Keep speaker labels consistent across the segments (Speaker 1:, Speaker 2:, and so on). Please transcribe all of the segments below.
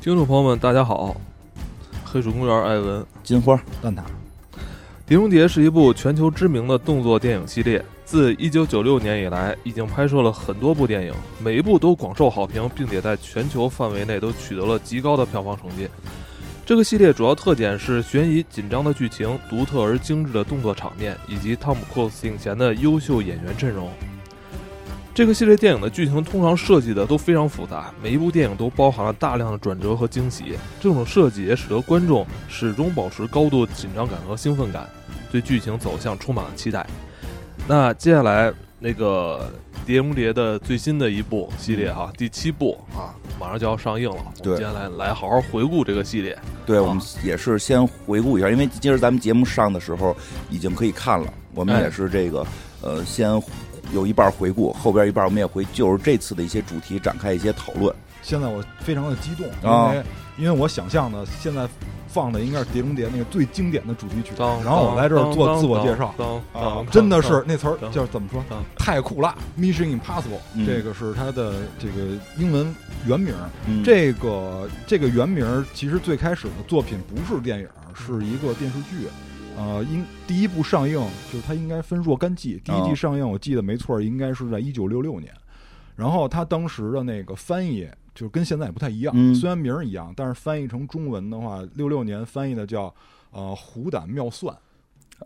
Speaker 1: 听众朋友们，大家好，黑水公园艾文，
Speaker 2: 金花蛋挞，
Speaker 1: 《碟中谍》是一部全球知名的动作电影系列，自1996年以来，已经拍摄了很多部电影，每一部都广受好评，并且在全球范围内都取得了极高的票房成绩。这个系列主要特点是悬疑紧张的剧情、独特而精致的动作场面，以及汤姆·克鲁斯影前的优秀演员阵容。这个系列电影的剧情通常设计的都非常复杂，每一部电影都包含了大量的转折和惊喜。这种设计也使得观众始终保持高度紧张感和兴奋感，对剧情走向充满了期待。那接下来那个《碟中谍》的最新的一部系列哈、第七部啊，马上就要上映了。我们
Speaker 2: 对
Speaker 1: 接下来来好好回顾这个系列。
Speaker 2: 对
Speaker 1: 好
Speaker 2: 我们也是先回顾一下，因为今儿咱们节目上的时候已经可以看了，我们
Speaker 1: 哎
Speaker 2: 也是这个呃先有一半回顾，后边一半我们也会就是这次的一些主题展开一些讨论。
Speaker 3: 现在我非常的激动，因
Speaker 2: 啊
Speaker 3: 为、因为我想象的现在放的应该是《碟中谍》那个最经典的主题曲，
Speaker 1: 当
Speaker 3: 然后我来这儿做自我介绍，
Speaker 1: 当
Speaker 3: 啊，真的是那词儿
Speaker 1: 当
Speaker 3: 叫怎么说
Speaker 1: 当？
Speaker 3: 太酷啦，Mission Impossible，、
Speaker 2: 嗯
Speaker 3: 这个是它的这个英文原名。
Speaker 2: 嗯，
Speaker 3: 这个这个原名其实最开始的作品不是电影，是一个电视剧。呃，应第一部上映就是它应该分若干季，第一季
Speaker 2: 哦
Speaker 3: 上映我记得没错，应该是在一九六六年。然后它当时的那个翻译就是跟现在也不太一样，
Speaker 2: 嗯
Speaker 3: 虽然名儿一样，但是翻译成中文的话，六六年翻译的叫呃“虎胆妙算”。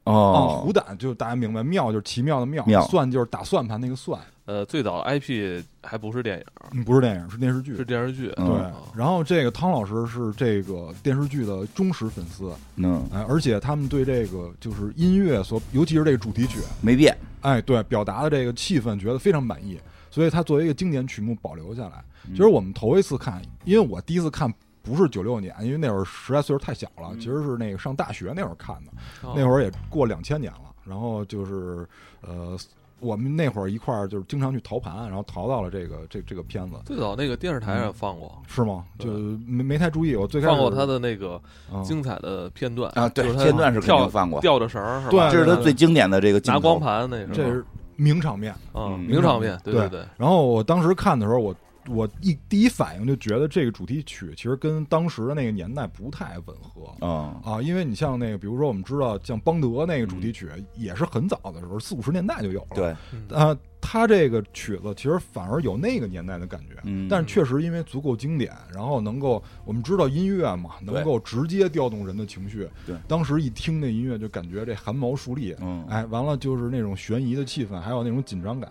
Speaker 3: 啊，
Speaker 2: 哦
Speaker 3: 虎，胆就是大家明白，妙就是奇妙的妙，
Speaker 2: 妙
Speaker 3: 算就是打算盘那个算，
Speaker 1: 呃，最早的 IP 还不是电影，
Speaker 3: 嗯，不是电影，是电视剧。
Speaker 1: 是电视剧。
Speaker 2: 嗯
Speaker 3: 对
Speaker 1: 啊，
Speaker 3: 然后这个汤老师是这个电视剧的忠实粉丝，
Speaker 2: 嗯，
Speaker 3: 哎，而且他们对这个就是音乐所，尤其是这个主题曲，
Speaker 2: 没变，
Speaker 3: 哎，对表达的这个气氛，觉得非常满意，所以它作为一个经典曲目保留下来。其实我们头一次看，因为我第一次看不是九六年，因为那会儿实在岁数太小了，其实是那个上大学那会儿看的。那
Speaker 1: 儿
Speaker 3: 会儿也过两千年了，然后就是呃，我们那会儿一块儿就是经常去淘盘，然后淘到了这个这这个片子，
Speaker 1: 最早那个电视台上放过，
Speaker 3: 是吗？就
Speaker 1: 对
Speaker 3: 没没太注意，我嗯最开始
Speaker 1: 放过他的那个
Speaker 3: 嗯
Speaker 1: 精彩的片段
Speaker 2: 啊对
Speaker 1: 就是他
Speaker 2: 片段是肯定
Speaker 1: 跳
Speaker 2: 放过
Speaker 1: 吊着绳儿是吧？
Speaker 2: 这
Speaker 3: 对
Speaker 2: 是他最经典的这个镜
Speaker 1: 拿
Speaker 2: 头
Speaker 1: 光盘那是吧
Speaker 3: 这是名场面。
Speaker 1: 啊
Speaker 2: 嗯
Speaker 1: 名场面，对
Speaker 3: 对
Speaker 1: 对，
Speaker 3: 然后我当时看的时候，我我一第一反应就觉得这个主题曲其实跟当时的那个年代不太吻合。
Speaker 2: 啊，
Speaker 3: 啊，因为你像那个，比如说我们知道，像邦德那个主题曲也是很早的时候，四五十年代就有了。
Speaker 2: 对，
Speaker 3: 啊，他这个曲子其实反而有那个年代的感觉，
Speaker 2: 嗯
Speaker 3: 但是确实因为足够经典，然后能够我们知道音乐嘛，能够直接调动人的情绪。
Speaker 2: 对
Speaker 3: 当时一听那音乐就感觉这汗毛竖立，
Speaker 2: 嗯
Speaker 3: 哎，完了就是那种悬疑的气氛，还有那种紧张感。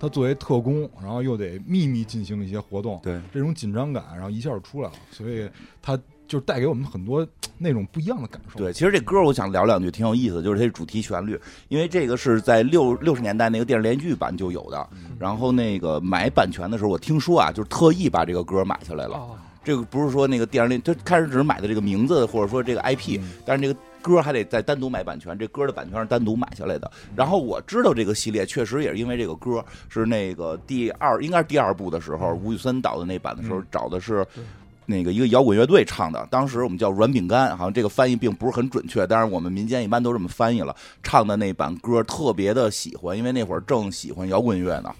Speaker 3: 他作为特工，然后又得秘密进行一些活动，
Speaker 2: 对，
Speaker 3: 这种紧张感，然后一下就出来了，所以他就带给我们很多嘖那种不一样的感受。
Speaker 2: 对，其实这歌我想聊两句，挺有意思，就是它的主题旋律，因为这个是在六六十年代那个电视连续剧版就有的，然后那个买版权的时候，我听说啊，就是特意把这个歌买下来了。
Speaker 1: 啊，
Speaker 2: 这个不是说那个电视连，它开始只是买的这个名字或者说这个 IP，但是这个。歌还得再单独买版权，这歌的版权是单独买下来的。然后我知道这个系列确实也是因为这个歌是那个第二，应该是第二部的时候，吴宇森导的那版的时候找的是
Speaker 1: 对
Speaker 2: 那个一个摇滚乐队唱的，当时我们叫软饼干，好像这个翻译并不是很准确，但是我们民间一般都这么翻译了。唱的那版歌特别的喜欢，因为那会儿正喜欢摇滚乐呢，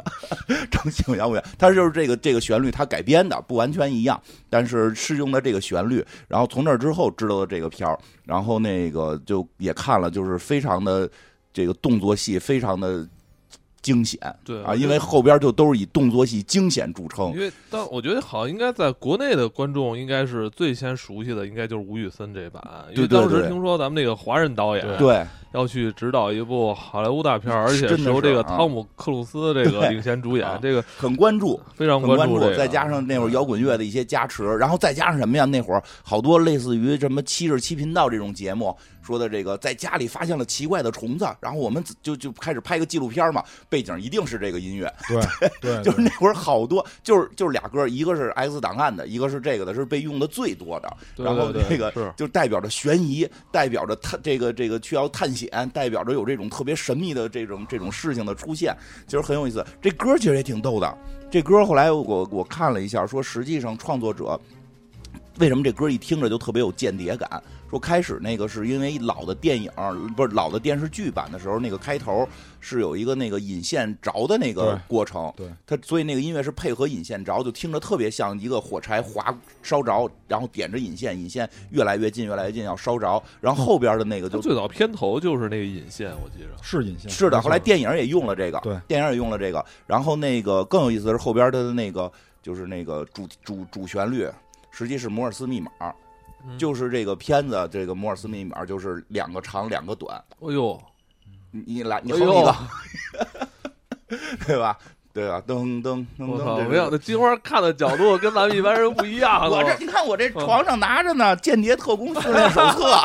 Speaker 2: 正喜欢摇滚乐。它就是这个这个旋律，它改编的不完全一样，但是是用的这个旋律。然后从那之后知道了这个片儿，然后那个就也看了，就是非常的这个动作戏，非常的惊险
Speaker 1: 对
Speaker 2: 啊，因为后边就都是以动作戏惊险著称
Speaker 1: 因。为但我觉得好像应该在国内的观众应该是最先熟悉的，应该就是吴宇森这版，因为
Speaker 2: 对对
Speaker 1: 当时
Speaker 2: 对
Speaker 1: 听说咱们那个华人导演
Speaker 2: 对，
Speaker 1: 要去执导一部好莱坞大片儿，而且
Speaker 2: 真的
Speaker 1: 是由这
Speaker 2: 是
Speaker 1: 个
Speaker 2: 啊
Speaker 1: 汤姆克鲁斯这个
Speaker 2: 对
Speaker 1: 领衔主演
Speaker 2: 啊，
Speaker 1: 这个
Speaker 2: 很关注，
Speaker 1: 非常
Speaker 2: 很关
Speaker 1: 注这个，
Speaker 2: 再加上那会儿摇滚乐的一些加持，然后再加上什么呀？那会儿好多类似于什么七十七频道这种节目说的这个，在家里发现了奇怪的虫子，然后我们就就开始拍个纪录片嘛，背景一定是这个音乐，
Speaker 3: 对 对，
Speaker 2: 就是那会儿好多就是就是俩歌，一个是 X 档案的，一个是这个的，是被用的最多的，
Speaker 1: 对
Speaker 2: 然后
Speaker 1: 对对
Speaker 2: 那个
Speaker 1: 是
Speaker 2: 就代表着悬疑，代表着探这个这个需要探险，代表着有这种特别神秘的这种这种事情的出现，其实很有意思。这歌其实也挺逗的，这歌后来我我看了一下，说实际上创作者。为什么这歌一听着就特别有间谍感？说开始那个是因为老的电影不是老的电视剧版的时候，那个开头是有一个那个引线着的那个
Speaker 3: 对
Speaker 2: 过程，
Speaker 3: 对，
Speaker 2: 它所以那个音乐是配合引线着，就听着特别像一个火柴划烧着，然后点着引线，引线越来越近，越来越近要烧着，然后后边的那个
Speaker 1: 它
Speaker 2: 就
Speaker 1: 最早片头就是那个引线，我记着。
Speaker 3: 是引线，
Speaker 2: 是的，
Speaker 3: 没错
Speaker 2: 后来电影也用了这个，
Speaker 3: 对
Speaker 2: 电影也用了这个。然后那个更有意思的是后边它的那个就是那个主主主旋律，实际是摩尔斯密码，
Speaker 1: 嗯
Speaker 2: 就是这个片子这个摩尔斯密码就是两个长两个短，
Speaker 1: 哎呦，
Speaker 2: 你你来你
Speaker 1: 哎
Speaker 2: 哼一个
Speaker 1: 呦，，
Speaker 2: 对吧？对吧？噔噔噔
Speaker 1: 我
Speaker 2: 噔，
Speaker 1: 操！
Speaker 2: 这是
Speaker 1: 没想到金花看的角度跟咱们一般人不一样啊
Speaker 2: 我这
Speaker 1: 了。
Speaker 2: 你看我这床上拿着呢，《间谍特工训练手册》，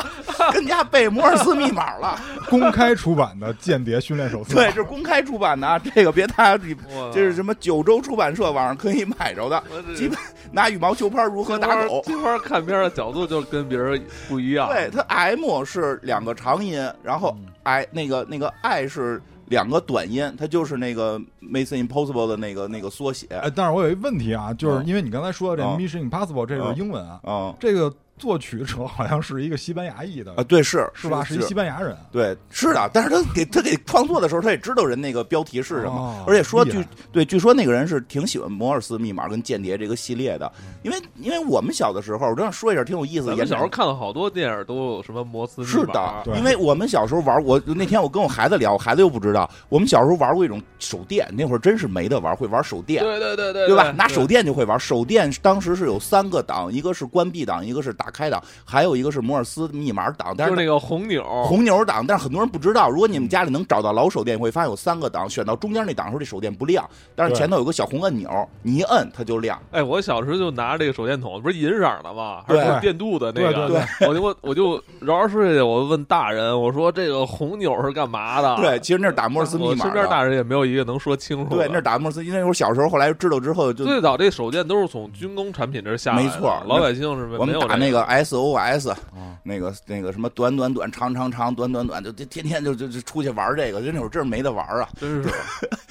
Speaker 2: 跟家背摩尔斯密码了。
Speaker 3: 公开出版的《间谍训练手册》，
Speaker 2: 对，这是公开出版的啊，这个别大家
Speaker 1: 我
Speaker 2: 这是什么九州出版社网上可以买着的。
Speaker 1: 我这
Speaker 2: 基本拿羽毛球拍如何
Speaker 1: 金
Speaker 2: 打
Speaker 1: 花
Speaker 2: 狗？
Speaker 1: 金花看片的角度就跟别人不一样。
Speaker 2: 对，它 M 是两个长音，然后
Speaker 3: 嗯
Speaker 2: I 那个那个 I 是两个短音，它就是那个 Mission Impossible 的那个那个缩写。
Speaker 3: 哎，但是我有一问题啊，就是因为你刚才说的这
Speaker 2: 嗯
Speaker 3: Mission Impossible 这是英文啊，
Speaker 2: 嗯
Speaker 3: 这个作曲者好像是一个西班牙裔的
Speaker 2: 啊，，对，是
Speaker 3: 是吧？是一西班牙人，
Speaker 2: 对，是的，但是他给他给创作的时候，他也知道人那个标题是什么，
Speaker 3: 哦
Speaker 2: 而且说据
Speaker 3: 厉害
Speaker 2: 对，据说那个人是挺喜欢摩尔斯密码跟间谍这个系列的，
Speaker 3: 嗯
Speaker 2: 因为因为我们小的时候，我这样说一下挺有意思，
Speaker 1: 咱
Speaker 2: 也
Speaker 1: 们小时候看了好多电影，都有什么摩斯密
Speaker 2: 是
Speaker 1: 码
Speaker 2: 的，
Speaker 3: 对
Speaker 2: 因为我们小时候玩，我那天我跟我孩子聊，我孩子又不知道，我们小时候玩过一种手电，那会儿真是没得玩，会玩手电。
Speaker 1: 对对对对，
Speaker 2: 对吧？拿手电就会玩。手电当时是有三个档，一个是关闭档，一个是打开档，还有一个是摩尔斯密码档。但
Speaker 1: 就是是那个哦红钮，
Speaker 2: 红牛档，但是很多人不知道。如果你们家里能找到老手电，你会发现有三个档，选到中间那档的时候，这手电不亮，但是
Speaker 3: 对
Speaker 2: 前头有个小红按钮，你一摁它就亮。
Speaker 1: 哎，我小时候就拿着这个手电筒，不是银色儿的吗？还是
Speaker 2: 对
Speaker 1: 有电镀的那
Speaker 3: 对
Speaker 1: 个？
Speaker 3: 对
Speaker 1: 我就我我就饶饶睡去，我问大人，我说这个红钮是干嘛的？
Speaker 2: 对，，其实那是打摩尔斯密
Speaker 1: 啊我
Speaker 2: 码
Speaker 1: 身
Speaker 2: 的。
Speaker 1: 边大人也没有一个能说清楚的。
Speaker 2: 对，那是打摩尔斯，因为我小时候后来知道之后就
Speaker 1: 最早这手电都是从军工产品这儿下来的，
Speaker 2: 没错
Speaker 1: 老百姓是没
Speaker 2: 我
Speaker 1: 没
Speaker 2: 们
Speaker 1: 有
Speaker 2: 打那
Speaker 1: 个嗯
Speaker 2: 个 SOS，
Speaker 3: 啊
Speaker 2: 那个那个什么短短短长长长短短短，就就天天就就就出去玩这个，就那会儿真是没得玩啊，
Speaker 1: 真是，真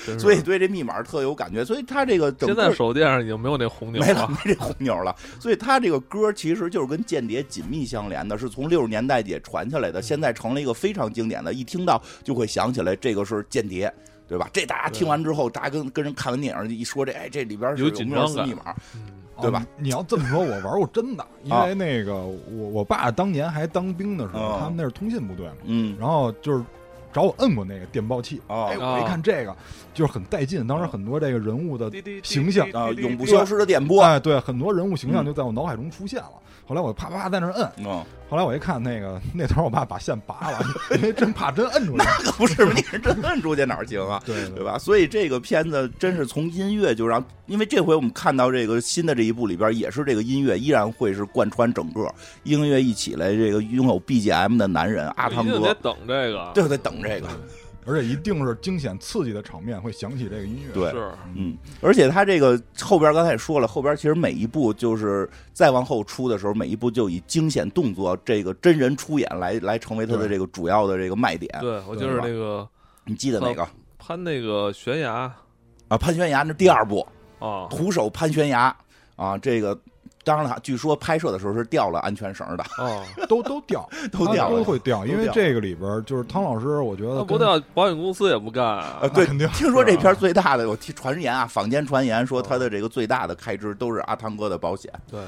Speaker 1: 是 啊
Speaker 2: 所以对这密码特有感觉，所以他这个整
Speaker 1: 现
Speaker 2: 个
Speaker 1: 在手电上已经没有那红钮
Speaker 2: 没了
Speaker 1: 了。
Speaker 2: 没这红钮了，所以他这个歌其实就是跟间谍紧密相连的，是从六十年代也传下来
Speaker 1: 嗯
Speaker 2: 的，现在成了一个非常经典的，一听到就会想起来这个是间谍。对吧？这大家听完之后，大家跟跟人看完电影一说这，哎，这里边是
Speaker 1: 有
Speaker 2: 有
Speaker 1: 紧
Speaker 2: 摩尔斯
Speaker 1: 张感
Speaker 2: 密码，
Speaker 3: 哦
Speaker 2: 对吧？啊
Speaker 3: 你要这么说，我玩过 真的，因为那个我我爸当年还当兵的时候，
Speaker 2: 嗯
Speaker 3: 他们那是通信部队嘛，
Speaker 2: 嗯，
Speaker 3: 然后就是找我摁过那个电报器，
Speaker 2: 哦
Speaker 3: 哎，我一看这个就是很带劲，当时很多这个人物的
Speaker 1: 滴滴滴滴
Speaker 3: 形象
Speaker 2: 啊，
Speaker 1: 滴滴滴
Speaker 2: 永不消失的电波，
Speaker 3: 哎，对，很多人物形象
Speaker 2: 嗯
Speaker 3: 就在我脑海中出现了。后来我啪啪在那儿摁，
Speaker 2: 嗯，
Speaker 3: 后来我一看那个 那头，我爸把线拔了， 因为真怕真摁出来。
Speaker 2: 可不是，你是真摁出去哪儿行啊？
Speaker 3: 对
Speaker 2: 对吧？所以这个片子真是从音乐就让，因为这回我们看到这个新的这一部里边，也是这个音乐依然会是贯穿整个音乐一起来，这个拥有 BGM 的男人阿
Speaker 1: 我
Speaker 2: 汤
Speaker 1: 一定得
Speaker 2: 哥
Speaker 1: 等这个，
Speaker 2: 就得等这个，
Speaker 3: 而且一定是惊险刺激的场面会响起这个音乐。
Speaker 2: 对。
Speaker 1: 是
Speaker 2: 嗯，而且他这个后边刚才也说了，后边其实每一部就是再往后出的时候，每一部就以惊险动作这个真人出演来来成为他的
Speaker 3: 对
Speaker 2: 这个主要的这个卖点。
Speaker 1: 对我就是那个
Speaker 2: 你记得哪个
Speaker 1: 攀那个悬崖
Speaker 2: 啊？攀悬崖那第二部，
Speaker 1: 啊，
Speaker 2: 徒手攀悬崖啊，这个当然了，据说拍摄的时候是掉了安全绳的，
Speaker 1: 哦，
Speaker 3: 都都掉，
Speaker 2: 都
Speaker 3: 它
Speaker 2: 掉
Speaker 3: 啊都
Speaker 2: 了。
Speaker 3: 会掉，因为这个里边儿就是汤老师，我觉得
Speaker 1: 那啊不
Speaker 3: 跟
Speaker 1: 掉，保险公司也不干
Speaker 2: 啊，
Speaker 1: 啊。
Speaker 2: 对，
Speaker 3: 肯定啊哦
Speaker 2: 听说这片最大的，我听传言啊，坊间传言说他的这个最大的开支都是阿汤哥的保险，
Speaker 1: 对，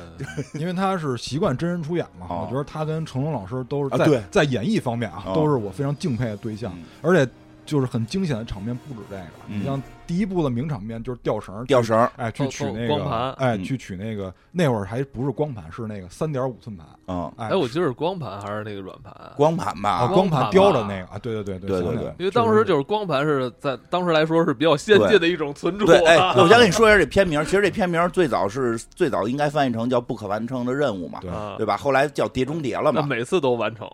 Speaker 3: 因为他是习惯真人出演嘛，
Speaker 2: 哦
Speaker 3: 我觉得他跟成龙老师都是
Speaker 2: 啊
Speaker 3: 在、
Speaker 2: 对
Speaker 3: 在演绎方面啊，
Speaker 2: 哦
Speaker 3: 都是我非常敬佩的对象，
Speaker 2: 嗯
Speaker 3: 而且就是很惊险的场面不止这个，
Speaker 2: 嗯
Speaker 3: 你像第一部的名场面就是吊绳儿
Speaker 2: 吊。绳儿
Speaker 3: 哎，去
Speaker 1: 光
Speaker 3: 取那个
Speaker 1: 哦光盘
Speaker 3: 哎，
Speaker 2: 嗯
Speaker 3: 去取那个，那会儿还不是光盘，是那个三点五寸盘。
Speaker 2: 嗯，
Speaker 3: 哎，
Speaker 1: 哎，我记得是光盘还是那个软盘？
Speaker 2: 光盘吧，
Speaker 3: 啊，光
Speaker 1: 光盘
Speaker 3: 雕的
Speaker 1: 吧
Speaker 3: 那个啊，对对对
Speaker 2: 对对
Speaker 3: 对
Speaker 2: 对
Speaker 1: 因为当时就是光盘是在当时来说是比较先进的一种存储
Speaker 2: 对，哎，
Speaker 1: 啊。
Speaker 2: 我先跟你说一下这片名，其实这片名最早是最早应该翻译成叫《不可完成的任务》嘛，
Speaker 3: 对
Speaker 1: 啊
Speaker 2: 对吧？后来叫《碟中谍》了
Speaker 1: 那
Speaker 2: 嘛，
Speaker 1: 每次都完成，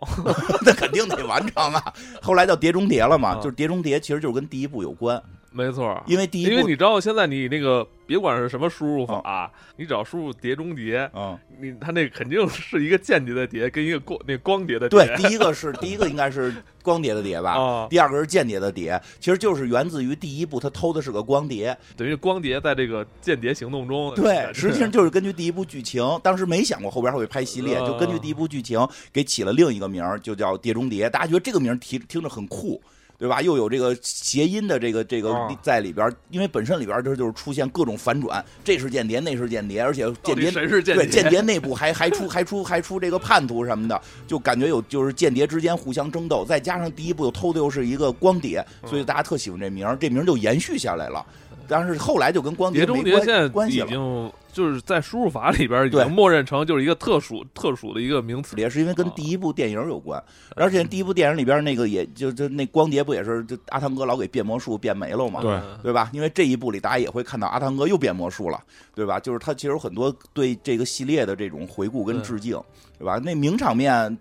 Speaker 2: 那肯定得完成啊。后来叫《碟中谍》了嘛，
Speaker 1: 啊
Speaker 3: 嗯
Speaker 2: 就是《碟中谍》其实就是跟第一部有关，
Speaker 1: 没错，
Speaker 2: 因为第一
Speaker 1: 嗯因为
Speaker 2: 部
Speaker 1: 你知道现在你那个别管是什么输入
Speaker 2: 啊
Speaker 1: 法，你只要输入碟中谍，
Speaker 2: 嗯。
Speaker 1: 你它那肯定是一个间谍的碟跟一个光那光碟的碟
Speaker 2: 对，第一个是第一个应该是光碟的碟吧，
Speaker 1: 啊，
Speaker 2: 第二个是间谍的碟，其实就是源自于第一部他偷的是个光碟，
Speaker 1: 等于光碟在这个间谍行动中，
Speaker 2: 对，实际上就是根据第一部剧情，当时没想过后边还会拍系列，
Speaker 1: 啊
Speaker 2: 就根据第一部剧情给起了另一个名儿，就叫《碟中谍》。大家觉得这个名儿提听着很酷。对吧？又有这个谐音的这个这个
Speaker 1: 啊
Speaker 2: 在里边儿，因为本身里边儿就是就是出现各种反转，这是间谍，那是间谍，而且
Speaker 1: 到
Speaker 2: 间谍
Speaker 1: 底谁是间
Speaker 2: 对
Speaker 1: 谍？
Speaker 2: 间谍内部还还出还出还出这个叛徒什么的，就感觉有就是间谍之间互相争斗，再加上第一部又偷的又是一个光碟，所以
Speaker 1: 嗯
Speaker 2: 大家特喜欢这名儿，这名儿就延续下来了。但是后来就跟光碟
Speaker 1: 碟
Speaker 2: 没
Speaker 1: 中谍
Speaker 2: 关
Speaker 1: 现在
Speaker 2: 关系
Speaker 1: 已
Speaker 2: 了。
Speaker 1: 经就是在输入法里边已
Speaker 2: 对
Speaker 1: 经默认成就是一个特属特属的一个名词，
Speaker 2: 也是因为跟
Speaker 1: 啊呃
Speaker 2: 第一部电影有关，而且第一部电影里边那个也就就那光碟不也是就阿汤哥老给变魔术变没了嘛，
Speaker 3: 对
Speaker 1: 嗯
Speaker 2: 对吧？因为这一部里大家也会看到阿汤哥又变魔术了，对吧？就是他其实有很多对这个系列的这种回顾跟
Speaker 1: 对
Speaker 2: 致敬，对吧？那名场面，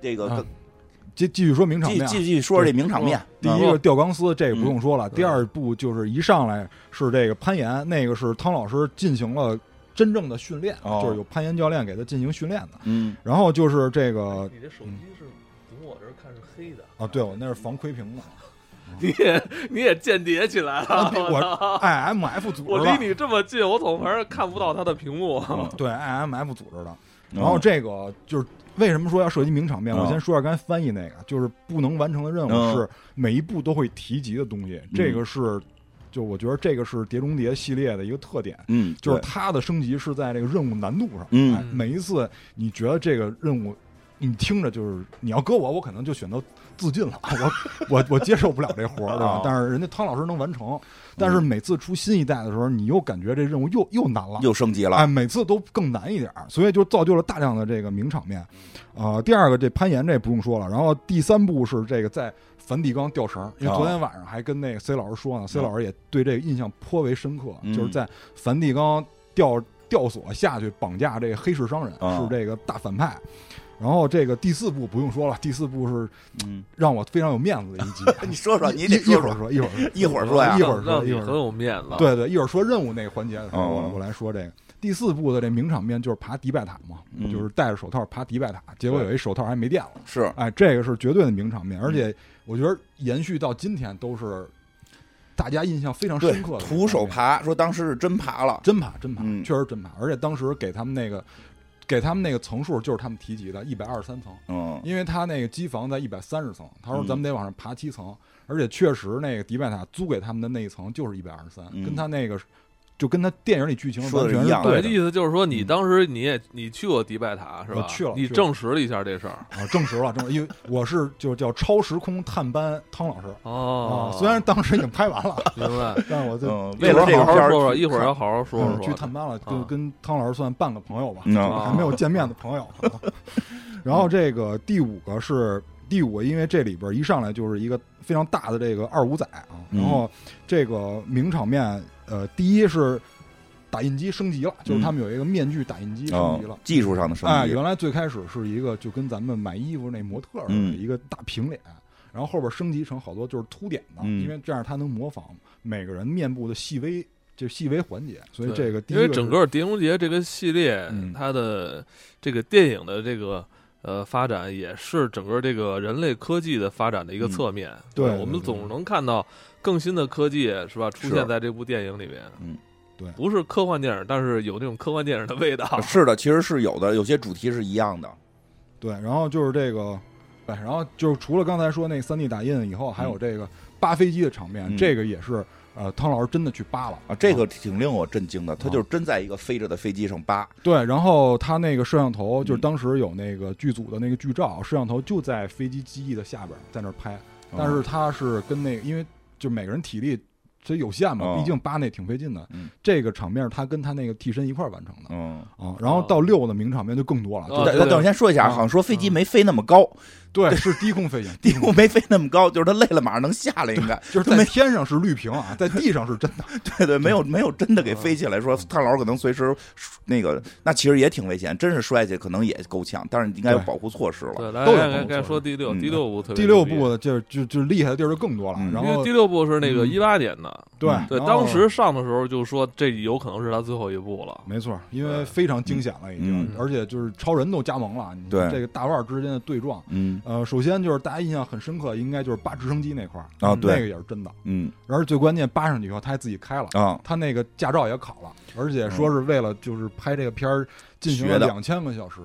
Speaker 2: 这个
Speaker 3: 啊继继续说名场
Speaker 2: 继
Speaker 3: 面啊。哦
Speaker 2: 继续说这名场面，
Speaker 3: 第一
Speaker 1: 嗯
Speaker 3: 个吊钢丝，这个不
Speaker 2: 嗯
Speaker 3: 用说了。第二部就是一上来是这个攀岩，那个是汤老师进行了真正的训练，
Speaker 2: 哦
Speaker 3: 就是有攀岩教练给他进行训练的。
Speaker 2: 嗯，
Speaker 3: 然后就是这个
Speaker 1: 你这手机是从我这儿看是黑的
Speaker 3: 呃啊，对我那是防窥屏的，
Speaker 1: 你也你也间谍起来 了，
Speaker 3: 啊 我 IMF 组
Speaker 1: 我
Speaker 3: 织
Speaker 1: 离
Speaker 3: 的，
Speaker 1: 你这么近，我总还是看不到它的屏幕。啊
Speaker 2: 嗯
Speaker 3: 对 IMF 组
Speaker 2: 哦
Speaker 3: 织的。然后这个就是为什么说要涉及名场面？
Speaker 2: 嗯
Speaker 3: 我先说一下刚才翻译那个，就是不能完成的任
Speaker 2: 嗯
Speaker 3: 务是每一步都会提及的东西，这个是就我觉得这个是《碟中谍》系列的一个特点。
Speaker 2: 嗯，
Speaker 3: 就是
Speaker 2: 对
Speaker 3: 它的升级是在这个任务难度上，
Speaker 2: 嗯
Speaker 3: 哎每一次你觉得这个任务，你听着就是你要搁我，我可能就选择自尽了， 我我我接受不了这活儿，对吧
Speaker 2: 哦？嗯
Speaker 3: 但是人家汤老师能完成，但是每次出新一代的时候，你又感觉这任务又又难了，
Speaker 2: 又升级了
Speaker 3: 哎，，每次都更难一点儿，所以就造就了大量的这个名场面。呃，第二个这攀岩这不用说了，然后第三步是这个在梵蒂冈吊绳儿，因为
Speaker 2: 哦
Speaker 3: 昨天晚上还跟那个 C 老师说呢、c 老师也对这个印象颇为深刻，
Speaker 2: 嗯
Speaker 3: 就是在梵蒂冈吊吊索下去绑架这个黑市商人、
Speaker 2: 哦
Speaker 3: 是这个大反派。然后这个第四步不用说了，第四步是
Speaker 2: 嗯，
Speaker 3: 让我非常有面子的一集。
Speaker 2: 你说说， 你
Speaker 3: 哎一
Speaker 2: 得
Speaker 3: 一
Speaker 2: 说
Speaker 3: 会儿
Speaker 2: 说，
Speaker 3: 说，一会儿说
Speaker 2: 一会儿说呀
Speaker 3: 啊一，会儿说
Speaker 1: 让你
Speaker 3: 一会儿
Speaker 1: 很
Speaker 3: 说
Speaker 1: 有面子。，
Speaker 3: 对对，一会儿说任务那个环节的时候，我来
Speaker 2: 啊哦
Speaker 3: 我来说这个第四部的这名场面就是爬迪拜塔嘛，
Speaker 2: 嗯
Speaker 3: 就是戴着手套爬迪拜塔，结果有一手套还没电了，
Speaker 2: 是
Speaker 3: 哎，这个是绝对的名场面，而
Speaker 2: 嗯
Speaker 3: 且我觉得延续到今天都是大家印象非常
Speaker 2: 对
Speaker 3: 深刻的，
Speaker 2: 徒手，爬，说当时是真爬了，
Speaker 3: 真爬真爬
Speaker 2: 嗯，
Speaker 3: 确实真爬，而且当时给他们那个给他们那个层数就是他们提及的一百二十三层。
Speaker 2: 嗯
Speaker 3: 因为他那个机房在一百三十层，他说
Speaker 2: 嗯
Speaker 3: 咱们得往上爬七层，而且确实那个迪拜塔租给他们的那一层就是一百二十三，
Speaker 2: 嗯
Speaker 3: 跟他那个就跟他电影里剧情
Speaker 2: 说的
Speaker 3: 完
Speaker 2: 是
Speaker 3: 全
Speaker 2: 一样的
Speaker 3: 对
Speaker 1: 啊对，
Speaker 3: 的
Speaker 1: 意思就是说，你
Speaker 2: 嗯
Speaker 1: 当时你也你去过迪拜塔是吧？
Speaker 3: 我去了
Speaker 1: 你
Speaker 3: 去了
Speaker 1: 证实了一下这事儿。
Speaker 3: 啊，证实了证实，因为我是就叫超时空探班汤老师
Speaker 1: 哦
Speaker 3: 啊，，虽然当时已经拍完了，
Speaker 1: 明 白。
Speaker 3: 但是我就
Speaker 2: 嗯，为了这
Speaker 1: 一会
Speaker 2: 个
Speaker 1: 儿好
Speaker 2: 片
Speaker 1: 好
Speaker 2: 儿
Speaker 1: 说说，
Speaker 2: 去
Speaker 1: 一会儿
Speaker 2: 看
Speaker 1: 要好好说
Speaker 3: 嗯
Speaker 1: 说。
Speaker 3: 去探班了，就
Speaker 1: 啊
Speaker 3: 跟汤老师算半个朋友吧，
Speaker 2: 嗯
Speaker 3: 就是还没有见面的朋友。 然后这个第五个是第五个，因为这里边一上来就是一个非常大的这个二五仔啊，
Speaker 2: 嗯
Speaker 3: 然后这个名场面，呃，第一是打印机升级了，就是他们有一个面具打印机升级了
Speaker 2: 嗯哦。技术上的升
Speaker 3: 哎，
Speaker 2: 级，
Speaker 3: 原来最开始是一个就跟咱们买衣服那模特儿似的
Speaker 2: 嗯
Speaker 3: 一个大平脸，然后后边升级成好多就是凸点的，
Speaker 2: 嗯
Speaker 3: 因为这样它能模仿每个人面部的细微，就细微环节，所以
Speaker 1: 对
Speaker 3: 这个第一
Speaker 1: 因为
Speaker 3: 是
Speaker 1: 整个《碟中谍》这个系列，
Speaker 3: 嗯
Speaker 1: 它的这个电影的这个呃发展，也是整个这个人类科技的发展的一个
Speaker 2: 嗯
Speaker 1: 侧面。
Speaker 3: 对
Speaker 1: 我们
Speaker 3: 对对
Speaker 1: 总能看到更新的科技，是吧？出现在这部电影里面。
Speaker 2: 嗯，
Speaker 3: 对
Speaker 1: 不是科幻电影，但是有那种科幻电影的味道。
Speaker 2: 是的，其实是有的，有些主题是一样的，
Speaker 3: 对，然后就是这个，对，然后就是除了刚才说那三 D 打印以后，还有这个扒飞机的场面，
Speaker 2: 嗯
Speaker 3: 这个也是呃，汤老师真的去扒了
Speaker 2: 啊，这个挺令我震惊的，
Speaker 3: 啊
Speaker 2: 他就是真在一个飞着的飞机上扒，
Speaker 3: 对，然后他那个摄像头，就是
Speaker 2: 嗯
Speaker 3: 当时有那个剧组的那个剧照，摄像头就在飞机机翼的下边儿，在那儿拍，
Speaker 2: 哦
Speaker 3: 但是他是跟那个，因为就每个人体力这有限嘛，
Speaker 2: 哦
Speaker 3: 毕竟扒那挺费劲的。
Speaker 2: 嗯
Speaker 3: 这个场面他跟他那个替身一块儿完成的
Speaker 2: 嗯，
Speaker 3: 啊。然后到六的名场面就更多了，
Speaker 1: 哦
Speaker 3: 就
Speaker 2: 等
Speaker 1: 对
Speaker 2: 等，我先说一下，啊
Speaker 3: 嗯
Speaker 2: 好像说飞机没飞那么高，
Speaker 3: 对，是低 空飞行，
Speaker 2: 地幕没飞那么高，就是他累了马上能下来，应该
Speaker 3: 就是在天上是绿屏啊，在地上是真的。
Speaker 2: 对对，没有没有真的
Speaker 3: 啊
Speaker 2: 给飞起来，
Speaker 3: 嗯
Speaker 2: 说汤老师可能随时那个，那其实也挺危险，真是摔下去可能也够呛，但是你应该有
Speaker 3: 对
Speaker 2: 保护措施了。
Speaker 1: 对，来
Speaker 3: 都有
Speaker 1: 来
Speaker 3: 保护
Speaker 1: 来，该
Speaker 3: 措施
Speaker 1: 说第六，
Speaker 2: 嗯
Speaker 1: 第六部特别
Speaker 3: 第六
Speaker 1: 牛逼
Speaker 3: 部的就是就就厉害的地儿就更多了
Speaker 2: 嗯，
Speaker 3: 然
Speaker 1: 因为
Speaker 3: 后
Speaker 1: 第六部是那个
Speaker 3: 嗯
Speaker 1: 一八年的，
Speaker 4: 的。
Speaker 3: 对
Speaker 2: 嗯
Speaker 4: 对，
Speaker 3: 然后
Speaker 4: 当时上的时候就说这有可能是他最后一部了。
Speaker 3: 没错，因为
Speaker 4: 嗯
Speaker 3: 非常惊险了已经，
Speaker 4: 嗯
Speaker 3: 而且就是超人都加盟了，你
Speaker 2: 对
Speaker 3: 这个大腕儿之间的对撞。
Speaker 2: 嗯
Speaker 3: 呃，首先就是大家印象很深刻，应该就是扒直升机那块儿
Speaker 2: 啊对
Speaker 3: 那个也是真的。
Speaker 2: 嗯
Speaker 3: 然后最关键扒上去以后，他还自己开了，
Speaker 2: 啊，
Speaker 3: 他那个驾照也考了，而且说是为了就是拍这个片儿进行
Speaker 2: 哦
Speaker 3: 了
Speaker 2: 学的哦
Speaker 3: 两千个小时，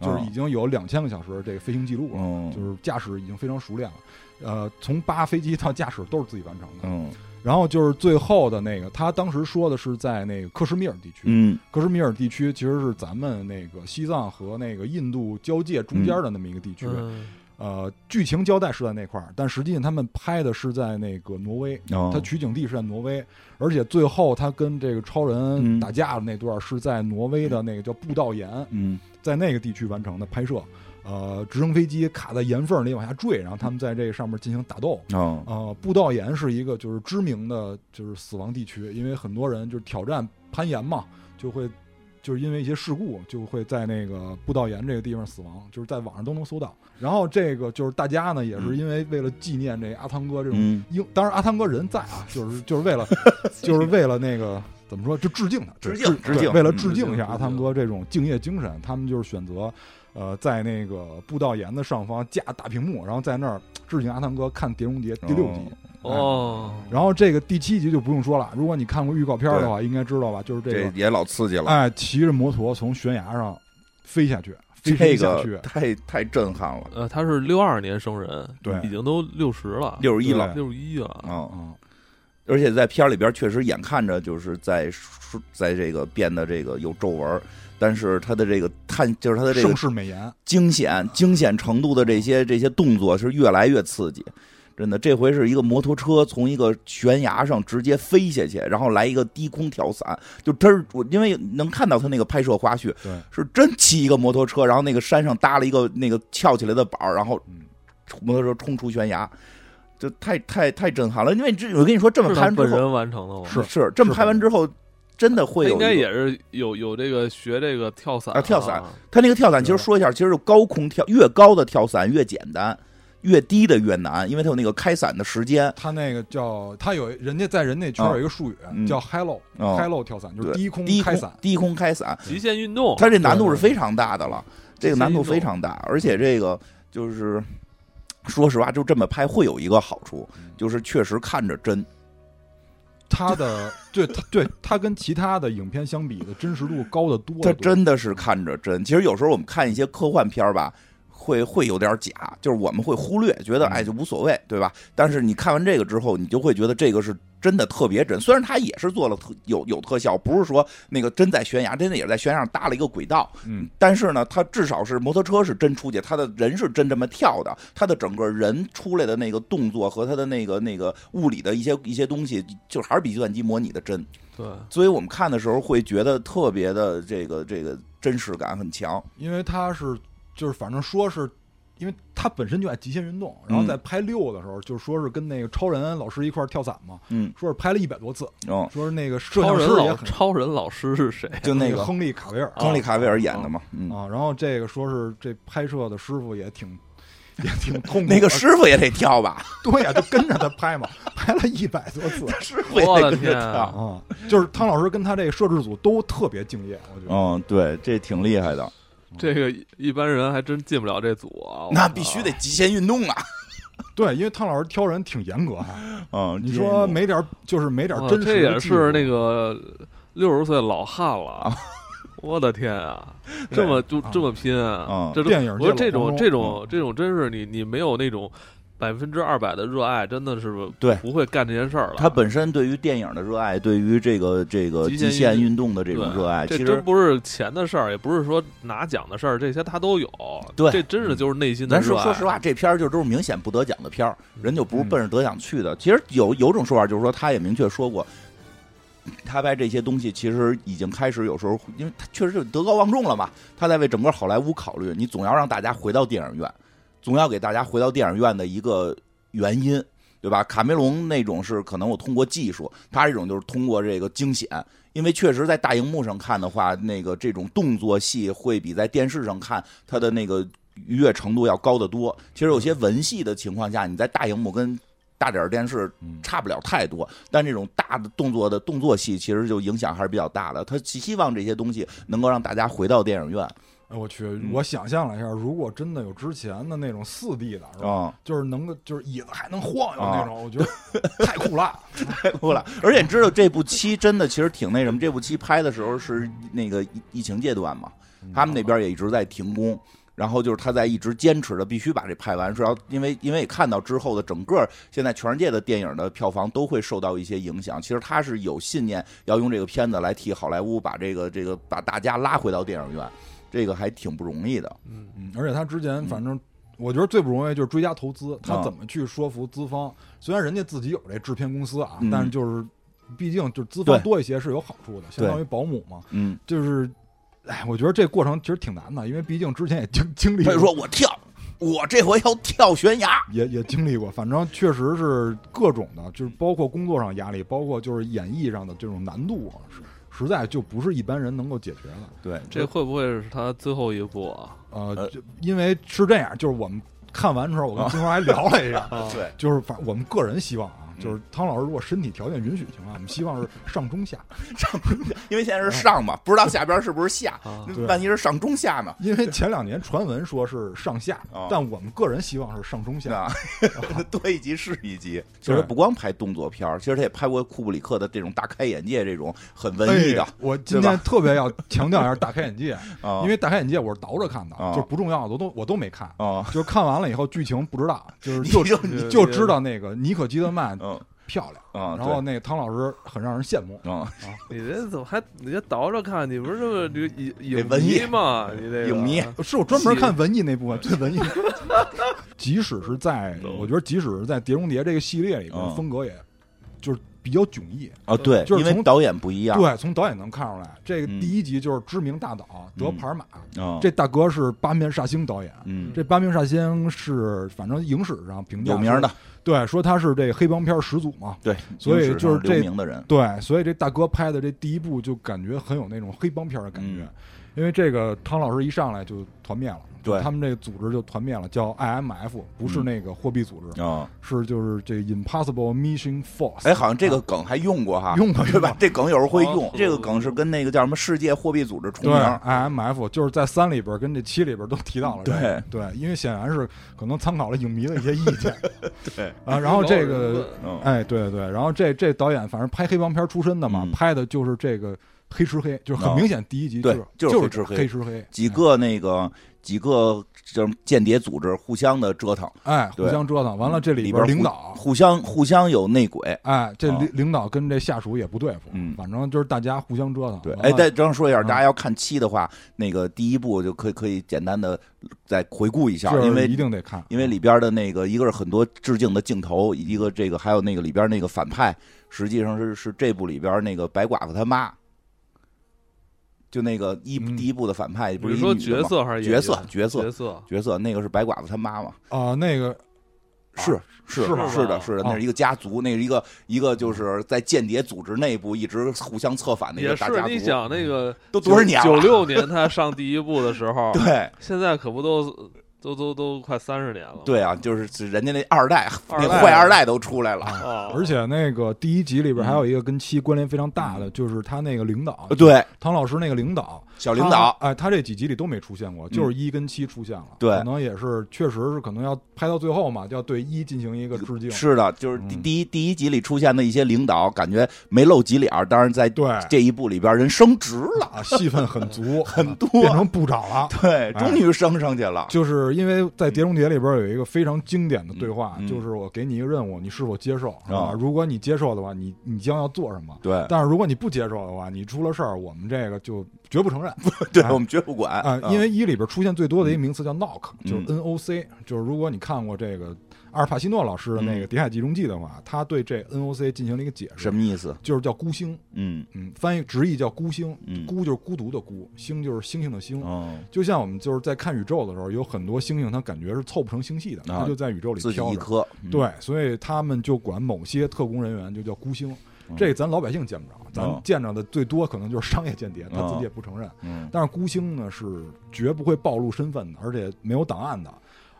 Speaker 3: 就是已经有两千个小时的这个飞行记录了，
Speaker 2: 嗯
Speaker 3: 就是驾驶已经非常熟练了。呃，从扒飞机到驾驶都是自己完成的。
Speaker 2: 嗯
Speaker 3: 然后就是最后的那个，他当时说的是在那个克什米尔地区，
Speaker 2: 嗯
Speaker 3: 克什米尔地区其实是咱们那个西藏和那个印度交界中间的那么一个地区。
Speaker 4: 嗯，
Speaker 3: 呃，剧情交代是在那块儿，但实际上他们拍的是在那个挪威，
Speaker 2: 哦
Speaker 3: 他取景地是在挪威，而且最后他跟这个超人
Speaker 2: 嗯
Speaker 3: 打架的那段是在挪威的那个叫步道岩，
Speaker 2: 嗯
Speaker 3: 在那个地区完成的拍摄。呃，直升飞机卡在岩缝里往下坠，然后他们在这上面进行打斗。
Speaker 2: 哦
Speaker 3: 呃，步道岩是一个就是知名的就是死亡地区，因为很多人就是挑战攀岩嘛，就会就是因为一些事故就会在那个步道岩这个地方死亡，就是在网上都能搜到。然后这个就是大家呢也是因为为了纪念这阿汤哥这种
Speaker 2: 嗯
Speaker 3: 英，当然阿汤哥人在啊，就是就是 为了就是为了那个怎么说，就致敬他，对
Speaker 2: 致敬
Speaker 3: 对
Speaker 2: 致敬
Speaker 3: 为了
Speaker 2: 嗯
Speaker 3: 致敬
Speaker 4: 致
Speaker 3: 一下
Speaker 4: 敬
Speaker 3: 阿汤哥这种敬业精神，他们就是选择。呃，在那个步道岩的上方架大屏幕，然后在那儿致敬阿汤哥看《碟中谍》第六集。哎
Speaker 4: 哦，
Speaker 3: 然后这个第七集就不用说了，如果你看过预告片的话，应该知道吧？就是
Speaker 2: 这
Speaker 3: 这个，
Speaker 2: 也老刺激了，
Speaker 3: 哎，骑着摩托从悬崖上飞下去，飞
Speaker 2: 这
Speaker 3: 身下去，
Speaker 2: 个太太震撼了，
Speaker 4: 呃，他是六二年生人，
Speaker 3: 对
Speaker 4: 已经都六十了，
Speaker 2: 六十一
Speaker 3: 对
Speaker 2: 了
Speaker 4: 六十一了。
Speaker 2: 啊。
Speaker 3: 嗯，
Speaker 2: 而且在片儿里边确实眼看着就是在说在这个变得这个有皱纹儿，但是他的这个探就是他的这个
Speaker 3: 盛世美颜，
Speaker 2: 惊险惊险程度的这些这些动作是越来越刺激。真的，这回是一个摩托车从一个悬崖上直接飞下去，然后来一个低空跳伞，就他是我因为能看到他那个拍摄花絮，
Speaker 3: 对，
Speaker 2: 是真骑一个摩托车，然后那个山上搭了一个那个翘起来的板儿，然后
Speaker 3: 嗯
Speaker 2: 摩托车冲出悬崖，就太太太震撼了。因为这我跟你说，嗯这么
Speaker 4: 是
Speaker 2: 拍
Speaker 4: 他
Speaker 2: 完之
Speaker 4: 本
Speaker 2: 后，
Speaker 4: 人完成的吗？
Speaker 3: 是
Speaker 2: 是这么拍完之后，真的
Speaker 4: 他
Speaker 2: 会有
Speaker 4: 应
Speaker 2: 一个
Speaker 4: 该也是有有这个学这个跳伞
Speaker 2: 啊跳伞
Speaker 4: 啊
Speaker 2: 他那个跳伞，其实说一下，其实是高空跳，越高的跳伞越简单，越低的越难，因为它有那个开伞的时间。
Speaker 3: 他那个叫他有人家在人那圈
Speaker 2: 啊
Speaker 3: 有一个术语、
Speaker 2: 嗯
Speaker 3: 叫 hello、
Speaker 2: 哦
Speaker 3: hello 跳伞，就是
Speaker 2: 对
Speaker 3: 低空
Speaker 2: 低
Speaker 3: 开伞
Speaker 2: 空，低空开伞，
Speaker 4: 极限运动。
Speaker 2: 它这难度是非常大的了，这个难度
Speaker 4: 极限
Speaker 2: 非
Speaker 4: 运动
Speaker 2: 常大，而且这个就是说实话，就这么拍会有一个好处，就是确实看着真。
Speaker 3: 他的 对他对他跟其他的影片相比的真实度高得多
Speaker 2: 它
Speaker 3: 得多，
Speaker 2: 真的是看着真。其实有时候我们看一些科幻片儿吧，会会有点假，就是我们会忽略，觉得
Speaker 3: 嗯
Speaker 2: 哎就无所谓，对吧？但是你看完这个之后，你就会觉得这个是真的特别真。虽然它也是做了特有有特效，不是说那个真在悬崖，真的也是在悬崖上搭了一个轨道，
Speaker 3: 嗯，
Speaker 2: 但是呢，它至少是摩托车是真出去，他的人是真这么跳的，他的整个人出来的那个动作和他的那个那个物理的一些一些东西，就还是比计算机模拟的真。
Speaker 4: 对，
Speaker 2: 所以我们看的时候会觉得特别的这个这个真实感很强。
Speaker 3: 因为他是就是反正说是，因为他本身就爱极限运动，然后
Speaker 2: 嗯
Speaker 3: 在拍六的时候，就说是跟那个超人老师一块儿跳伞嘛，
Speaker 2: 嗯，
Speaker 3: 说是拍了一百多次，
Speaker 2: 哦，
Speaker 3: 说是那个摄
Speaker 4: 超
Speaker 3: 像
Speaker 4: 人
Speaker 3: 师也
Speaker 4: 老
Speaker 3: 很
Speaker 4: 超人老师是谁？
Speaker 2: 就那
Speaker 3: 个
Speaker 2: 个
Speaker 3: 亨利卡维尔
Speaker 4: 啊
Speaker 2: 亨利·卡维尔演的嘛，
Speaker 4: 哦
Speaker 2: 嗯，
Speaker 3: 啊，然后这个说是这拍摄的师傅也挺也挺痛苦的，
Speaker 2: 那个师傅也得跳 吧，
Speaker 3: 对呀、就跟着他拍嘛， 拍了一百多次
Speaker 2: 师傅也得跟着
Speaker 4: 我的天啊
Speaker 2: 跳。
Speaker 3: 啊，就是汤老师跟他这个摄制组都特别敬业，我觉
Speaker 4: 哦
Speaker 3: 得。
Speaker 2: 嗯，对，这挺厉害的，
Speaker 4: 这个一般人还真进不了这组啊。我
Speaker 2: 那必须得极限运动啊！
Speaker 3: 对，因为汤老师挑人挺严格的，
Speaker 4: 哦
Speaker 2: 嗯，
Speaker 3: 你
Speaker 2: 极限运
Speaker 3: 说
Speaker 2: 动
Speaker 3: 没点儿就是没点儿
Speaker 4: 哇
Speaker 3: 真实的
Speaker 4: 哎哦这也
Speaker 3: 技术
Speaker 4: 是那个六十岁老汉了啊！ 我的天啊，
Speaker 2: 对
Speaker 4: 这么就
Speaker 3: 啊
Speaker 4: 这么拼啊
Speaker 2: 啊！
Speaker 4: 这都
Speaker 3: 电影界
Speaker 4: 我说
Speaker 3: 老
Speaker 4: 这种
Speaker 3: 黄
Speaker 4: 这
Speaker 2: 嗯
Speaker 4: 种这种真是你你没有那种百分之二百的热爱，真的是
Speaker 2: 对
Speaker 4: 不会干这件事儿了。
Speaker 2: 他本身对于电影的热爱，对于这个这个
Speaker 4: 极限
Speaker 2: 极
Speaker 4: 运
Speaker 2: 限运动的这
Speaker 4: 对
Speaker 2: 种热爱，
Speaker 4: 这
Speaker 2: 其
Speaker 4: 真
Speaker 2: 实
Speaker 4: 不是钱的事儿，也不是说拿奖的事儿，这些他都有。
Speaker 2: 对
Speaker 4: 这真是就是内心的
Speaker 2: 咱
Speaker 4: 热
Speaker 2: 说
Speaker 4: 爱。嗯
Speaker 2: 说实话，这片儿就都是明显不得奖的片儿，人就不是奔着得奖去的。其实有有种说法，就是说他也明确说过，他拍这些东西其实已经开始有时候，因为他确实就德高望重了嘛，他在为整个好莱坞考虑，你总要让大家回到电影院，总要给大家回到电影院的一个原因。对吧？卡梅隆那种是可能我通过技术，他这种就是通过这个惊险，因为确实在大荧幕上看的话，那个这种动作戏会比在电视上看它的那个愉悦程度要高得多。其实有些文戏的情况下，你在大荧幕跟大点儿电视
Speaker 3: 嗯
Speaker 2: 差不了太多，但这种大的动作的动作戏其实就影响还是比较大的。他希望这些东西能够让大家回到电影院
Speaker 3: 哎，我去，
Speaker 4: 嗯
Speaker 3: 我想象了一下，如果真的有之前的那种四 D 的，是
Speaker 4: 哦
Speaker 3: 吧？
Speaker 2: 啊，
Speaker 3: 就是能够，就是椅子还能晃悠
Speaker 2: 啊
Speaker 3: 那种，我觉得太酷 了。
Speaker 2: 太酷了。而且你知道这部七真的其实挺那什么，这部七拍的时候是那个疫疫情阶段嘛，他们那边也一直在停工。然后就是他在一直坚持的，必须把这拍完，是要因为因为也看到之后的整个现在全世界的电影的票房都会受到一些影响。其实他是有信念要用这个片子来替好莱坞把这个这个把大家拉回到电影院，这个还挺不容易的。
Speaker 4: 嗯，哦
Speaker 3: 嗯，而且他之前反正我觉得最不容易就是追加投资，
Speaker 2: 啊
Speaker 3: 他怎么去说服资方？虽然人家自己有这制片公司啊
Speaker 2: 嗯，
Speaker 3: 但是就是毕竟就是资
Speaker 2: 对
Speaker 3: 方多一些是有好处的，相当于保姆嘛。
Speaker 2: 嗯，
Speaker 3: 就是，哎，我觉得这过程其实挺难的，因为毕竟之前也经经历
Speaker 2: 他
Speaker 3: 过，
Speaker 2: 就说我跳，我这回要跳悬崖。
Speaker 3: 也也经历过，反正确实是各种的，就是包括工作上压力，包括就是演绎上的这种难度啊，实实在就不是一般人能够解决的。
Speaker 2: 对，
Speaker 4: 这会不会是他最后一部啊？
Speaker 3: 呃
Speaker 2: 呃，啊
Speaker 3: 就因为是这样，就是我们看完之后，我跟金花还聊 了一下，
Speaker 4: 啊，
Speaker 2: 对
Speaker 3: 就是反我们个人希望啊，
Speaker 2: 嗯
Speaker 3: 就是汤老师如果身体条件允许情况下，我们希望是上中下，
Speaker 2: 因为现在是上嘛，不知道下边是不是下，
Speaker 4: 啊，
Speaker 3: 嗯对
Speaker 2: 万一是上中下呢？
Speaker 3: 因为前两年传闻说是上下
Speaker 2: 哦，
Speaker 3: 但我们个人希望是上中下。
Speaker 2: 啊，多一集是一集。其实
Speaker 3: 对
Speaker 2: 不光拍动作片儿，其实他也拍过库布里克的这种大开眼界，这种很文艺的
Speaker 3: 哎我今
Speaker 2: 对
Speaker 3: 天特别要强调一下大开眼界，
Speaker 2: 啊，
Speaker 3: 哎因为大开眼界我是倒着看的
Speaker 2: 啊，
Speaker 3: 就不重要的我都我都没看，
Speaker 2: 啊，
Speaker 3: 就是看完了以后剧情不知道， 就是
Speaker 2: 你
Speaker 3: 就
Speaker 2: 就
Speaker 4: 你
Speaker 3: 就知道那个妮可基德曼
Speaker 2: 嗯
Speaker 3: 漂亮，
Speaker 2: 啊，
Speaker 3: 然后那个汤老师很让人羡慕。
Speaker 2: 对啊，
Speaker 4: 你这怎么还你这倒着看？你不是这么你影影
Speaker 2: 嗯得文艺
Speaker 4: 迷吗？你这个
Speaker 2: 影迷
Speaker 3: 是我专门看文艺那部分，最文艺。 即使是在，我觉得即使是在《碟中谍》这个系列里
Speaker 2: 嗯
Speaker 3: 边，风格也就是比较迥异。
Speaker 2: 啊，对，
Speaker 3: 就是
Speaker 2: 因为
Speaker 3: 从
Speaker 2: 导演不一样，
Speaker 3: 对，从导演能看出来，这个
Speaker 2: 嗯
Speaker 3: 第一集就是知名大导德
Speaker 2: 嗯
Speaker 3: 帕尔玛，
Speaker 2: 啊，
Speaker 3: 这大哥是八面煞星导演。
Speaker 2: 嗯
Speaker 3: 这八面煞星是反正影史上评价
Speaker 2: 有名儿的
Speaker 3: 说，，对，说他是这黑帮片始祖嘛。
Speaker 2: 对，
Speaker 3: 所以
Speaker 2: 影史上
Speaker 3: 就是这
Speaker 2: 留名的人，
Speaker 3: 对，所以这大哥拍的这第一部就感觉很有那种黑帮片的感觉，
Speaker 2: 嗯
Speaker 3: 因为这个汤老师一上来就团灭了，
Speaker 2: 对嗯
Speaker 3: 他们这个组织就团灭了，叫 IMF，不是那个货币组织，
Speaker 2: 啊，
Speaker 3: 是就是这 Impossible Mission Force。啊
Speaker 2: 哎，好像这个梗还用过哈，
Speaker 3: 用过
Speaker 2: 对吧
Speaker 3: 用？过
Speaker 2: 这梗有时候会用
Speaker 4: 哦，
Speaker 2: 这个梗是跟那个叫什么世界货币组织重
Speaker 3: 对啊
Speaker 2: 名儿，
Speaker 3: ，IMF 就是在三里边跟这七里边都提到了这个，对，因为显然是可能参考了影迷的一些意见
Speaker 2: 对，
Speaker 3: 啊，然后这个
Speaker 2: 嗯
Speaker 3: 哎，对对，然后这这导演反正拍黑帮片出身的嘛，
Speaker 2: 嗯
Speaker 3: 拍的就是这个黑吃黑，就是
Speaker 2: 啊
Speaker 3: 很明显第一集
Speaker 2: 对
Speaker 3: 是、
Speaker 2: 就是黑
Speaker 3: 就是
Speaker 2: 吃黑
Speaker 3: 黑吃黑，
Speaker 2: 几个那个几个这种间谍组织互相的折腾，
Speaker 3: 哎
Speaker 2: 对
Speaker 3: 互相折腾，完了这里
Speaker 2: 边
Speaker 3: 边
Speaker 2: 互
Speaker 3: 领导。
Speaker 2: 互相互相有内鬼。
Speaker 3: 哎，这
Speaker 2: 啊
Speaker 3: 领领导跟这下属也不对付，
Speaker 2: 嗯
Speaker 3: 反正就是大家互相折腾。
Speaker 2: 对，
Speaker 3: 完
Speaker 2: 哎，
Speaker 3: 了
Speaker 2: 再正说一下，
Speaker 3: 嗯
Speaker 2: 大家要看七的话，那个第一部就可以可以简单的再回顾一下，
Speaker 3: 就是
Speaker 2: 因为
Speaker 3: 一定得看，
Speaker 2: 因为里边的那个，一个是很多致敬的镜头，一个这个还有那个里边那个反派，实际上是是这部里边那个白寡妇他妈，就那个一、
Speaker 3: 嗯
Speaker 2: 第一部的反派，不
Speaker 4: 你是
Speaker 2: 是一
Speaker 4: 说
Speaker 2: 女的
Speaker 4: 角
Speaker 2: 吗
Speaker 4: 色还是
Speaker 2: 角色角色
Speaker 4: 角色？
Speaker 2: 角色，那个是白寡妇他妈嘛？
Speaker 3: 啊，那个
Speaker 2: 是是
Speaker 3: 是吧
Speaker 2: 是的是的，
Speaker 3: 啊
Speaker 2: 那是一个家族，那是一个一个就是在间谍组织内部一直互相策反的一
Speaker 4: 也
Speaker 2: 个大
Speaker 4: 是，
Speaker 2: 家
Speaker 4: 你
Speaker 2: 族，嗯
Speaker 4: 想那个
Speaker 2: 都多少年了？，
Speaker 4: 九六年他上第一部的时候
Speaker 2: 对。
Speaker 4: 现在可不都都都都快三十年了。
Speaker 2: 对啊，就是是人家那二代，
Speaker 4: 二
Speaker 2: 那
Speaker 4: 代
Speaker 2: 坏二代都出来了。
Speaker 4: 啊，
Speaker 3: 而且那个第一集里边还有一个跟七关联非常大的，就是他那个领导，
Speaker 2: 嗯对，
Speaker 3: 唐老师那个领导，
Speaker 2: 小啊领导，嗯
Speaker 3: 他，哎，他这几集里都没出现过，就是一跟七出现了，
Speaker 2: 对
Speaker 3: 可能也是确实是可能要拍到最后嘛，就要对一进行一个致敬，
Speaker 2: 是的，就是第
Speaker 3: 嗯
Speaker 2: 第一第一集里出现的一些领导，感觉没露几脸儿，当然在
Speaker 3: 对
Speaker 2: 这一部里边人升职了，
Speaker 3: 啊，戏份很 足，
Speaker 2: 很多
Speaker 3: 变成部长 了。
Speaker 2: 对，终于升上去了。
Speaker 3: 就是因为在《碟中谍》里边有一个非常经典的对话，
Speaker 2: 嗯嗯
Speaker 3: 就是我给你一个任务，你是否接受
Speaker 2: 啊
Speaker 3: 如果你接受的话，你你将要做什么？
Speaker 2: 对，
Speaker 3: 但是如果你不接受的话，你出了事儿，我们这个就绝不承认。
Speaker 2: 对
Speaker 3: 哎
Speaker 2: 我们绝不管
Speaker 3: 啊、因为一里边出现最多的一个名词叫 knock，、
Speaker 2: 嗯
Speaker 3: 就是 NOC，就是如果你看过这个阿尔帕西诺老师的那个《谍海集中记》的话，他对这 NOC 进行了一个解释，
Speaker 2: 嗯什么意思？
Speaker 3: 就是叫孤星，
Speaker 2: 嗯
Speaker 3: 嗯，翻译直译叫孤星，
Speaker 2: 嗯
Speaker 3: 孤就是孤独的孤，星就是星星的星。
Speaker 2: 哦，
Speaker 3: 就像我们就是在看宇宙的时候，有很多星星，它感觉是凑不成星系的，
Speaker 2: 啊
Speaker 3: 它就在宇宙里
Speaker 2: 自己
Speaker 3: 飘
Speaker 2: 一
Speaker 3: 着。
Speaker 2: 颗，嗯，
Speaker 3: 对，所以他们就管某些特工人员就叫孤星
Speaker 2: 嗯，
Speaker 3: 这咱老百姓见不着，
Speaker 2: 哦
Speaker 3: 咱见着的最多可能就是商业间谍，他自
Speaker 2: 哦
Speaker 3: 己也不承认。
Speaker 2: 嗯
Speaker 3: 但是孤星呢是绝不会暴露身份的，而且没有档案的。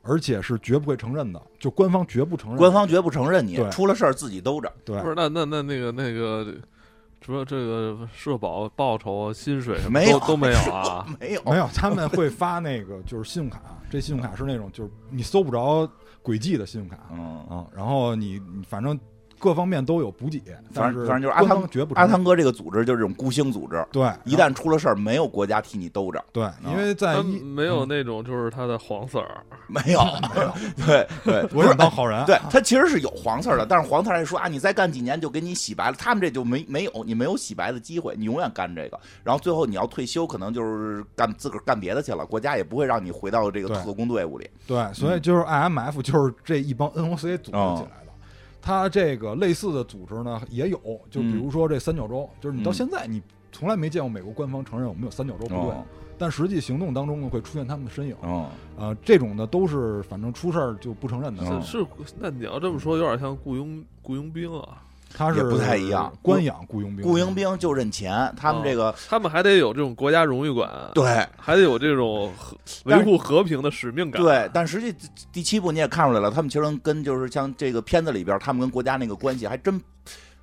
Speaker 3: 而且是绝不会承认的，就官方绝不承认。
Speaker 2: 官方绝不承认你
Speaker 3: 对
Speaker 2: 出了事儿自己兜着，
Speaker 3: 对
Speaker 4: 不是那那那那个那个，说这个社保报酬、薪水什么
Speaker 2: 没有
Speaker 4: 都都没有啊？
Speaker 2: 没有
Speaker 3: 没有，他们会发那个就是信用卡，这信用卡是那种就是你搜不着轨迹的信用卡啊、
Speaker 2: 嗯。
Speaker 3: 然后你你反正各方面都有补给，但
Speaker 2: 反
Speaker 3: 是
Speaker 2: 正反正就是阿
Speaker 3: 官
Speaker 2: 汤
Speaker 3: 方绝不承
Speaker 2: 阿
Speaker 3: 认嗯
Speaker 2: 汤哥这个组织就是这种孤星组织，
Speaker 3: 对，
Speaker 2: 一旦出了事儿，没有国家替你兜着，
Speaker 3: 对，因为在
Speaker 4: 他
Speaker 2: 嗯
Speaker 3: 一
Speaker 4: 没有那种就是他的黄色儿，
Speaker 2: 没有， 对对，
Speaker 3: 嗯
Speaker 2: 不
Speaker 3: 我啊
Speaker 2: 是哎
Speaker 3: 想当好人，
Speaker 2: 对他其实是有黄色儿的，但是黄色儿还说啊，你再干几年就给你洗白了。他们这就没没有，你没有洗白的机会，你永远干这个。然后最后你要退休，可能就是干自个儿干别的去了，国家也不会让你回到这个
Speaker 3: 对
Speaker 2: 特工队伍里。
Speaker 3: 对，所以
Speaker 2: 嗯
Speaker 3: 就是 IMF 就是这一帮 NOC 组织起
Speaker 2: 哦
Speaker 3: 来的。它这个类似的组织呢也有，就比如说这三角洲，就是你到
Speaker 2: 嗯
Speaker 3: 现在你从来没见过美国官方承认我们有三角洲部队，
Speaker 2: 哦
Speaker 3: 但实际行动当中呢会出现他们的身影。
Speaker 2: 嗯，
Speaker 3: 呃，这种的都是反正出事儿就不承认的，
Speaker 2: 嗯
Speaker 4: 是那你要这么说，有点像雇佣雇佣兵啊。
Speaker 3: 他
Speaker 2: 也
Speaker 3: 是
Speaker 2: 不太一样
Speaker 3: 官养雇佣兵，
Speaker 2: 雇佣兵就认钱，他们这个、
Speaker 3: 哦
Speaker 4: 他们还得有这种国家荣誉感，，
Speaker 2: 对。
Speaker 4: 还得有这种和
Speaker 2: 但
Speaker 4: 维
Speaker 2: 是
Speaker 4: 护和平的使命感。
Speaker 2: 对，但实际第七部你也看出来了，他们其实跟就是像这个片子里边，他们跟国家那个关系还真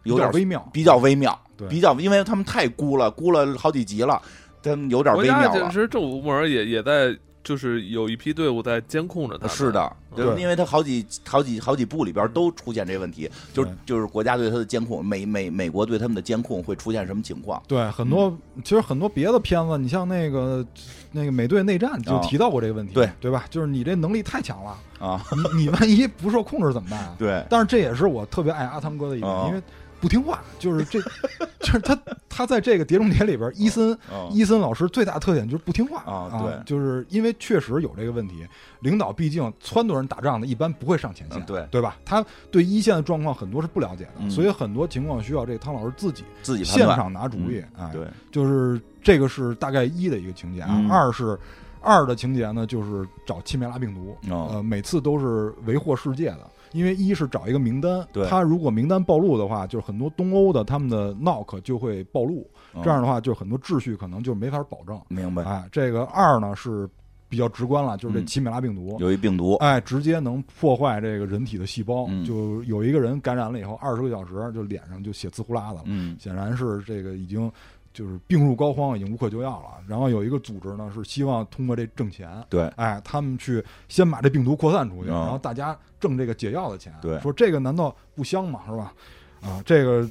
Speaker 2: 有
Speaker 3: 点
Speaker 2: 点
Speaker 3: 儿微妙，
Speaker 2: 比较微妙，
Speaker 3: 对
Speaker 2: 比较，因为他们太孤了，孤了好几集了，他们有点
Speaker 4: 国
Speaker 2: 微
Speaker 4: 家
Speaker 2: 妙
Speaker 4: 其
Speaker 2: 了。
Speaker 4: 实政府部门也也在，就是有一批队伍在监控着他。
Speaker 2: 啊是，的，
Speaker 4: 对
Speaker 2: 就是因为他好几好几好几部里边都出现这问题，就是
Speaker 3: 对
Speaker 2: 就是国家对他的监控，美美美国对他们的监控会出现什么情况？
Speaker 3: 对，很多、
Speaker 2: 嗯
Speaker 3: 其实很多别的片子，你像那个那个美队内战就
Speaker 2: 啊
Speaker 3: 提到过这个问题，
Speaker 2: 对
Speaker 3: 对吧？就是你这能力太强了，
Speaker 2: 啊，
Speaker 3: 你你万一不受控制怎么办啊？
Speaker 2: 对，
Speaker 3: 但是这也是我特别爱阿汤哥的一点，
Speaker 2: 啊
Speaker 3: 因为不听话，就是这， 就是他他在这个《碟中谍》里边，伊森、
Speaker 2: 嗯
Speaker 3: 伊森老师最大特点就是不听话
Speaker 2: 啊对
Speaker 3: 就是因为确实有这个问题，领导毕竟撺掇人打仗的，一般不会上前线，
Speaker 2: 嗯对
Speaker 3: 对吧？他对一线的状况很多是不了解的，
Speaker 2: 嗯
Speaker 3: 所以很多情况需要这个汤老师自己
Speaker 2: 自己判
Speaker 3: 现
Speaker 2: 断。嗯
Speaker 3: 场拿主意，哎，
Speaker 2: 对，
Speaker 3: 就是这个是大概一的一个情节啊，
Speaker 2: 嗯
Speaker 3: 二是二的情节呢，就是找七梅拉病毒，
Speaker 2: 哦
Speaker 3: 呃，每次都是为祸世界的。因为一是找一个名单
Speaker 2: 对，
Speaker 3: 他如果名单暴露的话，就是很多东欧的他们的 NOC 就会暴露，
Speaker 2: 嗯
Speaker 3: 这样的话就是很多秩序可能就没法保证。
Speaker 2: 明白。
Speaker 3: 哎，这个二呢是比较直观了，就是这
Speaker 2: 嗯
Speaker 3: 奇美拉病毒，
Speaker 2: 有一病毒，
Speaker 3: 哎，直接能破坏这个人体的细胞。
Speaker 2: 嗯
Speaker 3: 就有一个人感染了以后，二十个小时就脸上就血呲呼啦的了，
Speaker 2: 嗯
Speaker 3: 显然是这个已经就是病入膏肓，已经无可救药了。然后有一个组织呢，是希望通过这挣钱，
Speaker 2: 对，
Speaker 3: 哎，他们去先把这病毒扩散出去，
Speaker 2: 嗯
Speaker 3: 然后大家挣这个解药的钱。
Speaker 2: 对
Speaker 3: 说这个难道不香吗？是吧？啊，这个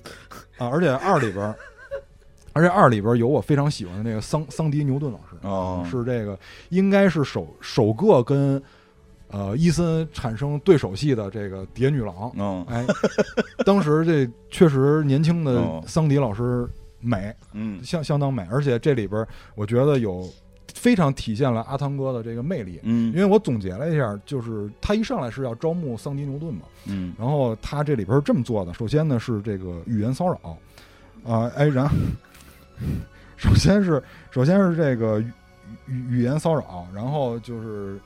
Speaker 3: 啊，而且二里边儿，而且二里边儿有我非常喜欢的那个桑桑迪牛顿老师，嗯
Speaker 2: 哦
Speaker 3: 是这个应该是首首个跟呃伊森产生对手戏的这个蝶女郎。
Speaker 2: 嗯
Speaker 3: 哎，当时这确实年轻的
Speaker 2: 哦
Speaker 3: 桑迪老师美，
Speaker 2: 嗯
Speaker 3: 相相当美，而且这里边儿我觉得有非常体现了阿汤哥的这个魅力。
Speaker 2: 嗯
Speaker 3: 因为我总结了一下，就是他一上来是要招募桑迪牛顿嘛，
Speaker 2: 嗯
Speaker 3: 然后他这里边是这么做的：首先呢是这个语言骚扰，啊、哎，然后 首先是首先是这个语语语言骚扰，然后就是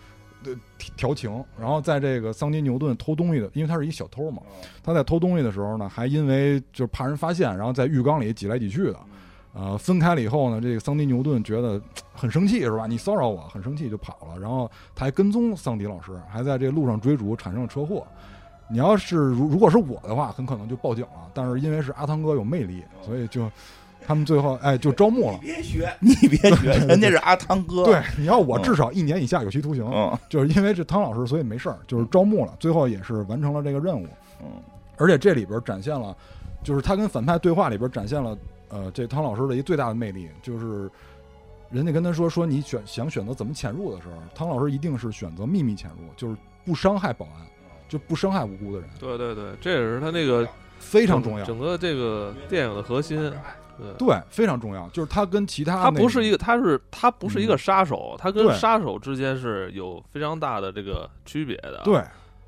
Speaker 3: 呃调调情，然后在这个桑迪牛顿偷东西的，因为他是一小偷嘛，他在偷东西的时候呢，还因为就是怕人发现，然后在浴缸里挤来挤去的。呃，分开了以后呢，这个桑迪牛顿觉得嘖很生气，是吧？你骚扰我，很生气就跑了。然后他还跟踪桑迪老师，还在这个路上追逐，产生了车祸。你要是如如果是我的话，很可能就报警了。但是因为是阿汤哥有魅力，所以就他们最后哎就招募了。
Speaker 2: 别学， 你别学， 人家是阿汤哥。
Speaker 3: 对，，你要我
Speaker 2: 嗯
Speaker 3: 至少一年以下有期徒刑，
Speaker 2: 嗯
Speaker 3: 就是因为这汤老师，所以没事儿，就是招募了，最后也是完成了这个任务。
Speaker 2: 嗯
Speaker 3: 而且这里边展现了，就是他跟反派对话里边展现了，呃，这汤老师的一最大的魅力，就是人家跟他说说你选想选择怎么潜入的时候，汤老师一定是选择秘密潜入，就是不伤害保安，就不伤害无辜的人，
Speaker 4: 对对对，这也是他那个
Speaker 3: 非
Speaker 4: 非
Speaker 3: 常重要。
Speaker 4: 整个这个电影的核心，对。
Speaker 3: 对，非常重要，就是他跟其他
Speaker 4: 他不是一
Speaker 3: 个
Speaker 4: 个，他是他不是一个杀手，他跟
Speaker 3: 对
Speaker 4: 杀手之间是有非常大的这个区别的。，
Speaker 3: 对，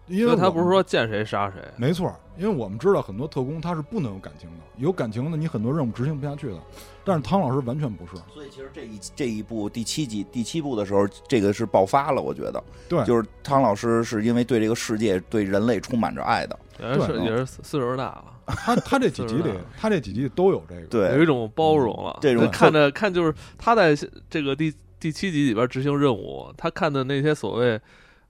Speaker 3: 因
Speaker 4: 因
Speaker 3: 为
Speaker 4: 为他
Speaker 3: 我
Speaker 4: 不是说见谁杀谁。
Speaker 3: 没错，因为我们知道很多特工他是不能有感情的，有感情的你很多任务执行不下去的，但是汤老师完全不是，
Speaker 2: 所以其实这一这一部第七集第七部的时候，这个是爆发了，我觉得。
Speaker 3: 对
Speaker 2: 就是汤老师是因为对这个世界、对人类充满着爱的。
Speaker 4: 也是
Speaker 3: 对
Speaker 4: 也是四四十大了，
Speaker 3: 他他这几集里
Speaker 4: 是吧
Speaker 3: 他这几集都有这个，
Speaker 4: 有一
Speaker 2: 对，嗯
Speaker 4: 种包容了。
Speaker 2: 这种
Speaker 4: 就看着看就是他在这个第第七集里边执行任务，他看的那些所谓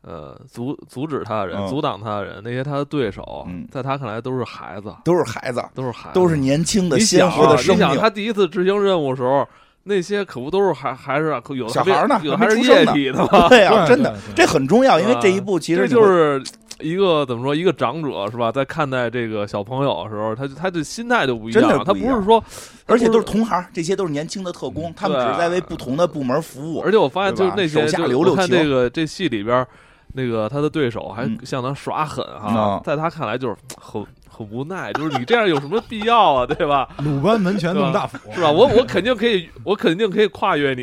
Speaker 1: 呃阻阻止他的人、
Speaker 2: 嗯
Speaker 1: 阻挡他的人，那些他的对手，
Speaker 2: 嗯
Speaker 1: 在他看来都是孩子，
Speaker 2: 都是孩子，
Speaker 1: 都是孩子，
Speaker 2: 都是年轻的
Speaker 1: 你
Speaker 2: 鲜
Speaker 1: 想
Speaker 2: 活
Speaker 1: 啊，
Speaker 2: 的生
Speaker 1: 你想
Speaker 2: 命。
Speaker 1: 他第一次执行任务的时候，那些可不都是还还是啊可有的
Speaker 2: 小
Speaker 1: 还没
Speaker 2: 孩儿呢
Speaker 1: 有的
Speaker 2: 还
Speaker 1: 还
Speaker 2: 没
Speaker 1: 是
Speaker 2: 出生
Speaker 1: 液
Speaker 2: 呢
Speaker 1: 体的嘛？
Speaker 2: 对啊，
Speaker 3: 对
Speaker 2: 真的
Speaker 3: 对对
Speaker 2: 这很重要，因为这一步其
Speaker 1: 啊这
Speaker 2: 实
Speaker 1: 就
Speaker 2: 你会
Speaker 1: 是一个怎么说，一个长者是吧，在看待这个小朋友的时候，他就他的心态就不一
Speaker 2: 真
Speaker 1: 样，
Speaker 2: 的
Speaker 1: 他
Speaker 2: 不一
Speaker 1: 不
Speaker 2: 样
Speaker 1: 是说，
Speaker 2: 而且
Speaker 1: 不
Speaker 2: 都
Speaker 1: 是
Speaker 2: 是同行，这些都是年轻的特工，他们
Speaker 1: 对
Speaker 2: 只
Speaker 1: 啊
Speaker 2: 是在为不同的部门服务。
Speaker 1: 而且我发现
Speaker 2: 对
Speaker 1: 就
Speaker 2: 吧
Speaker 1: 是那些，
Speaker 2: 手下
Speaker 1: 就
Speaker 2: 留
Speaker 1: 我
Speaker 2: 六
Speaker 1: 看
Speaker 2: 情
Speaker 1: 这个这戏里边儿，那个他的对手还
Speaker 2: 嗯
Speaker 1: 向他耍狠哈
Speaker 2: 啊，
Speaker 1: 在他看来就是很很无奈，就是你这样有什么必要啊，对吧？
Speaker 3: 鲁班门前弄大斧，
Speaker 1: 是吧？我我肯定可以，我肯定可以跨越你，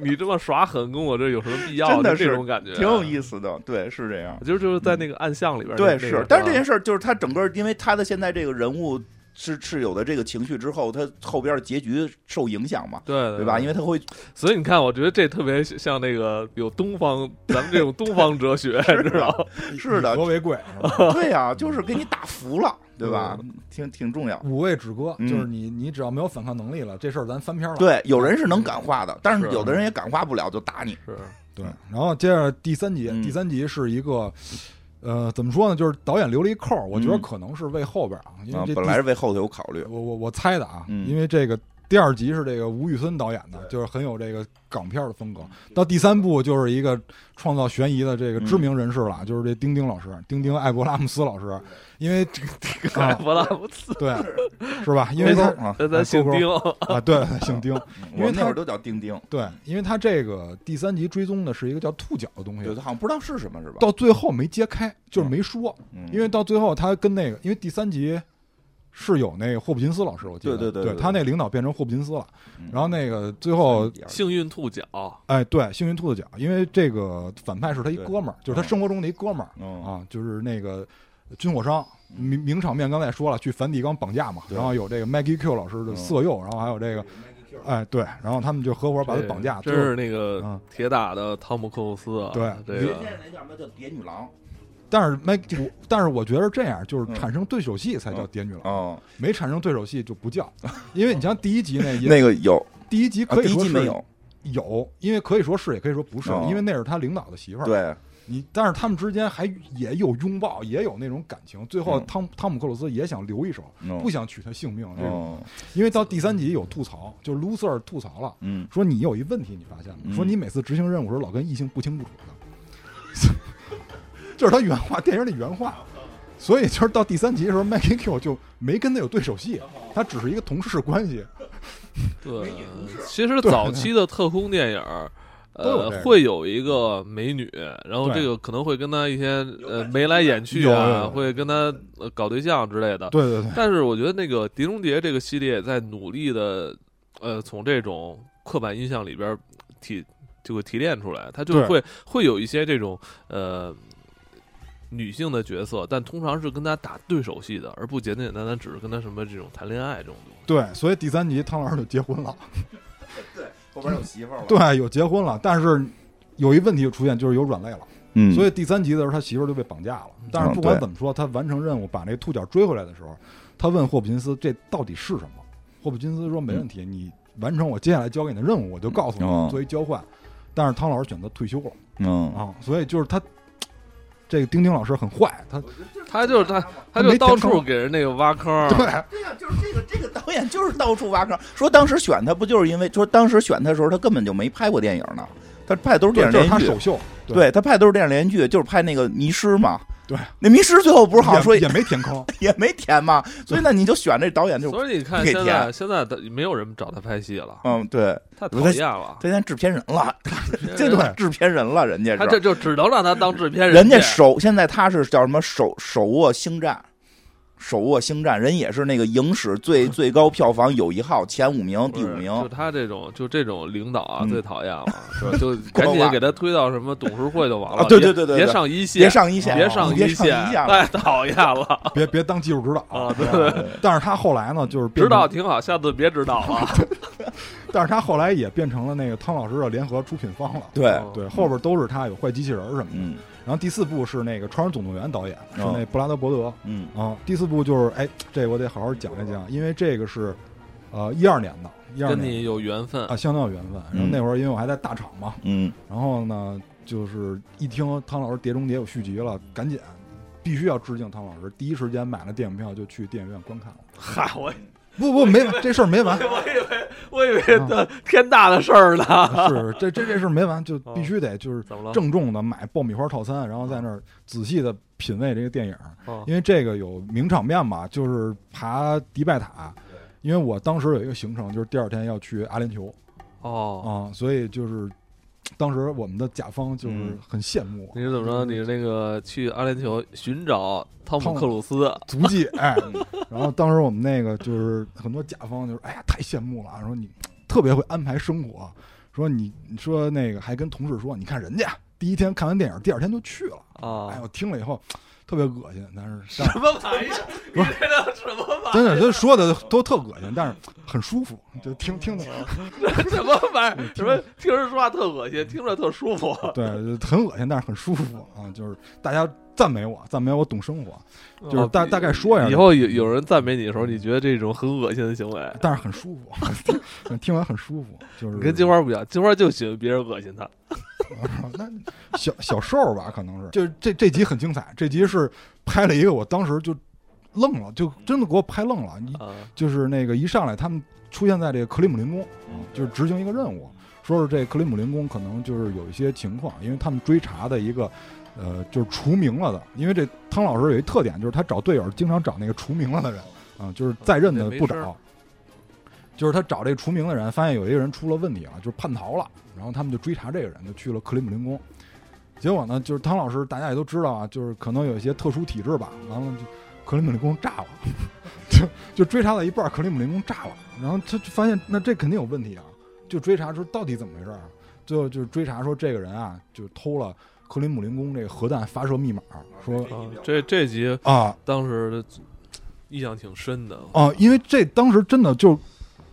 Speaker 1: 你你这么耍狠，跟我这有什么必要？啊
Speaker 2: 真的
Speaker 1: 就是这种感觉，
Speaker 2: 挺有意思的，对，是这样。
Speaker 1: 就是就是在那个暗巷里边儿那，
Speaker 2: 对，
Speaker 1: 那
Speaker 2: 是
Speaker 1: 个，
Speaker 2: 但是这件
Speaker 1: 事
Speaker 2: 事儿就是他整个，因为他的现在这个人物是是有的这个情绪之后，他后边的结局受影响嘛，
Speaker 1: 对对
Speaker 2: 对吧？因为他会
Speaker 1: 所以你看，我觉得这特别像那个有东方咱们这种东方哲 学，
Speaker 2: 啊
Speaker 1: 你知道吗？
Speaker 2: 是的
Speaker 3: 以和 为贵，是吧
Speaker 2: 对呀，就是给你打服了，对吧？挺挺重要。
Speaker 3: 五味止戈，
Speaker 2: 嗯
Speaker 3: 就是你你只要没有反抗能力了，这事儿咱翻篇儿了。
Speaker 2: 对，有人是能感化的，但是嗯
Speaker 1: 是
Speaker 2: 有的人也感化不了，就打你。
Speaker 1: 是
Speaker 3: 对，然后接着第三集，
Speaker 2: 嗯
Speaker 3: 第三集是一个，呃，怎么说呢？就是导演留了一扣儿，我觉得
Speaker 2: 嗯
Speaker 3: 可能是为后边儿啊，因
Speaker 2: 啊
Speaker 3: 为这，
Speaker 2: 本
Speaker 3: 第
Speaker 2: 来是为后头有考虑，
Speaker 3: 我我我猜的啊，
Speaker 2: 嗯
Speaker 3: 因为这个第二集是这个吴宇森导演的，就是很有这个港片的风格。
Speaker 2: 嗯
Speaker 3: 到第三部就是一个创造悬疑的这个知
Speaker 2: 嗯
Speaker 3: 名人士了，就是这丁丁老师，丁丁艾伯拉姆斯老师，因为这个、
Speaker 1: 埃
Speaker 2: 哎
Speaker 3: 啊、
Speaker 1: 弗拉姆斯，
Speaker 3: 对， 是吧？因为
Speaker 2: 勾
Speaker 3: 他
Speaker 2: 勾啊，
Speaker 1: 咱咱姓丁，
Speaker 3: 啊，对，姓丁，因
Speaker 2: 我
Speaker 3: 为
Speaker 2: 那
Speaker 3: 他
Speaker 2: 会儿都叫钉钉，
Speaker 3: 对，因为他这个第三集追踪的是一个叫兔角的东
Speaker 2: 对，
Speaker 3: 西，
Speaker 2: 他好像不知道是什么是吧？
Speaker 3: 到最后没揭开，就是没说，
Speaker 2: 嗯
Speaker 3: 因为到最后他跟那个，因为第三集是有那个霍普金斯老师，我记得，
Speaker 2: 对对对对对
Speaker 3: 他那领导变成霍普金斯了，
Speaker 2: 嗯
Speaker 3: 然后那个最后，
Speaker 1: 幸运兔角，
Speaker 3: 哎，对，幸运兔子角，因为这个反派是他一哥们儿，就是他生活中的一哥们儿、
Speaker 2: 嗯
Speaker 3: 啊，就是那个军火商。名名场面刚才也说了，去梵蒂冈绑架嘛，
Speaker 2: 对嗯
Speaker 3: 然后有这个 Maggie Q 老师的色诱，然后还有这个，哎对，然后他们就合伙把他绑架，
Speaker 1: 这
Speaker 3: 就
Speaker 1: 真是那个
Speaker 3: 嗯
Speaker 1: 铁打的汤姆克鲁斯啊！
Speaker 3: 对
Speaker 1: 这个
Speaker 2: 现在那叫什么叫蝶女郎？
Speaker 3: 但是 Maggie，我但是我觉得这样就是
Speaker 2: 嗯
Speaker 3: 产生对手戏才叫谍女郎，
Speaker 2: 哦，
Speaker 3: 没产生对手戏就不叫，因为你像第一集 那也
Speaker 2: 那个有，
Speaker 3: 第一集
Speaker 2: 啊
Speaker 3: 可以
Speaker 2: 第一
Speaker 3: 说
Speaker 2: 季
Speaker 3: 是
Speaker 2: 没有，
Speaker 3: 有，因为可以说是也可以说不是
Speaker 2: 哦，
Speaker 3: 因为那是他领导的媳妇儿，
Speaker 2: 对，
Speaker 3: 你但是他们之间还也有拥抱，也有那种感情。最后
Speaker 2: 嗯
Speaker 3: 汤汤姆克鲁斯也想留一手，
Speaker 2: 不
Speaker 3: 不想取他性命这种。
Speaker 2: 哦，
Speaker 3: 因为到第三集有吐槽，就 loser 吐槽了，
Speaker 2: 嗯，
Speaker 3: 说你有一问题，你发现
Speaker 2: 嗯
Speaker 3: 了，说你每次执行任务时候老跟异性不清不楚的， 这是他原话，电影里原话。所以就是到第三集的时候，Maggie Q 就没跟他有对手戏，他只是一个同事关系。
Speaker 1: 对，啊其实早期的特工电影儿。
Speaker 3: 都有
Speaker 1: 呃
Speaker 3: 这个，
Speaker 1: 会有一个美女，然后
Speaker 3: 对
Speaker 1: 这个可能会跟他一些呃眉来眼去
Speaker 3: 有有
Speaker 1: 啊，
Speaker 3: 有
Speaker 1: 会跟他呃搞对象之类的。
Speaker 3: 对对 对，
Speaker 1: 但是我觉得那个《碟中谍》这个系列在努力的，呃，从这种刻板印象里边儿提就会提炼出来，它就是
Speaker 3: 对
Speaker 1: 会会有一些这种呃女性的角色，但通常是跟他打对手戏的，而不简简单单只是跟他什么这种谈恋爱这种东西。
Speaker 3: 对，所以第三集汤老师就结婚了。
Speaker 2: 后边有媳妇儿了，
Speaker 3: 对，有结婚了，但是有一问题就出现，就是有软肋了。
Speaker 2: 嗯
Speaker 3: 所以第三集的时候，他媳妇儿就被绑架了。但是不
Speaker 2: 对
Speaker 3: 管怎么说，他完成任务把那兔角追回来的时候，他问霍普金斯这到底是什么？霍普金斯说没问题，你完成我接下来交给你的任务，我就告诉你、
Speaker 2: 嗯哦
Speaker 3: 作为交换。但是汤老师选择退休了
Speaker 2: 嗯，
Speaker 3: 啊，所以就是他这个丁丁老师很坏，他
Speaker 1: 他就是他，他就
Speaker 3: 没填
Speaker 1: 到
Speaker 3: 坑
Speaker 1: 处给人那个挖坑儿。
Speaker 3: 对
Speaker 2: 对呀，就是这个这个导演就是到处挖坑，说当时选他不就是因为说当时选他的时候他根本就没拍过电影呢，他拍的都是电影
Speaker 3: 对，这是
Speaker 2: 连
Speaker 3: 他
Speaker 2: 续
Speaker 3: 首
Speaker 2: 剧，
Speaker 3: 秀，对
Speaker 2: 对他拍的都是电影连续剧，就是拍那个迷失嘛，
Speaker 3: 对，
Speaker 2: 那迷失最后不是好像说
Speaker 3: 也也没填坑，
Speaker 2: 也没填嘛，所以那你就选这导演就
Speaker 1: 所以你看，
Speaker 2: 不给
Speaker 1: 现在
Speaker 2: 填
Speaker 1: 现在的没有人找他拍戏了，
Speaker 2: 嗯对，
Speaker 1: 太讨
Speaker 2: 不是
Speaker 1: 厌了
Speaker 2: 他。现在制片人了， 这
Speaker 1: 人
Speaker 2: 都是制片人了，人家
Speaker 1: 他
Speaker 2: 是
Speaker 1: 这就只能让他当制片
Speaker 2: 人
Speaker 1: 家
Speaker 2: 家手现在他是叫什么手手握星战，手握星战，人也是那个影史最 最高票房有一号前五名
Speaker 1: 不
Speaker 2: 第
Speaker 1: 是
Speaker 2: 五
Speaker 1: 就
Speaker 2: 名，
Speaker 1: 他这种就这种领导啊，
Speaker 2: 嗯
Speaker 1: 最讨厌 了，是吧？就赶紧给他推到什么董事会就完了。
Speaker 2: 啊对
Speaker 1: 别
Speaker 2: 对对对
Speaker 1: 别
Speaker 2: 对
Speaker 1: 上一线，
Speaker 2: 别上一线，
Speaker 1: 别上
Speaker 2: 你别上
Speaker 1: 线，
Speaker 2: 一线了。
Speaker 1: 太讨厌 了。
Speaker 3: 别别当技术指导
Speaker 1: 啊
Speaker 3: 对吧但是他后来呢，就是变
Speaker 1: 指
Speaker 3: 成
Speaker 1: 导挺好，下次别指导了。
Speaker 3: 但是他后来也变成了那个汤老师的联合出品方了。
Speaker 2: 对，
Speaker 3: 对，后边都是他有坏机器人儿什么的。
Speaker 2: 嗯
Speaker 3: 然后第四部是那个《超人总动员》导演是
Speaker 2: 哦
Speaker 3: 那布拉德伯德
Speaker 2: 嗯
Speaker 3: 啊、第四部就是哎，这我得好好讲一讲，因为这个是呃一二年的，一二
Speaker 1: 跟
Speaker 3: 年
Speaker 1: 你有缘分
Speaker 3: 啊，相当有缘分。然后
Speaker 2: 嗯
Speaker 3: 那会儿因为我还在大厂嘛，
Speaker 2: 嗯
Speaker 3: 然后呢就是一听汤老师《碟中谍》有续集了，赶紧必须要致敬汤老师，第一时间买了电影票就去电影院观看了。
Speaker 1: 嗨，我
Speaker 3: 不不，没完，这事儿
Speaker 2: 啊
Speaker 3: 没完，
Speaker 1: 我以为我以为这天大的事儿呢。
Speaker 2: 啊
Speaker 3: 是这这这事儿没完，就必须得就是
Speaker 4: 怎么了？
Speaker 3: 郑重的买爆米花套餐，然后在那儿仔细的品味这个电影，
Speaker 1: 啊
Speaker 4: 哦
Speaker 3: 因为这个有名场面嘛，就是爬迪拜塔。因为我当时有一个行程，就是第二天要去阿联酋
Speaker 4: 哦，
Speaker 3: 啊、所以就是当时我们的甲方就是
Speaker 2: 嗯
Speaker 3: 很羡慕我
Speaker 4: 你是怎么着？你是那个去阿联酋寻找汤姆
Speaker 3: 汤姆
Speaker 4: 克鲁斯？
Speaker 3: 足迹，哎，然后当时我们那个就是很多甲方就是哎呀太羡慕了，说你特别会安排生活，说你你说那个还跟同事说，你看人家第一天看完电影，第二天就去了，哎，
Speaker 4: 啊
Speaker 3: 我听了以后特别恶心，但是但
Speaker 1: 什么玩意儿？你这叫什么玩
Speaker 3: 真的，真说的都特恶心，但是很舒服，就听 听着，
Speaker 1: 意儿？什么玩意儿？什么听人说话特恶心，听着特舒服。
Speaker 3: 对，就很恶心，但是很舒服啊，就是大家赞美我，赞美我懂生活，就是大大概说一下
Speaker 4: 哦以，后有有人赞美你的时候，你觉得这种很恶心的行为，
Speaker 3: 但是很舒服， 听听完很舒服，就是
Speaker 4: 你跟金花不一样，金花就喜欢别人恶心她。
Speaker 3: 那小小兽儿吧，可能是，就是这这集很精彩，这集是拍了一个我当时就愣了，就真的给我拍愣了，你
Speaker 4: 啊
Speaker 3: 就是那个一上来他们出现在这个克里姆林宫，就是执行一个任务，说是这克里姆林宫可能就是有一些情况，因为他们追查的一个，呃，就是除名了的，因为这汤老师有一特点，就是他找队友经常找那个除名了的人，啊、就是在任的不
Speaker 4: 那没事
Speaker 3: 找，就是他找这除名的人，发现有一个人出了问题啊了，就是叛逃了，然后他们就追查这个人，就去了克里姆林宫。结果呢，就是汤老师，大家也都知道啊，就是可能有一些特殊体质吧。完了，就克里姆林宫炸了，就就追查到一半，克里姆林宫炸了，然后他就发现那这肯定有问题啊，就追查说到底怎么回事儿啊。最后就是追查说这个人啊，就偷了克里姆林宫这个核弹发射密码，说
Speaker 4: 啊，这这集
Speaker 3: 啊
Speaker 4: 当时的印象挺深的。
Speaker 3: 啊，因为这当时真的就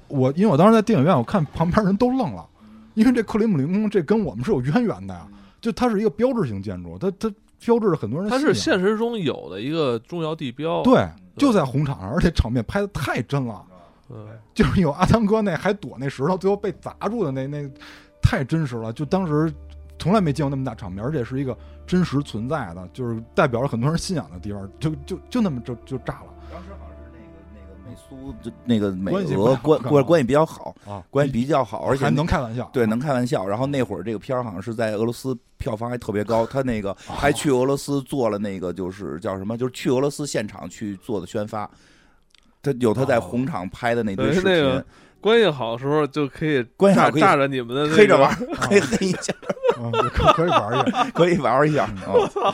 Speaker 3: 我，因为我当时在电影院，我看旁边人都愣了，因为这克里姆林宫这跟我们是有渊源的呀，就它是一个标志性建筑，它它标志着很多人的
Speaker 4: 它是
Speaker 3: 信仰
Speaker 4: 现实中有的一个重要地标。，
Speaker 3: 啊对，就在红场上，而且场面拍的太真了，
Speaker 4: 嗯，
Speaker 3: 就是有阿汤哥那还躲那石头，最后被砸住的那那，太真实了。就当时从来没见过那么大场面，而且是一个真实存在的，就是代表着很多人信仰的地方，就就就那么就就炸了
Speaker 2: 当时好像是那个那个美苏就那个美
Speaker 3: 关系
Speaker 2: 俄
Speaker 3: 不太好
Speaker 2: 关
Speaker 3: 干
Speaker 2: 关
Speaker 3: 嘛
Speaker 2: 关系比较好，
Speaker 3: 啊！
Speaker 2: 关系比较好，而且
Speaker 3: 还能开玩笑，
Speaker 2: 对能开玩笑。然后那会儿这个片儿好像是在俄罗斯票房还特别高，他那个还去俄罗斯做了那个就是叫什么，就是去俄罗斯现场去做的宣发。他有他在
Speaker 3: 哦
Speaker 2: 红场拍的那堆
Speaker 4: 对
Speaker 2: 视
Speaker 4: 那个
Speaker 2: 频，
Speaker 4: 关系好的时候就可以
Speaker 2: 关系好
Speaker 4: 炸
Speaker 2: 可以
Speaker 4: 炸着你们的那个
Speaker 2: 黑着玩儿，黑黑一下，
Speaker 3: 嗯，可可以玩 一下。
Speaker 2: 可以玩一下啊。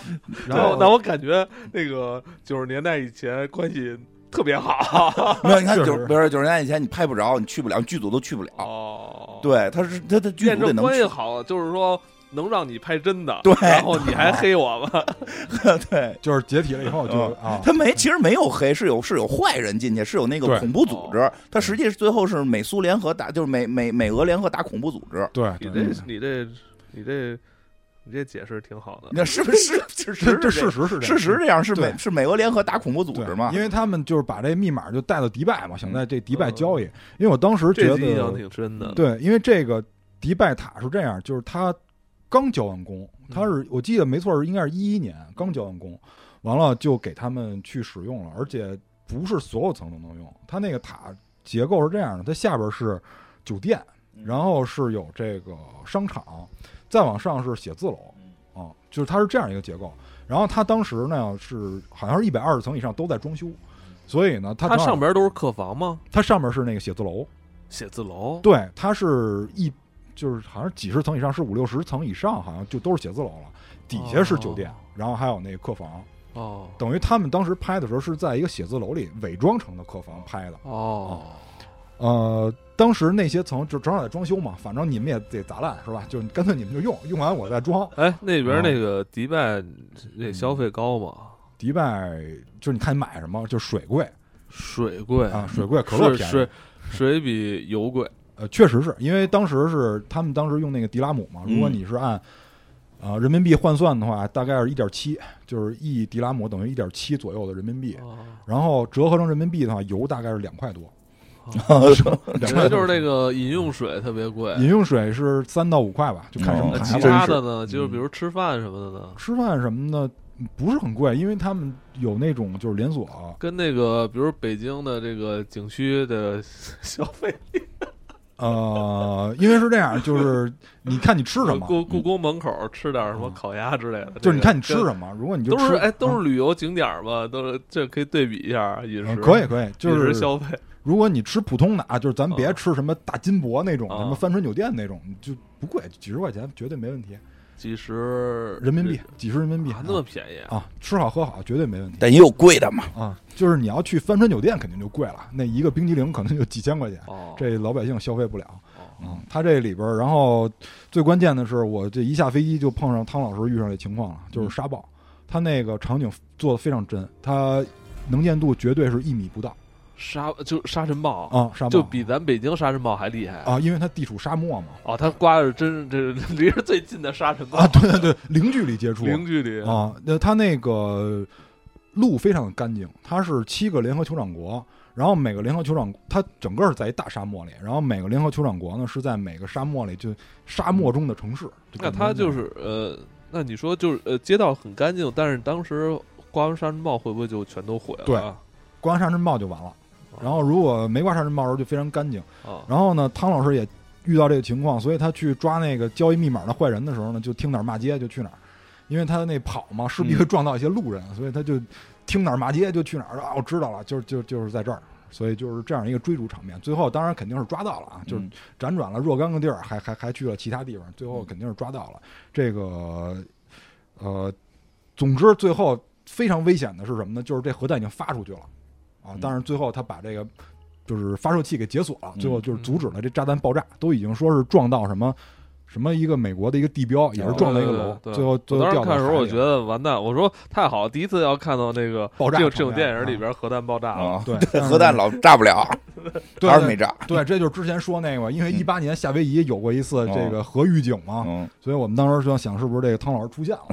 Speaker 3: 然
Speaker 4: 对
Speaker 3: 后
Speaker 4: 那我感觉那个九十年代以前关系特别好。
Speaker 2: 没有，你看
Speaker 3: 确
Speaker 2: 九，
Speaker 3: 实
Speaker 2: 比如说九十年代以前你拍不着，你去不了，剧组都去不了。
Speaker 4: 哦，，
Speaker 2: 对，他是他他剧
Speaker 4: 见
Speaker 2: 组得
Speaker 4: 证
Speaker 2: 能
Speaker 4: 关系
Speaker 2: 去，
Speaker 4: 好，就是说能让你拍真的，
Speaker 2: 对
Speaker 4: 然后你 还黑我吗？
Speaker 2: 对。
Speaker 3: 就是解体了以后就
Speaker 2: 嗯
Speaker 3: 啊，
Speaker 2: 他没，其实没有黑，是有是有坏人进去，是有那个
Speaker 3: 对
Speaker 2: 恐怖组织。他实际是最后是美苏联合打，就是美美美俄联合打恐怖组织。
Speaker 3: 对，
Speaker 4: 你这
Speaker 3: 对对嗯
Speaker 4: 你这你这你这解释挺好的。
Speaker 2: 那是不 是事
Speaker 3: 这
Speaker 2: 实？
Speaker 3: 这事实是这样
Speaker 2: 事实这样是
Speaker 3: 对
Speaker 2: 美是美俄联合打恐怖组织
Speaker 3: 对
Speaker 2: 嘛？
Speaker 3: 因为他们就是把这密码就带到迪拜嘛，想在这迪拜
Speaker 4: 嗯
Speaker 3: 交易。因为我当时觉
Speaker 4: 这
Speaker 3: 得
Speaker 4: 集印象挺深的。
Speaker 3: 对，因为这个迪拜塔是这样，就是他刚交完工，他
Speaker 4: 嗯
Speaker 3: 是我记得没错，是应该是一一年刚交完工，完了就给他们去使用了，而且不是所有层都能用。它那个塔结构是这样的，它下边是酒店，
Speaker 4: 嗯
Speaker 3: 然后是有这个商场，再往上是写字楼，
Speaker 4: 嗯
Speaker 3: 啊，就是它是这样一个结构。然后它当时呢是好像是一百二十层以上都在装修，所以呢，它
Speaker 4: 它
Speaker 3: 正
Speaker 4: 嗯
Speaker 3: 好
Speaker 4: 上边都是客房吗？
Speaker 3: 它上面是那个写字楼，
Speaker 4: 写字楼？
Speaker 3: 对，它是一就是好像几十层以上，是五六十层以上，好像就都是写字楼了。底下是酒店，
Speaker 4: 哦
Speaker 3: 然后还有那个客房，
Speaker 4: 哦
Speaker 3: 等于他们当时拍的时候是在一个写字楼里伪装成的客房拍的。
Speaker 4: 哦，
Speaker 3: 呃，当时那些层就正好在装修嘛，反正你们也得砸烂是吧？就干脆你们就用，用完我再装。
Speaker 4: 哎，那
Speaker 3: 哦
Speaker 4: 边那个迪拜
Speaker 3: 嗯
Speaker 4: 那消费高吗？
Speaker 3: 迪拜就是你看你买什么，就水贵
Speaker 4: 水贵
Speaker 3: 啊，水贵，可乐
Speaker 4: 水
Speaker 3: 便宜。
Speaker 4: 水水比油贵。
Speaker 3: 呃，确实是因为当时是他们当时用那个迪拉姆嘛，如果
Speaker 2: 嗯
Speaker 3: 你是按呃人民币换算的话，大概是一点七，就是一迪拉姆等于一点七左右的人民币，
Speaker 4: 哦
Speaker 3: 然后折合成人民币的话，油大概是两块多，两
Speaker 1: 感
Speaker 3: 块
Speaker 1: 觉
Speaker 3: 多
Speaker 1: 就是那个饮用水特别贵，
Speaker 3: 饮用水是三到五块吧，就看什
Speaker 4: 呃
Speaker 3: 么
Speaker 1: 那
Speaker 2: 哦
Speaker 3: 牌
Speaker 1: 其
Speaker 3: 子。
Speaker 1: 他
Speaker 2: 还真
Speaker 1: 的呢，就是
Speaker 3: 嗯
Speaker 1: 比如吃饭什么的呢，
Speaker 3: 吃饭什么的不是很贵，因为他们有那种就是连锁，
Speaker 1: 跟那个比如北京的这个景区的 消费，
Speaker 3: 呃，因为是这样，就是你看你吃 什么，
Speaker 1: 故故宫门口吃点什么烤鸭之类的，
Speaker 3: 就是你看你吃
Speaker 1: 这个
Speaker 3: 什么，如果你就
Speaker 1: 都
Speaker 3: 吃
Speaker 1: 是哎，都
Speaker 3: 嗯
Speaker 1: 是旅游景点儿嘛，都是这可以对比一下饮食，
Speaker 3: 嗯可以可以，就
Speaker 1: 饮食
Speaker 3: 是
Speaker 1: 消费，
Speaker 3: 如果你吃普通的啊，就是咱别
Speaker 1: 啊
Speaker 3: 吃什么大金箔那种，
Speaker 1: 啊
Speaker 3: 什么帆船酒店那种，你就不贵，几十块钱绝对没问题，
Speaker 1: 几十
Speaker 3: 人民币几十人民币
Speaker 1: 啊，那么便宜啊，
Speaker 3: 啊，吃好喝好绝对没问题
Speaker 2: 但也有贵的嘛。
Speaker 3: 啊。就是你要去帆船酒店肯定就贵了，那一个冰激凌可能就几千块钱，
Speaker 1: 哦，
Speaker 3: 嗯这老百姓消费不了。
Speaker 1: 哦
Speaker 3: 嗯，他这里边儿，然后最关键的是，我这一下飞机就碰上汤老师遇上这情况
Speaker 1: 嗯
Speaker 3: 了，就是沙暴，他那个场景做的非常真，他能见度绝对是一米不到
Speaker 1: 沙就沙尘暴，
Speaker 3: 啊，沙暴
Speaker 1: 就比咱北京沙尘暴还厉害。
Speaker 3: 啊，因为它地处沙漠嘛，
Speaker 1: 哦，它刮的真这离着最近的沙尘暴
Speaker 3: 啊，对对对，零距离接触
Speaker 1: 零距离，
Speaker 3: 啊，那他那个路非常的干净，它是七个联合酋长国。然后每个联合酋长，它整个是在一大沙漠里，然后每个联合酋长国呢是在每个沙漠里，就沙漠中的城市。
Speaker 1: 那它就是呃，那你说就是呃，街道很干净，但是当时刮完沙尘暴会不会就全都毁了？
Speaker 3: 对
Speaker 1: 啊
Speaker 3: 刮沙尘暴就完了。然后如果没刮沙尘暴的时候就非常干净。
Speaker 1: 啊，
Speaker 3: 然后呢，汤老师也遇到这个情况，所以他去抓那个交易密码的坏人的时候呢，就听哪儿骂街就去哪儿，因为他那跑嘛，势必会撞到一些路人，所以他就听哪儿骂街就去哪儿。啊，我知道了，就就就是在这儿。所以就是这样一个追逐场面，最后当然肯定是抓到了啊，就是辗转了若干个地儿，还还还去了其他地方，最后肯定是抓到了。这个呃，总之最后非常危险的是什么呢？就是这核弹已经发出去了啊，
Speaker 2: 嗯
Speaker 3: 但是最后他把这个就是发射器给解锁了，
Speaker 2: 嗯
Speaker 3: 最后就是阻止了这炸弹爆炸，都已经说是撞到什么什么一个美国的一个地标，也是撞到一个楼，
Speaker 1: 呃对对对对
Speaker 3: 最后最
Speaker 1: 我
Speaker 3: 后
Speaker 1: 当时
Speaker 3: 掉到
Speaker 1: 看的时候，
Speaker 3: 海
Speaker 1: 我
Speaker 3: 里
Speaker 1: 觉得完蛋，我说太好，第一次要看到那个
Speaker 3: 爆炸
Speaker 1: 这种
Speaker 3: 场
Speaker 1: 这种
Speaker 3: 面啊
Speaker 1: 电影里边核弹爆炸了，
Speaker 2: 啊，
Speaker 3: 对但 是
Speaker 2: 核弹老炸不了，
Speaker 3: 对
Speaker 2: 还是
Speaker 3: 对
Speaker 2: 没炸。
Speaker 3: 对，这就是之前说那个嘛，因为
Speaker 2: 嗯
Speaker 3: 一八年夏威夷有过一次
Speaker 1: 哦
Speaker 3: 这个核预警嘛，
Speaker 2: 嗯，
Speaker 3: 所以我们当时就想想是不是这个汤老师出现了。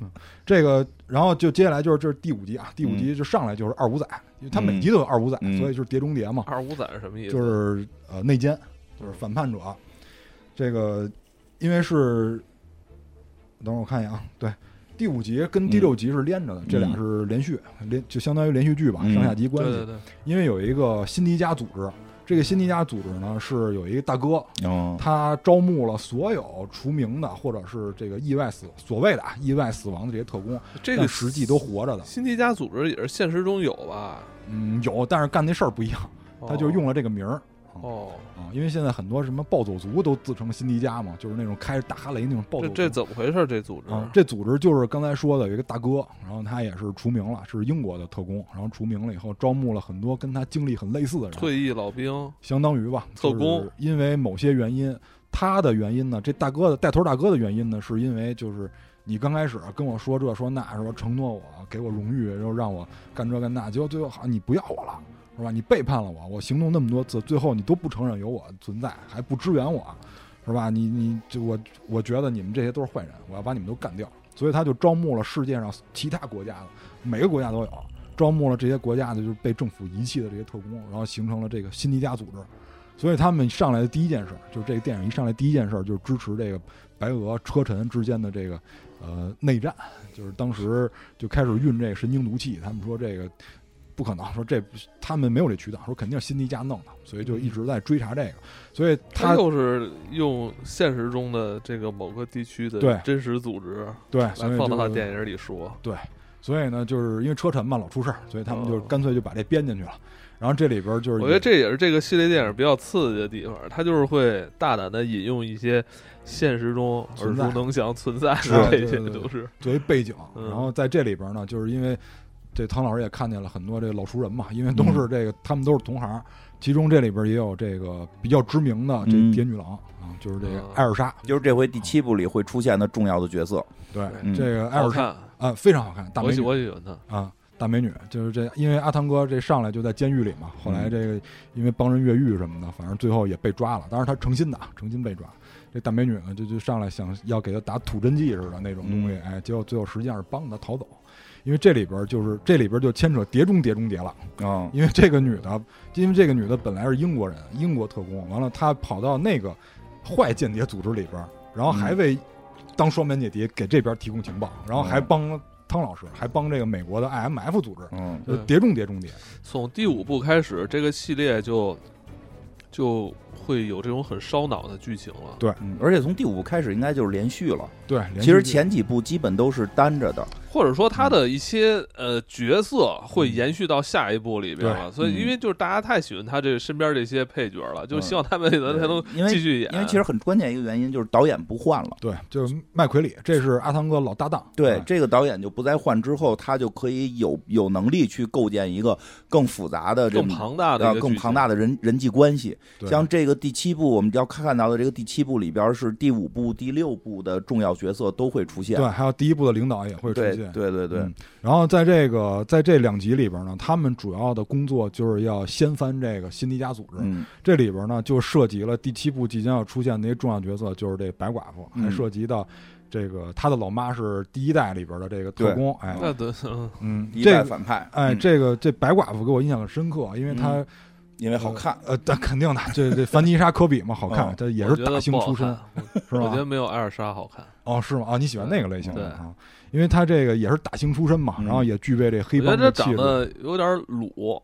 Speaker 3: 嗯 这个，然后就接下来就是这是第五集啊，第五集就上来就是二五仔，因为他每集都有二五仔，
Speaker 2: 嗯
Speaker 3: 所以就是碟中谍嘛，
Speaker 1: 二五仔是什么意思？
Speaker 3: 就是呃内奸，就是反叛者。这个因为是，等会儿我看一眼啊，对，第五集跟第六集是连着的，这俩是连续连就相当于连续剧吧，
Speaker 2: 嗯
Speaker 3: 上下集关
Speaker 1: 对
Speaker 3: 系。
Speaker 1: 对对，
Speaker 3: 因为有一个辛迪加组织，这个辛迪加组织呢是有一个大哥，
Speaker 2: 哦，
Speaker 3: 他招募了所有除名的或者是这个意外死所谓的啊意外死亡的这些特工，
Speaker 1: 这
Speaker 3: 但
Speaker 1: 个
Speaker 3: 实际都活着的。
Speaker 1: 辛迪加组织也是现实中有吧？
Speaker 3: 嗯，有，但是干那事儿不一样，
Speaker 1: 哦
Speaker 3: 他就用了这个名儿
Speaker 1: 哦，
Speaker 3: 啊，因为现在很多什么暴走族都自称辛迪加嘛，就是那种开着大哈雷那种暴
Speaker 1: 这
Speaker 3: 走族。
Speaker 1: 这怎么回事？这组织
Speaker 3: 啊，这组织就是刚才说的有一个大哥，然后他也是除名了，是英国的特工，然后除名了以后招募了很多跟他经历很类似的人，
Speaker 1: 退役老兵
Speaker 3: 相当于吧，
Speaker 1: 特工
Speaker 3: 就是因为某些原因，他的原因呢，这大哥的带头大哥的原因呢，是因为就是你刚开始啊跟我说这说那，说承诺我给我荣誉，然后让我干这干那，结果最后好像你不要我了，是吧？你背叛了我，我行动那么多次，最后你都不承认有我存在，还不支援我，是吧？你你就我我觉得你们这些都是坏人，我要把你们都干掉。所以他就招募了世界上其他国家的，每个国家都有，招募了这些国家的就是被政府遗弃的这些特工，然后形成了这个辛迪加组织。所以他们上来的第一件事，就是这个电影一上来第一件事就是支持这个白俄车臣之间的这个呃内战，就是当时就开始运这个神经毒气，他们说这个不可能，说这他们没有这渠道，说肯定是辛迪加弄的，所以就一直在追查这个。所以
Speaker 1: 他
Speaker 3: 他
Speaker 1: 又是用现实中的这个某个地区
Speaker 3: 对
Speaker 1: 的真实组织
Speaker 3: 对，所
Speaker 1: 来
Speaker 3: 以
Speaker 1: 放到
Speaker 3: 就
Speaker 1: 他
Speaker 3: 是
Speaker 1: 电影里说，
Speaker 3: 所以呢，就是因为车臣嘛老出事儿，所以他们就
Speaker 1: 哦
Speaker 3: 干脆就把这编进去了。然后这里边就是
Speaker 1: 我
Speaker 3: 也，
Speaker 1: 觉得这也是这个系列电影比较刺激的地方，他就是会大胆的引用一些现实中耳
Speaker 3: 存
Speaker 1: 熟
Speaker 3: 在
Speaker 1: 能详存在
Speaker 3: 是啊
Speaker 1: 的
Speaker 3: 对
Speaker 1: 这些
Speaker 3: 对对
Speaker 1: 都是
Speaker 3: 作为背景。
Speaker 1: 嗯
Speaker 3: 然后在这里边呢，就是因为这唐老师也看见了很多这个老熟人嘛，因为都是这个、他们都是同行，其中这里边也有这个比较知名的这
Speaker 2: 嗯
Speaker 3: 蝶女郎啊、就是这个
Speaker 1: 啊
Speaker 3: 艾尔莎。
Speaker 2: 就是这回第七部里会出现的重要的角色。
Speaker 3: 对，
Speaker 2: 嗯
Speaker 3: 这个艾
Speaker 1: 好
Speaker 3: 尔莎啊、
Speaker 1: 看，
Speaker 3: 非常好看，大
Speaker 1: 我
Speaker 3: 美
Speaker 1: 喜
Speaker 3: 女
Speaker 1: 我喜欢他，
Speaker 3: 啊。大美女就是这，因为阿汤哥这上来就在监狱里嘛，后来这个因为帮人越狱什么的，反正最后也被抓了。当然他诚心的，啊，诚心被抓。这大美女呢，就就上来想要给他打土真剂似的那种东西，哎，结果最后实际上是帮他逃走。因为这里边就是这里边就牵扯碟中谍中谍了，
Speaker 2: 嗯
Speaker 3: 因为这个女的，因为这个女的本来是英国人，英国特工，完了她跑到那个坏间谍组织里边，然后
Speaker 2: 嗯
Speaker 3: 还为当双面间谍给这边提供情报，然后还
Speaker 2: 哦
Speaker 3: 帮汤老师，还帮这个美国的 IMF 组织，
Speaker 2: 嗯
Speaker 3: 就是
Speaker 1: 对
Speaker 3: 碟中谍中谍，
Speaker 1: 从第五部开始，这个系列就就会有这种很烧脑的剧情了。
Speaker 3: 对
Speaker 2: 嗯，而且从第五部开始应该就是连续了。
Speaker 3: 对，连
Speaker 2: 其实
Speaker 3: 续剧
Speaker 2: 前几部基本都是单着的，
Speaker 1: 或者说
Speaker 3: 嗯
Speaker 1: 他的一些呃角色会延续到下一部里边了，所
Speaker 3: 嗯
Speaker 1: 以因为就是大家太喜欢他这个身边这些配角了，就希望他们也能才能
Speaker 2: 因为
Speaker 1: 继续演。
Speaker 2: 因为其实很关键一个原因就是导演不换了。
Speaker 3: 对，就是麦奎里，这是阿汤哥老搭档，
Speaker 2: 对
Speaker 3: 哎，
Speaker 2: 这个导演就不再换之后，他就可以有有能力去构建一个更复杂的、这
Speaker 1: 更
Speaker 2: 么
Speaker 1: 庞大的
Speaker 2: 啊
Speaker 1: 一个
Speaker 2: 更
Speaker 1: 剧情
Speaker 2: 庞大的人人际关系。
Speaker 3: 对
Speaker 2: 像这个第七部，我们要看到的这个第七部里边是第五部、第六部的重要角色都会出现。
Speaker 3: 对，还有第一部的领导也会出
Speaker 2: 对
Speaker 3: 现，
Speaker 2: 对对对，
Speaker 3: 嗯然后在这个在这两集里边呢，他们主要的工作就是要掀翻这个辛迪加组织。
Speaker 2: 嗯
Speaker 3: 这里边呢就涉及了第七部即将要出现的一个重要角色，就是这白寡妇，
Speaker 2: 嗯
Speaker 3: 还涉及到这个她的老妈是第一代里边的这个特工。哎，
Speaker 1: 那得嗯
Speaker 3: 嗯，
Speaker 2: 一
Speaker 3: 这
Speaker 2: 代
Speaker 3: 个
Speaker 2: 反派，
Speaker 3: 哎
Speaker 2: 嗯
Speaker 3: 这个这白寡妇给我印象很深刻，因为她、
Speaker 2: 因为好看，
Speaker 3: 呃，但肯定的，这这凡妮莎科比嘛，好看
Speaker 2: 哦，
Speaker 3: 这也
Speaker 1: 我
Speaker 3: 是
Speaker 1: 觉
Speaker 3: 大
Speaker 1: 得
Speaker 3: 星
Speaker 1: 不好
Speaker 3: 出身
Speaker 1: 看，
Speaker 3: 是
Speaker 1: 我觉得
Speaker 3: 吧？
Speaker 1: 没有艾尔莎好看。
Speaker 3: 哦，是吗？啊，你喜欢那个类型
Speaker 1: 对
Speaker 3: 的啊？因为她这个也是大星出身嘛，
Speaker 2: 嗯
Speaker 3: 然后也具备这黑
Speaker 1: 我觉
Speaker 3: 帮
Speaker 1: 得这
Speaker 3: 的气
Speaker 1: 长
Speaker 3: 质，
Speaker 1: 得有点鲁，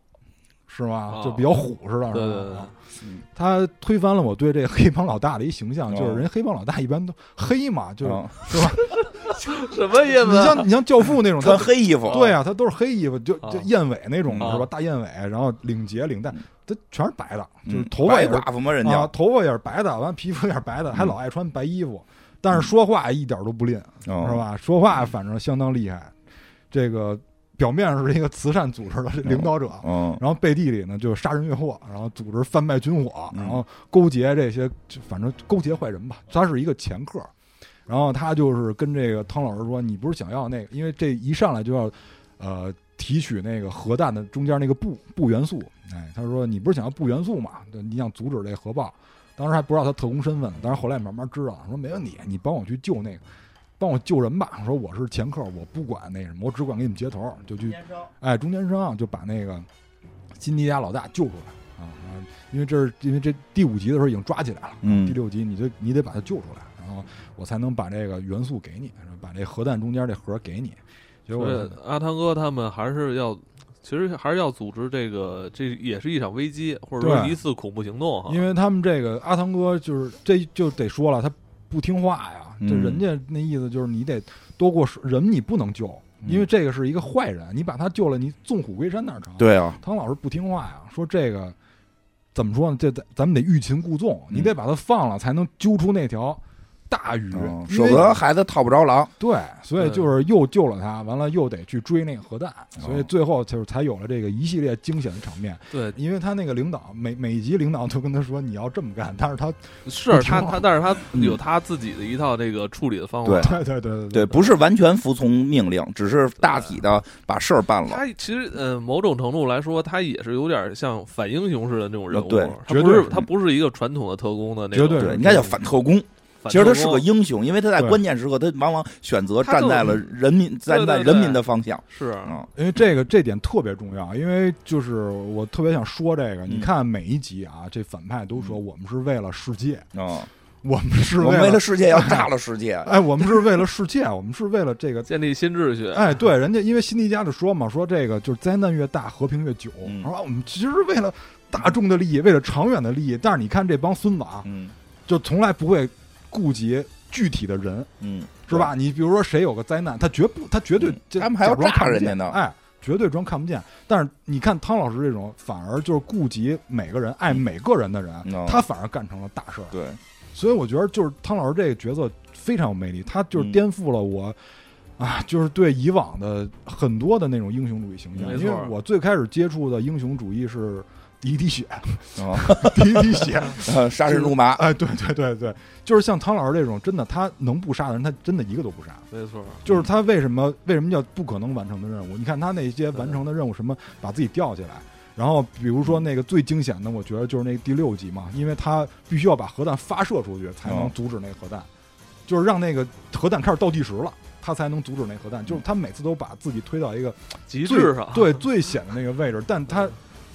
Speaker 3: 是吗？
Speaker 1: 啊
Speaker 3: 就比较虎似的，
Speaker 1: 对对
Speaker 3: 是
Speaker 1: 对
Speaker 3: 吧
Speaker 1: 对
Speaker 3: 啊？
Speaker 2: 嗯
Speaker 3: 他推翻了我对这黑帮老大的一形象，
Speaker 2: 哦
Speaker 3: 就是人黑帮老大一般都黑嘛，就是、
Speaker 2: 嗯
Speaker 3: 是吧？
Speaker 1: 什么意
Speaker 3: 啊你像你像教父那种，
Speaker 2: 穿
Speaker 3: 他
Speaker 2: 黑衣服，
Speaker 3: 对啊，他都是黑衣服，就
Speaker 1: 啊
Speaker 3: 就燕尾那种
Speaker 1: 啊
Speaker 3: 是吧？大燕尾，然后领结领带
Speaker 2: 哦嗯，
Speaker 3: 他全是白的，
Speaker 2: 嗯，
Speaker 3: 就是头发也
Speaker 2: 白
Speaker 3: 是
Speaker 2: 寡妇嘛，人
Speaker 3: 啊
Speaker 2: 家，嗯
Speaker 3: 头发也是白的，完皮肤也是白的，还老爱穿白衣服，但是说话一点都不吝，是
Speaker 2: 是？
Speaker 3: 吧？说话反正相当厉害，这个表面是一个慈善组织的领导者，
Speaker 2: 嗯，
Speaker 3: 然后背地里呢就杀人越货，然后组织贩卖军火，
Speaker 2: 嗯
Speaker 3: 然后勾结这些，就反正勾结坏人吧。他是一个掮客，然后他就是跟这个汤老师说：“你不是想要那个？因为这一上来就要，呃，提取那个核弹的中间那个布布元素。哎，他说你不是想要布元素嘛？对你想阻止这核爆。当时还不知道他特工身份，但是后来慢慢知道，说没问题，你帮我去救那个。”帮我救人吧！说我是掮客，我不管那什么，我只管给你们接头，就去哎，中间商就把那个辛迪加老大救出来啊，然后因为这是因为这第五集的时候已经抓起来了，第
Speaker 2: 嗯，
Speaker 3: 六集你就你得把他救出来，然后我才能把这个元素给你，然后把这核弹中间这核给你。结果
Speaker 1: 对，阿汤哥他们还是要，其实还是要组织这个，这也是一场危机，或者说
Speaker 3: 对
Speaker 1: 一次恐怖行动哈。
Speaker 3: 因为他们这个阿汤哥就是这就得说了，他不听话呀，这
Speaker 2: 嗯
Speaker 3: 人家那意思就是你得多过手人，你不能救，
Speaker 2: 嗯
Speaker 3: 因为这个是一个坏人，你把他救了，你纵虎归山哪儿成？
Speaker 2: 对啊，
Speaker 3: 汤老师不听话呀，说这个怎么说呢？这咱咱们得欲擒故纵，
Speaker 2: 嗯
Speaker 3: 你得把它放了，才能揪出那条大鱼。
Speaker 2: 嗯
Speaker 3: 因
Speaker 2: 舍
Speaker 3: 为
Speaker 2: 不得孩子套不着狼，
Speaker 3: 对，所以就是又救了他，完了又得去追那个核弹，
Speaker 2: 哦
Speaker 3: 所以最后就是才有了这个一系列惊险的场面。
Speaker 1: 对，
Speaker 3: 因为他那个领导每每一集领导都跟他说你要这么干，但是他
Speaker 1: 是
Speaker 3: 挺
Speaker 1: 他
Speaker 3: 好
Speaker 1: 他，但是他有他自己的一套这个处理的方法。
Speaker 2: 对
Speaker 3: 对对对
Speaker 2: 对，不是完全服从命令，只是大体的把事儿办了。
Speaker 1: 他其实呃，某种程度来说，他也是有点像反英雄似的那种人物。啊
Speaker 2: 呃对
Speaker 1: 他
Speaker 3: 绝
Speaker 1: 不
Speaker 3: 对
Speaker 1: 是
Speaker 3: 是
Speaker 1: 他不是一个传统的特工的那
Speaker 3: 绝
Speaker 1: 种。
Speaker 3: 对是
Speaker 2: 对，应该叫反特工。
Speaker 1: 反
Speaker 2: 其实他
Speaker 1: 特
Speaker 2: 是
Speaker 1: 工
Speaker 2: 个英雄，因为他在
Speaker 3: 对
Speaker 2: 关键时刻，他往往选择
Speaker 1: 他就
Speaker 2: 站在了人民站
Speaker 1: 对
Speaker 2: 在
Speaker 1: 对
Speaker 2: 人
Speaker 1: 对
Speaker 2: 民的方向
Speaker 1: 是
Speaker 2: 啊。
Speaker 3: 因为这个这点特别重要，因为就是我特别想说这
Speaker 2: 嗯
Speaker 3: 个，你看每一集啊，这反派都说我们是为了世界，
Speaker 2: 啊，
Speaker 3: 我们是
Speaker 2: 嗯我
Speaker 3: 为
Speaker 2: 们
Speaker 3: 了
Speaker 2: 为了世界要炸了 世界，
Speaker 3: 哎，我们是为了世界，我们是为了这个。
Speaker 1: 建立新秩序。
Speaker 3: 哎，对，人家因为辛迪加就说嘛，说这个就是灾难越大，和平越久。
Speaker 2: 嗯
Speaker 3: 他说我们其实是为了大众的利益，为了长远的利益。但是你看这帮孙子啊，
Speaker 2: 嗯
Speaker 3: 就从来不会顾及具体的人，
Speaker 2: 嗯，
Speaker 3: 是吧？你比如说谁有个灾难，他绝不，他绝对
Speaker 2: 嗯
Speaker 3: 这
Speaker 2: 他们还要
Speaker 3: 假装
Speaker 2: 炸
Speaker 3: 看不
Speaker 2: 人
Speaker 3: 见
Speaker 2: 家呢
Speaker 3: 哎，绝对装看不见。但是你看汤老师这种，反而就是顾及每个人、爱每个人的人，
Speaker 2: 嗯
Speaker 3: 他反而干成了大事儿。
Speaker 2: 对？
Speaker 3: 所以我觉得就是汤老师这个角色非常有魅力，他就是
Speaker 2: 嗯
Speaker 3: 颠覆了我、啊，就是对以往的很多的那种英雄主义形象。
Speaker 1: 没
Speaker 3: 因
Speaker 1: 错
Speaker 3: 为我最开始接触的英雄主义是第一 滴血，
Speaker 2: 对，啊
Speaker 3: 第一滴血，
Speaker 2: 呃 杀人如麻。
Speaker 3: 哎，对对对对，就是像汤老师这种，真的他能不杀的人，他真的一个都不杀。
Speaker 1: 没错，
Speaker 3: 就是他为什么为什么叫不可能完成的任务？你看他那些完成的任务，什么把自己吊起来，然后比如说那个最惊险的，我觉得就是那第六集嘛，因为他必须要把核弹发射出去才能
Speaker 2: 嗯
Speaker 3: 阻止那个核弹，就是让那个核弹开始倒计时了，他才能阻止那核弹。就是他每次都把自己推到一个
Speaker 1: 极
Speaker 3: 最
Speaker 1: 致上，
Speaker 3: 对最险的那个位置，但他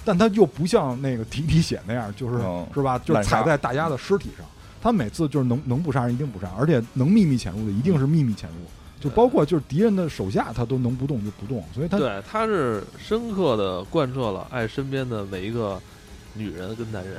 Speaker 3: 但他又不像那个提提血那样，就是
Speaker 2: 嗯
Speaker 3: 是吧？就是
Speaker 2: 滥杀
Speaker 3: 踩在大家的尸体上。他每次就是能能不杀人一定不杀，而且能秘密潜入的一定是秘密潜入，就包括就是敌人的手下他都能不动就不动，所以他
Speaker 1: 对，他是深刻的贯彻了爱身边的每一个女人跟男 人。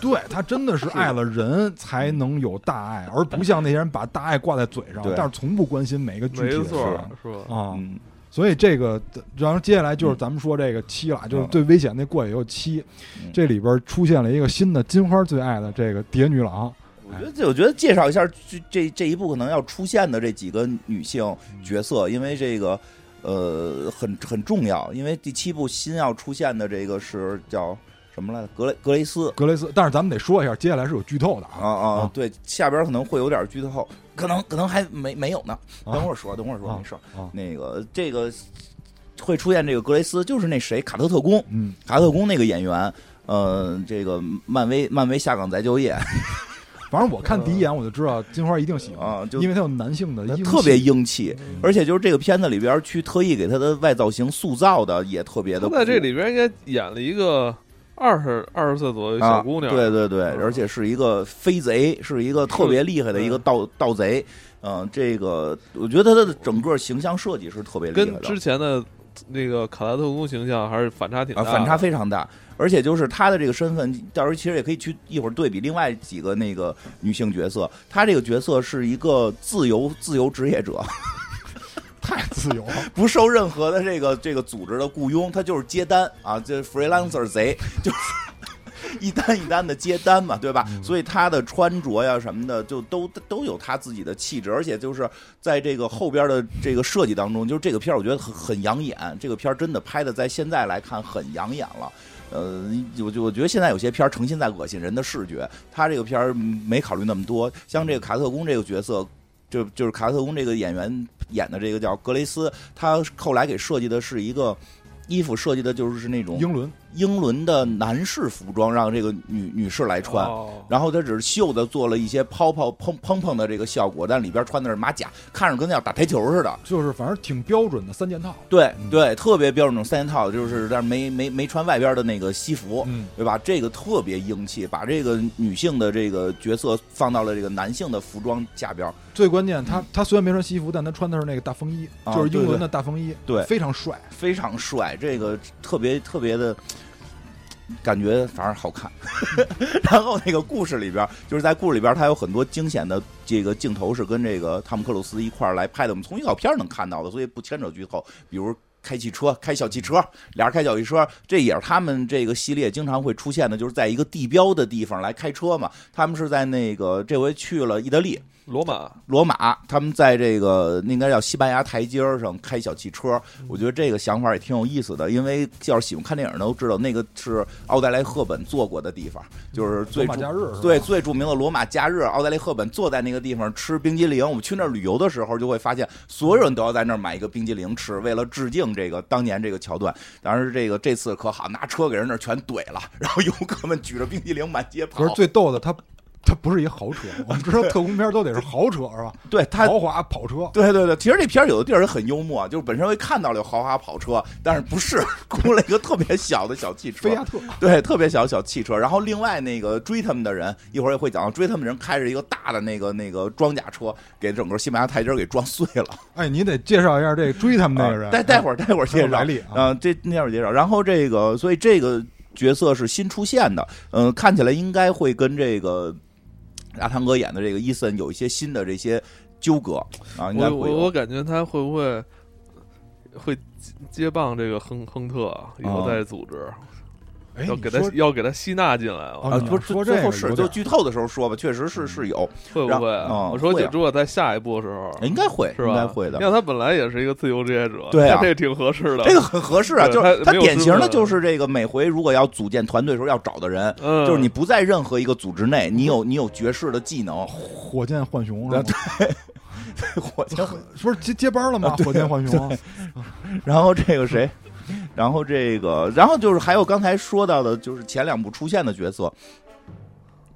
Speaker 3: 对他真的是爱了人才能有大爱，而不像那些人把大爱挂在嘴上
Speaker 2: 对，
Speaker 3: 但是从不关心每一个具体
Speaker 1: 没
Speaker 3: 的事
Speaker 1: 错
Speaker 3: 儿
Speaker 1: 儿，是吧？
Speaker 3: 啊。
Speaker 2: 嗯
Speaker 3: 所以这个，然后接下来就是咱们说这个七了，就是最危险那过也有七
Speaker 2: 嗯，
Speaker 3: 这里边出现了一个新的金花最爱的这个蝶女郎，
Speaker 2: 我觉得这，我觉得介绍一下这这这一部可能要出现的这几个女性
Speaker 3: 嗯
Speaker 2: 角色，因为这个呃很很重要，因为第七部新要出现的这个是叫什么来着？格雷格雷斯
Speaker 3: 格雷斯。但是咱们得说一下，接下来是有剧透的
Speaker 2: 啊
Speaker 3: 啊，
Speaker 2: 啊，对，下边可能会有点剧透，可能可能还没没有呢，
Speaker 3: 啊
Speaker 2: 等会儿说，等会儿说，
Speaker 3: 啊
Speaker 2: 没事儿
Speaker 3: 啊。
Speaker 2: 那个这个会出现这个格雷斯，就是那谁卡特特工，
Speaker 3: 嗯，
Speaker 2: 卡特工那个演员，呃，这个漫威漫威下岗再就业
Speaker 3: 反正我看第一眼我就知道金花一定喜欢，
Speaker 2: 呃啊，就
Speaker 3: 因为他有男性的英气
Speaker 2: 特别英气，
Speaker 3: 嗯
Speaker 2: 而且就是这个片子里边去特意给他的外造型塑造的也特别的
Speaker 1: 他，在这里边应该演了一个二十二十岁左右的
Speaker 2: 啊
Speaker 1: 小姑娘，
Speaker 2: 对对对，
Speaker 1: 嗯
Speaker 2: 而且是一个飞贼，是一个特别厉害的一个盗盗贼。嗯、这个我觉得他的整个形象设计是特别厉害
Speaker 1: 跟之
Speaker 2: 的。
Speaker 1: 前的那个卡拉特工形象还是反差挺大
Speaker 2: 啊，
Speaker 1: 的，
Speaker 2: 反差非常大，而且就是他的这个身份，到时候其实也可以去一会儿对比另外几个那个女性角色。她这个角色是一个自由自由职业者，
Speaker 3: 太自由了，
Speaker 2: 不受任何的这个这个组织的雇佣，他就是接单啊，这 freelancer 贼就是 一单一单的接单嘛，对吧？所以他的穿着呀什么的，就都都有他自己的气质，而且就是在这个后边的这个设计当中，就是这个片儿我觉得很很养眼，这个片儿真的拍的在现在来看很养眼了。呃，我就我觉得现在有些片儿诚心在恶心人的视觉，他这个片儿没考虑那么多。像这个卡特工这个角色，就就是卡特工这个演员演的这个叫格雷斯，他后来给设计的是一个衣服设计的就是那种
Speaker 3: 英伦
Speaker 2: 英伦的男士服装，让这个女女士来穿。
Speaker 1: 哦
Speaker 2: 然后他只是袖子做了一些泡泡砰砰砰的这个效果，但里边穿的是马甲，看着跟要打台球似的。
Speaker 3: 就是反正挺标准的三件套，
Speaker 2: 对
Speaker 3: 嗯
Speaker 2: 对，特别标准那种三件套，就是但是没没没穿外边的那个西服，
Speaker 3: 嗯，
Speaker 2: 对吧？这个特别英气，把这个女性的这个角色放到了这个男性的服装下边，
Speaker 3: 最关键他他虽然没穿西服，但他穿的是那个大风衣，
Speaker 2: 嗯啊
Speaker 3: 就是英
Speaker 2: 对对
Speaker 3: 伦的大风衣，
Speaker 2: 对
Speaker 3: 非常帅。
Speaker 2: 非常帅，这个特别特别的。感觉反而好看， 然后那个故事里边，就是在故事里边，它有很多惊险的这个镜头是跟这个汤姆克鲁斯一块儿来拍的，我们从预告片儿能看到的，所以不牵扯剧透。比如开汽车，开小汽车，俩人开小汽车，这也是他们这个系列经常会出现的，就是在一个地标的地方来开车嘛。他们是在那个这回去了意大利，
Speaker 1: 罗马
Speaker 2: 罗马，他们在这个那应该叫西班牙台阶儿上开小汽车，
Speaker 3: 嗯
Speaker 2: 我觉得这个想法也挺有意思的，因为要是喜欢看电影的都知道，那个是奥黛莱·赫本坐过的地方，就是最
Speaker 3: 嗯罗马
Speaker 2: 著
Speaker 3: 假日是吧
Speaker 2: 对最著名的罗马假日，奥黛莱·赫本坐在那个地方吃冰激凌。我们去那儿旅游的时候，就会发现所有人都要在那儿买一个冰激凌吃，为了致敬这个当年这个桥段。当然，这个这次可好，拿车给人那儿全怼了，然后游客们举着冰激凌满街跑
Speaker 3: 可是。最逗的，他他不是一豪车，我们知道特工片都得是豪车是吧？
Speaker 2: 对他
Speaker 3: 豪华跑车，
Speaker 2: 对对对，其实这片儿有的地儿很幽默，啊就是本身会看到了有豪华跑车，但是不是 雇了一个特别小的小汽车
Speaker 3: 菲，亚特，
Speaker 2: 对，特别小的小汽车。然后另外那个追他们的人，一会儿也会讲到，追他们的人开着一个大的那个那个装甲车，给整个西班牙台阶儿给撞碎了。
Speaker 3: 哎，你得介绍一下这个追他们那个人。
Speaker 2: 啊待待会儿待会儿
Speaker 3: 很有
Speaker 2: 介绍
Speaker 3: 来历啊
Speaker 2: 嗯、这那会儿介绍。然后这个，所以这个角色是新出现的，嗯、看起来应该会跟这个阿汤哥演的这个伊森有一些新的这些纠葛啊，应该
Speaker 1: 我
Speaker 2: 会有。
Speaker 1: 我我感觉他会不会会接接棒这个亨亨特啊以后再组织，
Speaker 3: 哎，
Speaker 1: 要
Speaker 3: 你
Speaker 1: 给他
Speaker 3: 说
Speaker 1: 要给他吸纳进来了，
Speaker 3: 哦
Speaker 2: 啊，
Speaker 3: 你
Speaker 2: 不
Speaker 3: 要
Speaker 2: 是
Speaker 3: 说
Speaker 2: 最
Speaker 3: 这
Speaker 2: 后
Speaker 3: 个
Speaker 2: 是
Speaker 3: 有
Speaker 2: 就
Speaker 3: 点
Speaker 2: 剧透的时候说吧，确实
Speaker 1: 嗯
Speaker 2: 是是有，
Speaker 1: 会不
Speaker 2: 让
Speaker 1: 会？
Speaker 2: 嗯
Speaker 1: 我说
Speaker 2: 会
Speaker 1: 姐
Speaker 2: 啊哎
Speaker 1: 如果在下一步的时候，
Speaker 2: 应该会，
Speaker 1: 是
Speaker 2: 应该
Speaker 1: 吧？
Speaker 2: 会的
Speaker 1: 你。看他本来也是一个自由职业者，
Speaker 2: 对啊
Speaker 1: 他这挺合适的。
Speaker 2: 这个很合适啊，
Speaker 1: 对
Speaker 2: 就是
Speaker 1: 他
Speaker 2: 他
Speaker 1: 没有
Speaker 2: 典
Speaker 1: 身
Speaker 2: 型的
Speaker 1: 份
Speaker 2: 就是这个，每回如果要组建团队的时候要找的人，
Speaker 1: 嗯
Speaker 2: 就是你不在任何一个组织内，你有你有绝世的技能，
Speaker 3: 火箭浣
Speaker 2: 啊
Speaker 3: 熊是吗？
Speaker 2: 我就
Speaker 3: 不是接接班
Speaker 2: 啊
Speaker 3: 了吗？火箭浣熊，
Speaker 2: 然后这个谁，然后这个，然后就是还有刚才说到的，就是前两部出现的角色，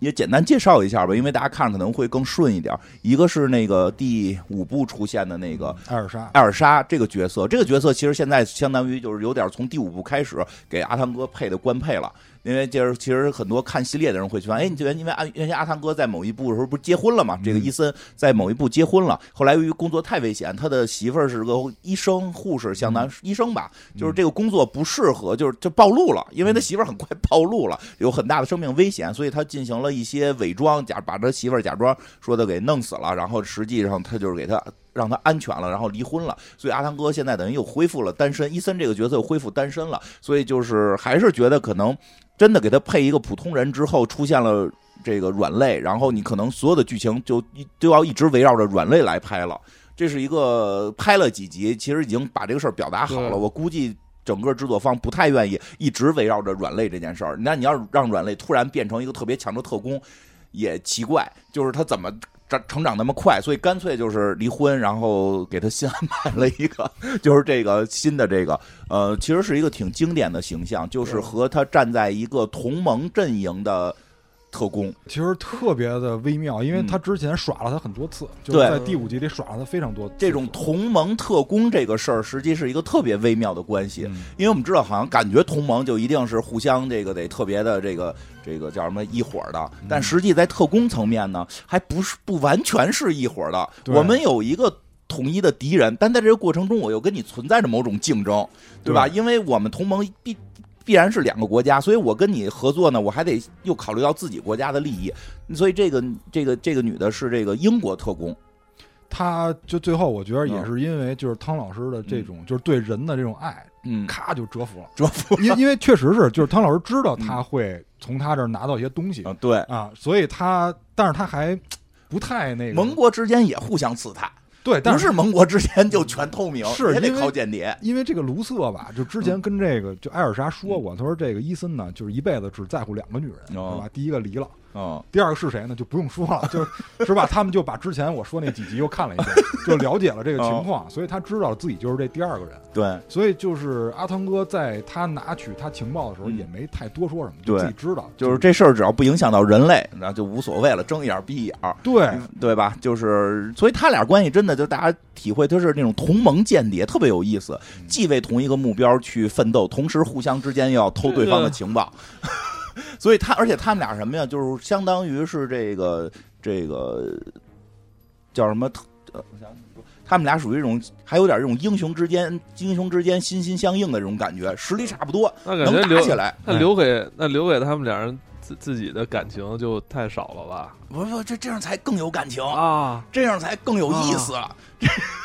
Speaker 2: 也简单介绍一下吧，因为大家看可能会更顺一点。一个是那个第五部出现的那个
Speaker 3: 艾尔莎，
Speaker 2: 艾尔莎这个角色，这个角色其实现在相当于就是有点从第五部开始给阿汤哥配的官配了。因为就是其实很多看系列的人会去发现，哎，你这因为阿原先阿汤哥在某一部的时候不是结婚了嘛？这个伊森在某一部结婚了，后来由于工作太危险，他的媳妇儿是个医生、护士，相当于医生吧，就是这个工作不适合，就是就暴露了，因为他媳妇儿很快 暴露了，有很大的生命危险，所以他进行了一些伪装，假把他媳妇儿假装说的给弄死了，然后实际上他就是给他让他安全了，然后离婚了，所以阿汤哥现在等于又恢复了单身，伊森这个角色又恢复单身了，所以就是还是觉得可能真的给他配一个普通人之后，出现了这个软肋，然后你可能所有的剧情就一都要一直围绕着软肋来拍了。这是一个拍了几集，其实已经把这个事儿表达好了，
Speaker 1: 对
Speaker 2: 我估计。整个制作方不太愿意一直围绕着软肋这件事儿，那你要让软肋突然变成一个特别强的特工，也奇怪，就是他怎么长成长那么快，所以干脆就是离婚，然后给他新安排了一个，就是这个新的这个，呃，其实是一个挺经典的形象，就是和他站在一个同盟阵营的特工，
Speaker 3: 其实特别的微妙，因为
Speaker 2: 嗯
Speaker 3: 他之前耍了他很多次，就
Speaker 2: 对
Speaker 3: 是在第五集里耍了他非常多次。
Speaker 2: 这种同盟特工这个事儿，实际是一个特别微妙的关系，
Speaker 3: 嗯
Speaker 2: 因为我们知道，好像感觉同盟就一定是互相这个得特别的这个这个叫什么一伙儿的，
Speaker 3: 嗯
Speaker 2: 但实际在特工层面呢，还不是不完全是一伙儿的。
Speaker 3: 对
Speaker 2: 我们有一个统一的敌人，但在这个过程中，我又跟你存在着某种竞争，对吧？因为我们同盟必。必然是两个国家，所以我跟你合作呢，我还得又考虑到自己国家的利益，所以这个这个这个女的是这个英国特工，
Speaker 3: 他就最后我觉得也是因为就是汤老师的这种就是对人的这种爱，
Speaker 2: 嗯，
Speaker 3: 咔就折服了。
Speaker 2: 折服
Speaker 3: 因因为确实是就是汤老师知道
Speaker 2: 嗯
Speaker 3: 他会从他这儿拿到一些东西
Speaker 2: 啊，对，
Speaker 3: 啊，所以他但是他还不太那个
Speaker 2: 盟国之间也互相刺探，
Speaker 3: 对，但
Speaker 2: 不是盟国之间就全透明，
Speaker 3: 是
Speaker 2: 也得
Speaker 3: 因为
Speaker 2: 靠间谍。
Speaker 3: 因为这个卢瑟吧，就之前
Speaker 2: 嗯
Speaker 3: 跟这个就艾尔莎说过，他说这个伊森呢，就是一辈子只在乎两个女人，
Speaker 2: 哦
Speaker 3: 对吧？第一个离了，
Speaker 2: 嗯，
Speaker 3: 第二个是谁呢？就不用说了， 就是是吧？他们就把之前我说那几集又 看了一遍，就了解了这个情
Speaker 2: 哦
Speaker 3: 况，所以他知道自己就是这第二个人。
Speaker 2: 对，
Speaker 3: 所以就是阿汤哥在他拿取他情报的时候，
Speaker 2: 嗯
Speaker 3: 也没太多说什么，就
Speaker 2: 对
Speaker 3: 自己知道，
Speaker 2: 就是这事儿只要不影响到人类，那就无所谓了，睁一眼闭一眼儿，
Speaker 3: 对。
Speaker 2: 嗯对吧？就是，所以他俩关系真的就大家体会，就是那种同盟间谍，特别有意思，既为同一个目标去奋斗，同时互相之间又要偷对方的情报。 所以他，而且他们俩什么呀？就是相当于是这个这个叫什么？呃我想想说他们俩属于一种，还有点这种英雄之间、英雄之间心心相印的这种感觉，实力差不多，
Speaker 1: 那感
Speaker 2: 能
Speaker 1: 觉
Speaker 2: 打起
Speaker 1: 留
Speaker 2: 来。哎
Speaker 1: 那留给那留给他们俩人自自己的感情就太少了吧？
Speaker 2: 不不，这这样才更有感情，啊
Speaker 1: 啊，
Speaker 2: 这样才更有意思。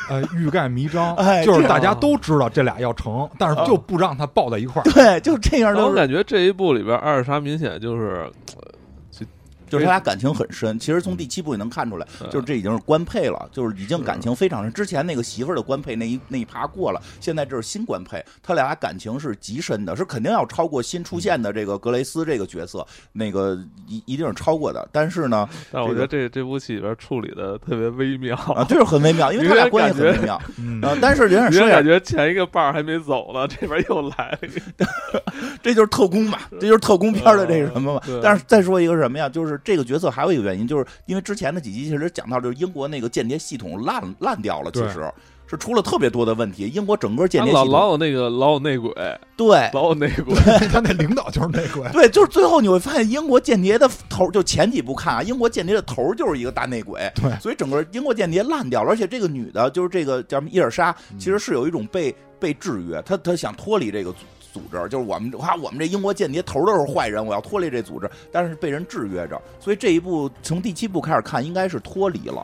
Speaker 3: 呃，欲盖弥彰，
Speaker 2: 哎
Speaker 3: 就是
Speaker 2: 这哦
Speaker 3: 大家都知道这俩要成，但是就不让他抱在一块儿。
Speaker 2: 对，就这样
Speaker 1: 但
Speaker 2: 都
Speaker 1: 我
Speaker 2: 是，
Speaker 1: 感觉这一部里边，艾尔莎明显就是
Speaker 2: 就是他俩感情很深。其实从第七部也能看出来，
Speaker 1: 呃
Speaker 2: 就是这已经是官配了，嗯就是已啊经感情非常深。之前那个媳妇儿的官配那一那一耙过了，现在这是新官配，他俩感情是极深的，是肯定要超过新出现的这个格雷斯这个角色，那个一一定是超过的。但是 呢，
Speaker 1: 但我觉得这这部戏里边处理的特别微妙，
Speaker 2: 啊，这是很微妙，因为他俩关系很微妙。
Speaker 3: 嗯，
Speaker 2: 啊，但是有点
Speaker 1: 你就
Speaker 2: 说
Speaker 1: 感觉前一个伴儿还没走呢，这边又来了一个。
Speaker 2: 这就是特工嘛，这就是特工片儿的这个什么嘛
Speaker 1: 呃对。
Speaker 2: 但是再说一个什么呀，就是这个角色还有一个原因，就是因为之前的几集其实讲到，就是英国那个间谍系统烂烂掉了，其
Speaker 3: 对
Speaker 2: 实是出了特别多的问题。英国整个间
Speaker 1: 他
Speaker 2: 谍
Speaker 1: 老
Speaker 2: 系
Speaker 1: 老
Speaker 2: 统，
Speaker 1: 有那个老有内鬼，
Speaker 2: 对
Speaker 1: 老有内 鬼。
Speaker 3: 嗯 他那领导就是内鬼，
Speaker 2: 对，就是最后你会发现英国间谍的头，就前几部看啊，英国间谍的头就是一个大内鬼，
Speaker 3: 对
Speaker 2: 所以整个英国间谍烂掉了。而且这个女的，就是这个叫什么伊尔莎，
Speaker 3: 嗯
Speaker 2: 其实是有一种被被制约，她她想脱离这个组组织，就是我们哇，我们这英国间谍头都是坏人，我要脱离这组织，但是被人制约着，所以这一部从第七部开始看，应该是脱离了。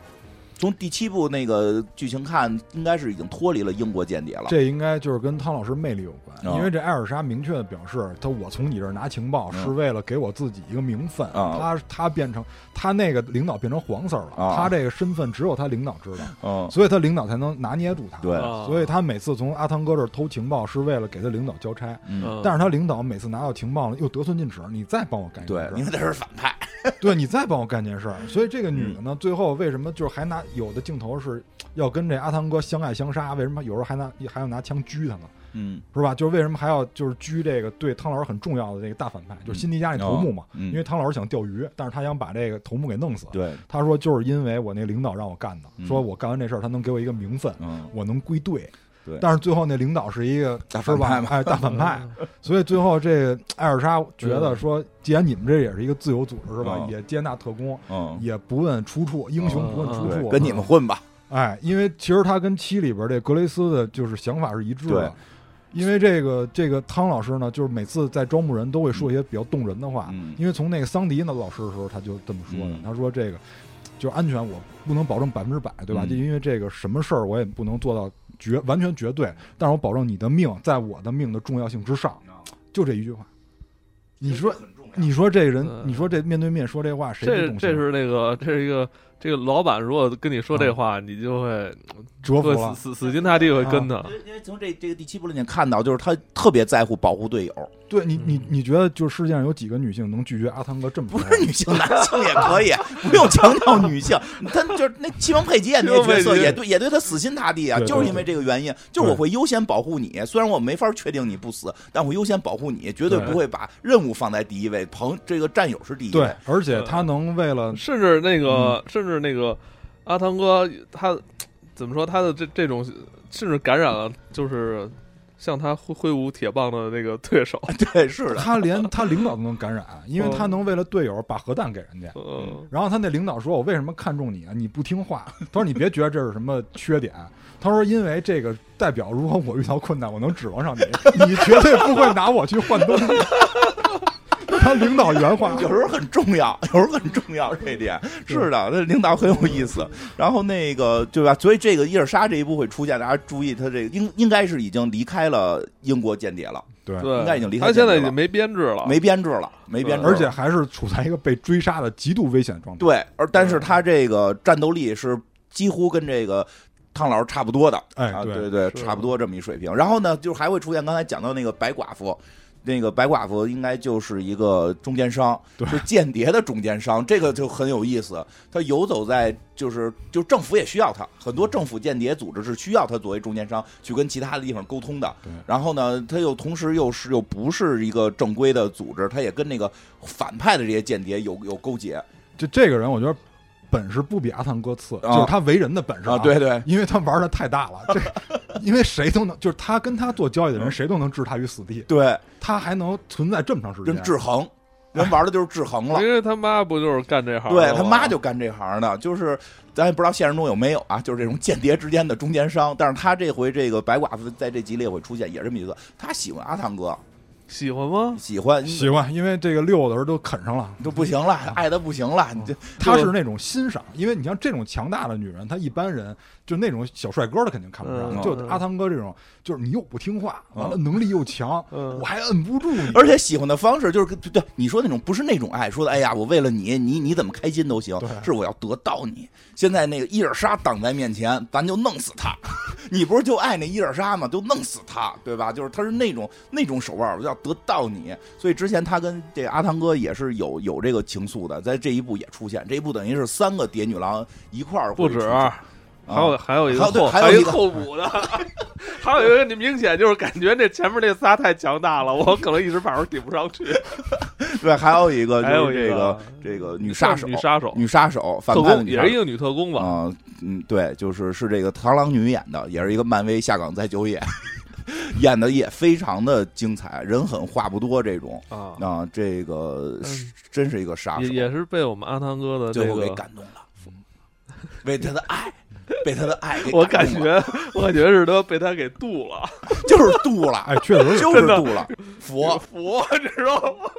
Speaker 2: 从第七部那个剧情看，应该是已经脱离了英国间谍了。
Speaker 3: 这应该就是跟汤老师魅力有关，
Speaker 2: 啊
Speaker 3: 因为这艾尔莎明确的表示，他我从你这儿拿情报
Speaker 2: 嗯
Speaker 3: 是为了给我自己一个名分，
Speaker 2: 啊
Speaker 3: 他他变成他那个领导变成黄色了，
Speaker 2: 啊
Speaker 3: 他这个身份只有他领导知道，
Speaker 2: 嗯，
Speaker 3: 所以他领导才能拿捏住他。
Speaker 2: 对
Speaker 1: 啊
Speaker 3: 所以他每次从阿汤哥这儿偷情报是为了给他领导交差，
Speaker 2: 嗯，
Speaker 3: 但是他领导每次拿到情报了又得寸进尺，你再帮我干一件
Speaker 2: 对
Speaker 3: 事，
Speaker 2: 因为
Speaker 3: 儿，
Speaker 2: 他是反派。
Speaker 3: 对你再帮我干件事儿，所以这个女的
Speaker 2: 嗯
Speaker 3: 呢，最后为什么就是还拿有的镜头是要跟这阿汤哥相爱相杀，为什么有时候还拿还要拿枪狙他呢？
Speaker 2: 嗯，
Speaker 3: 是吧？就是为什么还要就是拘这个对汤老师很重要的那个大反派，就是辛迪加那头目嘛，
Speaker 2: 嗯
Speaker 3: 因为汤老师想钓鱼，但是他想把这个头目给弄死。
Speaker 2: 对，
Speaker 3: 他说就是因为我那领导让我干的，
Speaker 2: 嗯
Speaker 3: 说我干完这事儿他能给我一个名分，
Speaker 2: 嗯，
Speaker 3: 我能归队。
Speaker 2: 对
Speaker 3: 但是最后那领导是一个
Speaker 2: 大
Speaker 3: 是
Speaker 2: 反
Speaker 3: 吧
Speaker 2: 派？嘛
Speaker 3: 哎，大反派，
Speaker 1: 嗯
Speaker 3: 所以最后这个艾尔莎觉得说，既然你们这也是一个自由组织是吧
Speaker 2: 嗯？
Speaker 3: 也接纳特工，
Speaker 2: 嗯，
Speaker 3: 也不问出处，英雄不问出
Speaker 2: 对，
Speaker 3: 处，
Speaker 2: 跟你们混吧，
Speaker 3: 哎，因为其实他跟七里边这格雷斯的就是想法是一致
Speaker 2: 对
Speaker 3: 的。因为这个这个汤老师呢，就是每次在招募人都会说一些比较动人的话。
Speaker 2: 嗯
Speaker 3: 因为从那个桑迪那老师的时候，他就这么说的，
Speaker 2: 嗯
Speaker 3: 他说这个就是安全，我不能保证百分之百，对吧？
Speaker 2: 嗯
Speaker 3: 就因为这个什么事儿我也不能做到绝完全绝对，但是我保证你的命在我的命的重要性之上，
Speaker 2: 嗯
Speaker 3: 就这一句话。你说，你说这人
Speaker 1: 对，
Speaker 3: 你说这面对面说这话，谁不
Speaker 1: 嗯这
Speaker 3: 懂
Speaker 1: 这是那个这是一个这个老板，如果跟你说这话，你就会
Speaker 3: 折服
Speaker 1: 会
Speaker 3: 了
Speaker 1: 死？死死心塌地会跟他。
Speaker 2: 因为因为从这这个第七部里面看到，就是他特别在乎保护队友，
Speaker 3: 对你，你你觉得就是世界上有几个女性能拒绝阿汤哥这 么
Speaker 2: 不
Speaker 3: 说话？
Speaker 2: 是女性，男性也可 以，不用强调女性。他就是那西蒙佩吉演那个角
Speaker 1: 西蒙
Speaker 2: 色，
Speaker 1: 佩吉
Speaker 2: 也对，也对他死心塌地啊，
Speaker 3: 对对
Speaker 2: 就是因为这个原因，就是我会优先保护你。虽然我没法确定你不死，但我优先保护你，绝对
Speaker 1: 对
Speaker 2: 不会把任务放在第一位，朋这个战友是第一
Speaker 3: 对
Speaker 2: 位。，
Speaker 3: 而且他能为了
Speaker 1: 甚至那个，
Speaker 2: 嗯
Speaker 1: 甚至那个阿汤哥，他怎么说？他的这这种，甚至感染了，就是向他挥挥舞铁棒的那个对手。
Speaker 2: 对，是的，哦
Speaker 3: 他连他领导都能 感染，因为他能为了队友把核弹给人家。
Speaker 1: 嗯，
Speaker 3: 然后他那领导说：“我为什么看中你啊？你不听话。”他说：“你别觉得这是什么缺点。”他说：“因为这个代表，如果我遇到困难，我能指 望上你，你绝对不会拿我去换东西。”他领导原话，
Speaker 2: 有时候很重要，有时候很重要这一点。是的，那领导很有意思。然后那个对吧？所以这个伊尔莎这一部会出现，大家注意，他这个应应该是已经离开了英国间谍了，
Speaker 3: 对，
Speaker 1: 对，
Speaker 2: 嗯应该已经离开
Speaker 1: 他现在
Speaker 2: 间谍
Speaker 1: 已
Speaker 2: 了
Speaker 1: 经没编制了，
Speaker 2: 没编制了，没编制了，
Speaker 3: 而且还啊是处在一个被追杀的极度危险状态。
Speaker 2: 对，而但是他这个战斗力是几乎跟这个。汤老师差不多的，
Speaker 3: 哎
Speaker 2: 啊，
Speaker 3: 对
Speaker 2: 对对，
Speaker 1: 是
Speaker 2: 差不多这么一水平。然后呢，就是还会出现刚才讲到那个白寡妇，那个白寡妇应该就是一个中间商，
Speaker 3: 对
Speaker 2: 就间谍的中间商，这个就很有意思。他游走在就是就政府也需要他，很多政府间谍组织是需要他作为中间商去跟其他的地方沟通的
Speaker 3: 对。
Speaker 2: 然后呢，他又同时又是又不是一个正规的组织，他也跟那个反派的这些间谍有有勾结
Speaker 3: 就这个人，我觉得本事不比阿汤哥次，就是他为人的本事
Speaker 2: 啊，对对，
Speaker 3: 因为他玩的太大了， 这因为谁都能，就是他跟他做交易
Speaker 2: 嗯
Speaker 3: 的人，谁都能置他于死地，
Speaker 2: 对，
Speaker 3: 他还能存在这么长时
Speaker 2: 人
Speaker 3: 间，
Speaker 2: 制衡，人玩的就是制衡了。
Speaker 1: 因为他妈不就是干这行的吗？
Speaker 2: 对他妈就干这行的，就是咱也不知道现实中有没有啊，就是这种间谍之间的中间商。但是他这回这个白寡妇在这集里也会出现，也是这么一个，他喜欢阿汤哥，
Speaker 1: 喜欢吗？
Speaker 2: 喜欢
Speaker 3: 喜欢，因为这个六的人都啃上了。
Speaker 2: 都不行了，爱的不行了，你这
Speaker 3: 他是那种欣赏，因为你像这种强大的女人，她一般人就那种小帅哥的肯定看不上，
Speaker 1: 嗯
Speaker 3: 就
Speaker 1: 嗯
Speaker 3: 阿汤哥这种，就是你又不听话，
Speaker 2: 嗯
Speaker 3: 完了能力又强，
Speaker 1: 嗯
Speaker 3: 我还摁不住你，
Speaker 2: 而且喜欢的方式就是跟对对你说那种不是那种爱，说的哎呀，我为了你，你你怎么开心都行
Speaker 3: 对，
Speaker 2: 是我要得到你。现在那个伊尔莎挡在面前，咱就弄死他。 你不是就爱那伊尔莎吗？就弄死他，对吧？就是他是那种那种手腕，我要得到你。所以之前他跟这个阿汤哥也是有有这个情愫的，在这一部也出现。这一部等于是三个蝶女郎一块儿
Speaker 1: 不
Speaker 2: 会
Speaker 1: 止，
Speaker 2: 出现，
Speaker 1: 还有
Speaker 2: 啊
Speaker 1: 还有一个
Speaker 2: 还有对
Speaker 1: 后
Speaker 2: 还有
Speaker 1: 有
Speaker 2: 一
Speaker 1: 一
Speaker 2: 个
Speaker 1: 后补的， 还有一个你明显就是感觉这前面这仨太强大了，我可能一时半会儿顶不上去。
Speaker 2: 对，还有一个
Speaker 1: 还有
Speaker 2: 就是
Speaker 1: 一个
Speaker 2: 这个这个女杀手
Speaker 1: 女，杀手，
Speaker 2: 女杀手反
Speaker 1: 特
Speaker 2: 派的
Speaker 1: 工
Speaker 2: 女
Speaker 1: 也
Speaker 2: 杀
Speaker 1: 是
Speaker 2: 手
Speaker 1: 一。个女特工吧？
Speaker 2: 啊、嗯，对，就是是这个螳螂女演的，也是一个漫威下岗再就业， 演的也非常的精彩，人狠话不多这种
Speaker 1: 啊，
Speaker 2: 啊、这个是真是一个杀手
Speaker 1: 也，也是被我们阿汤哥的这
Speaker 2: 最后给
Speaker 1: 个，
Speaker 2: 感动了，被他的爱，被他的爱给
Speaker 1: 我
Speaker 2: 感
Speaker 1: 感
Speaker 2: 动了
Speaker 1: 觉我感觉是他被他给渡了，
Speaker 2: 就是度了，
Speaker 3: 哎，确实 是
Speaker 2: 就是
Speaker 1: 真的
Speaker 2: 度了，佛，
Speaker 1: 服，你知道吗？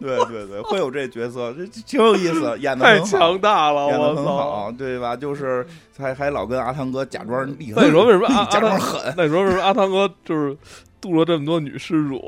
Speaker 2: 对对对，会有这角色，这这挺有意 思，演的
Speaker 1: 太强大了，
Speaker 2: 演的
Speaker 1: 我
Speaker 2: 很
Speaker 1: 操！
Speaker 2: 好，对吧？就是还还老跟阿汤哥假装厉害，
Speaker 1: 那你说为什么阿
Speaker 2: 假
Speaker 1: 阿
Speaker 2: 装
Speaker 1: 汤？
Speaker 2: 狠？
Speaker 1: 那你说为什么阿汤哥就是渡了这么多女施主？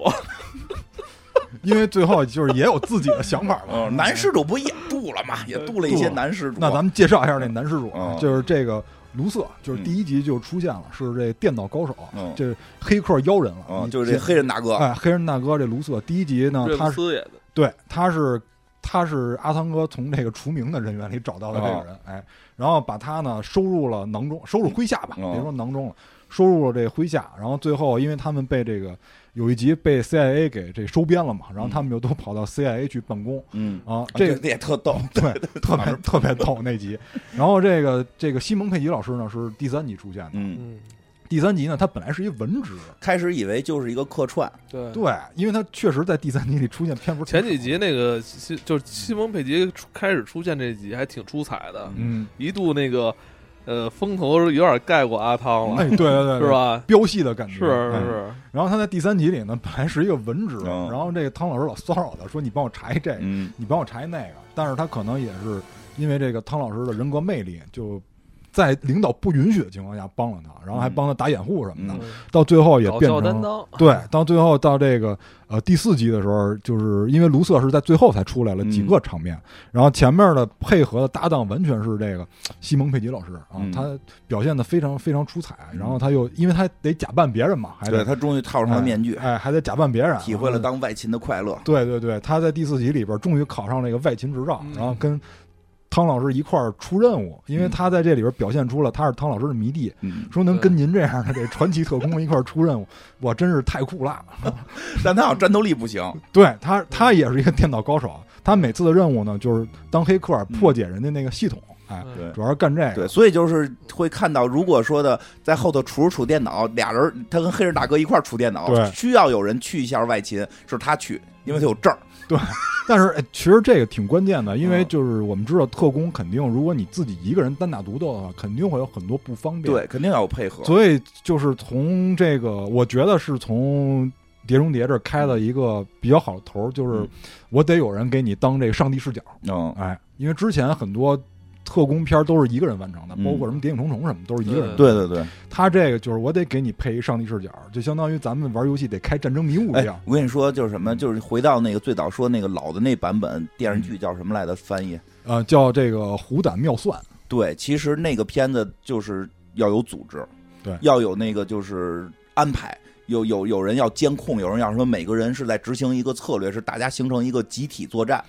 Speaker 3: 因为最后就是也有自己的想法嘛。
Speaker 2: 嗯，男施主不也度了吗？也度了一些男施主。啊
Speaker 3: 那咱们介绍一下那男施主啊
Speaker 2: 嗯，
Speaker 3: 就是这个卢瑟，就是
Speaker 2: 嗯
Speaker 3: 第一集就出现了，是这电脑高手啊
Speaker 2: 嗯，
Speaker 3: 这黑客妖人了
Speaker 2: 呃嗯，，就是这黑人大哥，
Speaker 3: 哎黑人大哥这卢瑟，第一集呢
Speaker 1: 瑞
Speaker 3: 他
Speaker 1: 姆
Speaker 3: 是
Speaker 1: 斯演的，
Speaker 3: 对他是他是阿汤哥从这个除名的人员里找到的这个
Speaker 2: 嗯
Speaker 3: 人，哎，然后把他呢收入了囊中，收入麾下吧，
Speaker 2: 哦
Speaker 3: 别说囊中了，收入了这麾下，然后最后因为他们被这个有一集被 CIA 给这收编了嘛，然后他们就都跑到 CIA 去办公
Speaker 2: 嗯，
Speaker 3: 啊，
Speaker 2: 这
Speaker 3: 这
Speaker 2: 个也特逗，
Speaker 3: 对，特别特别逗那集。然后这个这个西蒙佩吉老师呢是第三集出现的，
Speaker 2: 嗯，
Speaker 1: 嗯，
Speaker 3: 第三集呢他本来是一文职，
Speaker 2: 开始以为就是一个客串，
Speaker 1: 对。
Speaker 3: 对，因为他确实在第三集里出现篇幅挺
Speaker 4: 前
Speaker 3: 少
Speaker 4: 几集那个西就是西蒙佩吉出开始出现这集还挺出彩的，
Speaker 3: 嗯，
Speaker 4: 一度那个呃风头有点盖过阿汤了，
Speaker 3: 哎，对对对，对
Speaker 4: 是？吧？
Speaker 3: 飙戏的感觉
Speaker 4: 是
Speaker 3: 哎
Speaker 4: 是是，
Speaker 3: 然后他在第三集里呢，本来是一个文职，
Speaker 2: 嗯
Speaker 3: 然后这个汤老师老骚扰他说：“你帮我查一这个，
Speaker 2: 嗯
Speaker 3: 你帮我查一那个。”但是他可能也是因为这个汤老师的人格魅力，就在领导不允许的情况下帮了他，然后还帮他打掩护什么的，
Speaker 2: 嗯
Speaker 3: 到最后也
Speaker 4: 嗯搞
Speaker 3: 变
Speaker 4: 笑担
Speaker 3: 成了。
Speaker 4: 当，
Speaker 3: 对，到最后到这个呃第四集的时候，就是因为卢瑟是在最后才出来了
Speaker 2: 嗯
Speaker 3: 几个场面，然后前面的配合的搭档完全是这个西蒙佩吉老师啊，
Speaker 2: 嗯
Speaker 3: 他表现的非常非常出彩，然后他又因为他得假扮别人嘛，还得
Speaker 2: 对他终于套上了面具，
Speaker 3: 哎，还得假扮别人，
Speaker 2: 哎体会了
Speaker 3: 然后
Speaker 2: 当外勤的快乐。
Speaker 3: 对对对，他在第四集里边终于考上了一个外勤执照，
Speaker 4: 嗯
Speaker 3: 然后跟汤老师一块儿出任务，因为
Speaker 2: 嗯
Speaker 3: 他在这里边表现出了他是汤老师的迷弟，
Speaker 2: 嗯，
Speaker 3: 说能跟您这样的这传奇特工一块儿出任务，我真是太酷辣了。
Speaker 2: 但他好像战斗力不行，
Speaker 3: 对他，他也是一个电脑高
Speaker 2: 嗯
Speaker 3: 手，他每次的任务呢就是当黑客破解人家那个系统，哎，
Speaker 4: 嗯
Speaker 2: 对
Speaker 3: 主要是干这个。
Speaker 2: 对，所以就是会看到，如果说的在后头杵着杵电脑，俩人他跟黑人大哥一块儿杵电脑，
Speaker 3: 对
Speaker 2: 需要有人去一下外勤，是他去，因为他有证儿。
Speaker 3: 但是、哎其实这个挺关键的，因为
Speaker 2: 嗯
Speaker 3: 就是我们知道特工肯定，如果你自己一个人单打独斗的话，肯定会有很多不方便。
Speaker 2: 对，肯定要有配合。
Speaker 3: 所以就是从这个，我觉得是从《碟中谍》这儿开了一个比较好的头儿，就是
Speaker 2: 嗯
Speaker 3: 我得有人给你当这上帝视角，
Speaker 2: 嗯，
Speaker 3: 哎，因为之前很多特工片儿都是一个人完成的，
Speaker 2: 嗯
Speaker 3: 包括什么《谍影重重》什么都是一个人。
Speaker 2: 对对对，
Speaker 3: 他这个就是我得给你配一上帝视角，就相当于咱们玩游戏得开战争迷雾一样
Speaker 2: 哎，。我跟你说，就是什么，就是回到那个最早说那个老的那版本电视剧叫什么来的翻译？
Speaker 3: 呃，叫这个虎胆妙算，
Speaker 2: 对，其实那个片子就是要有组织，
Speaker 3: 对
Speaker 2: 要有那个就是安排。有有有人要监控，有人要说每个人是在执行一个策略，是大家形成一个集体作战。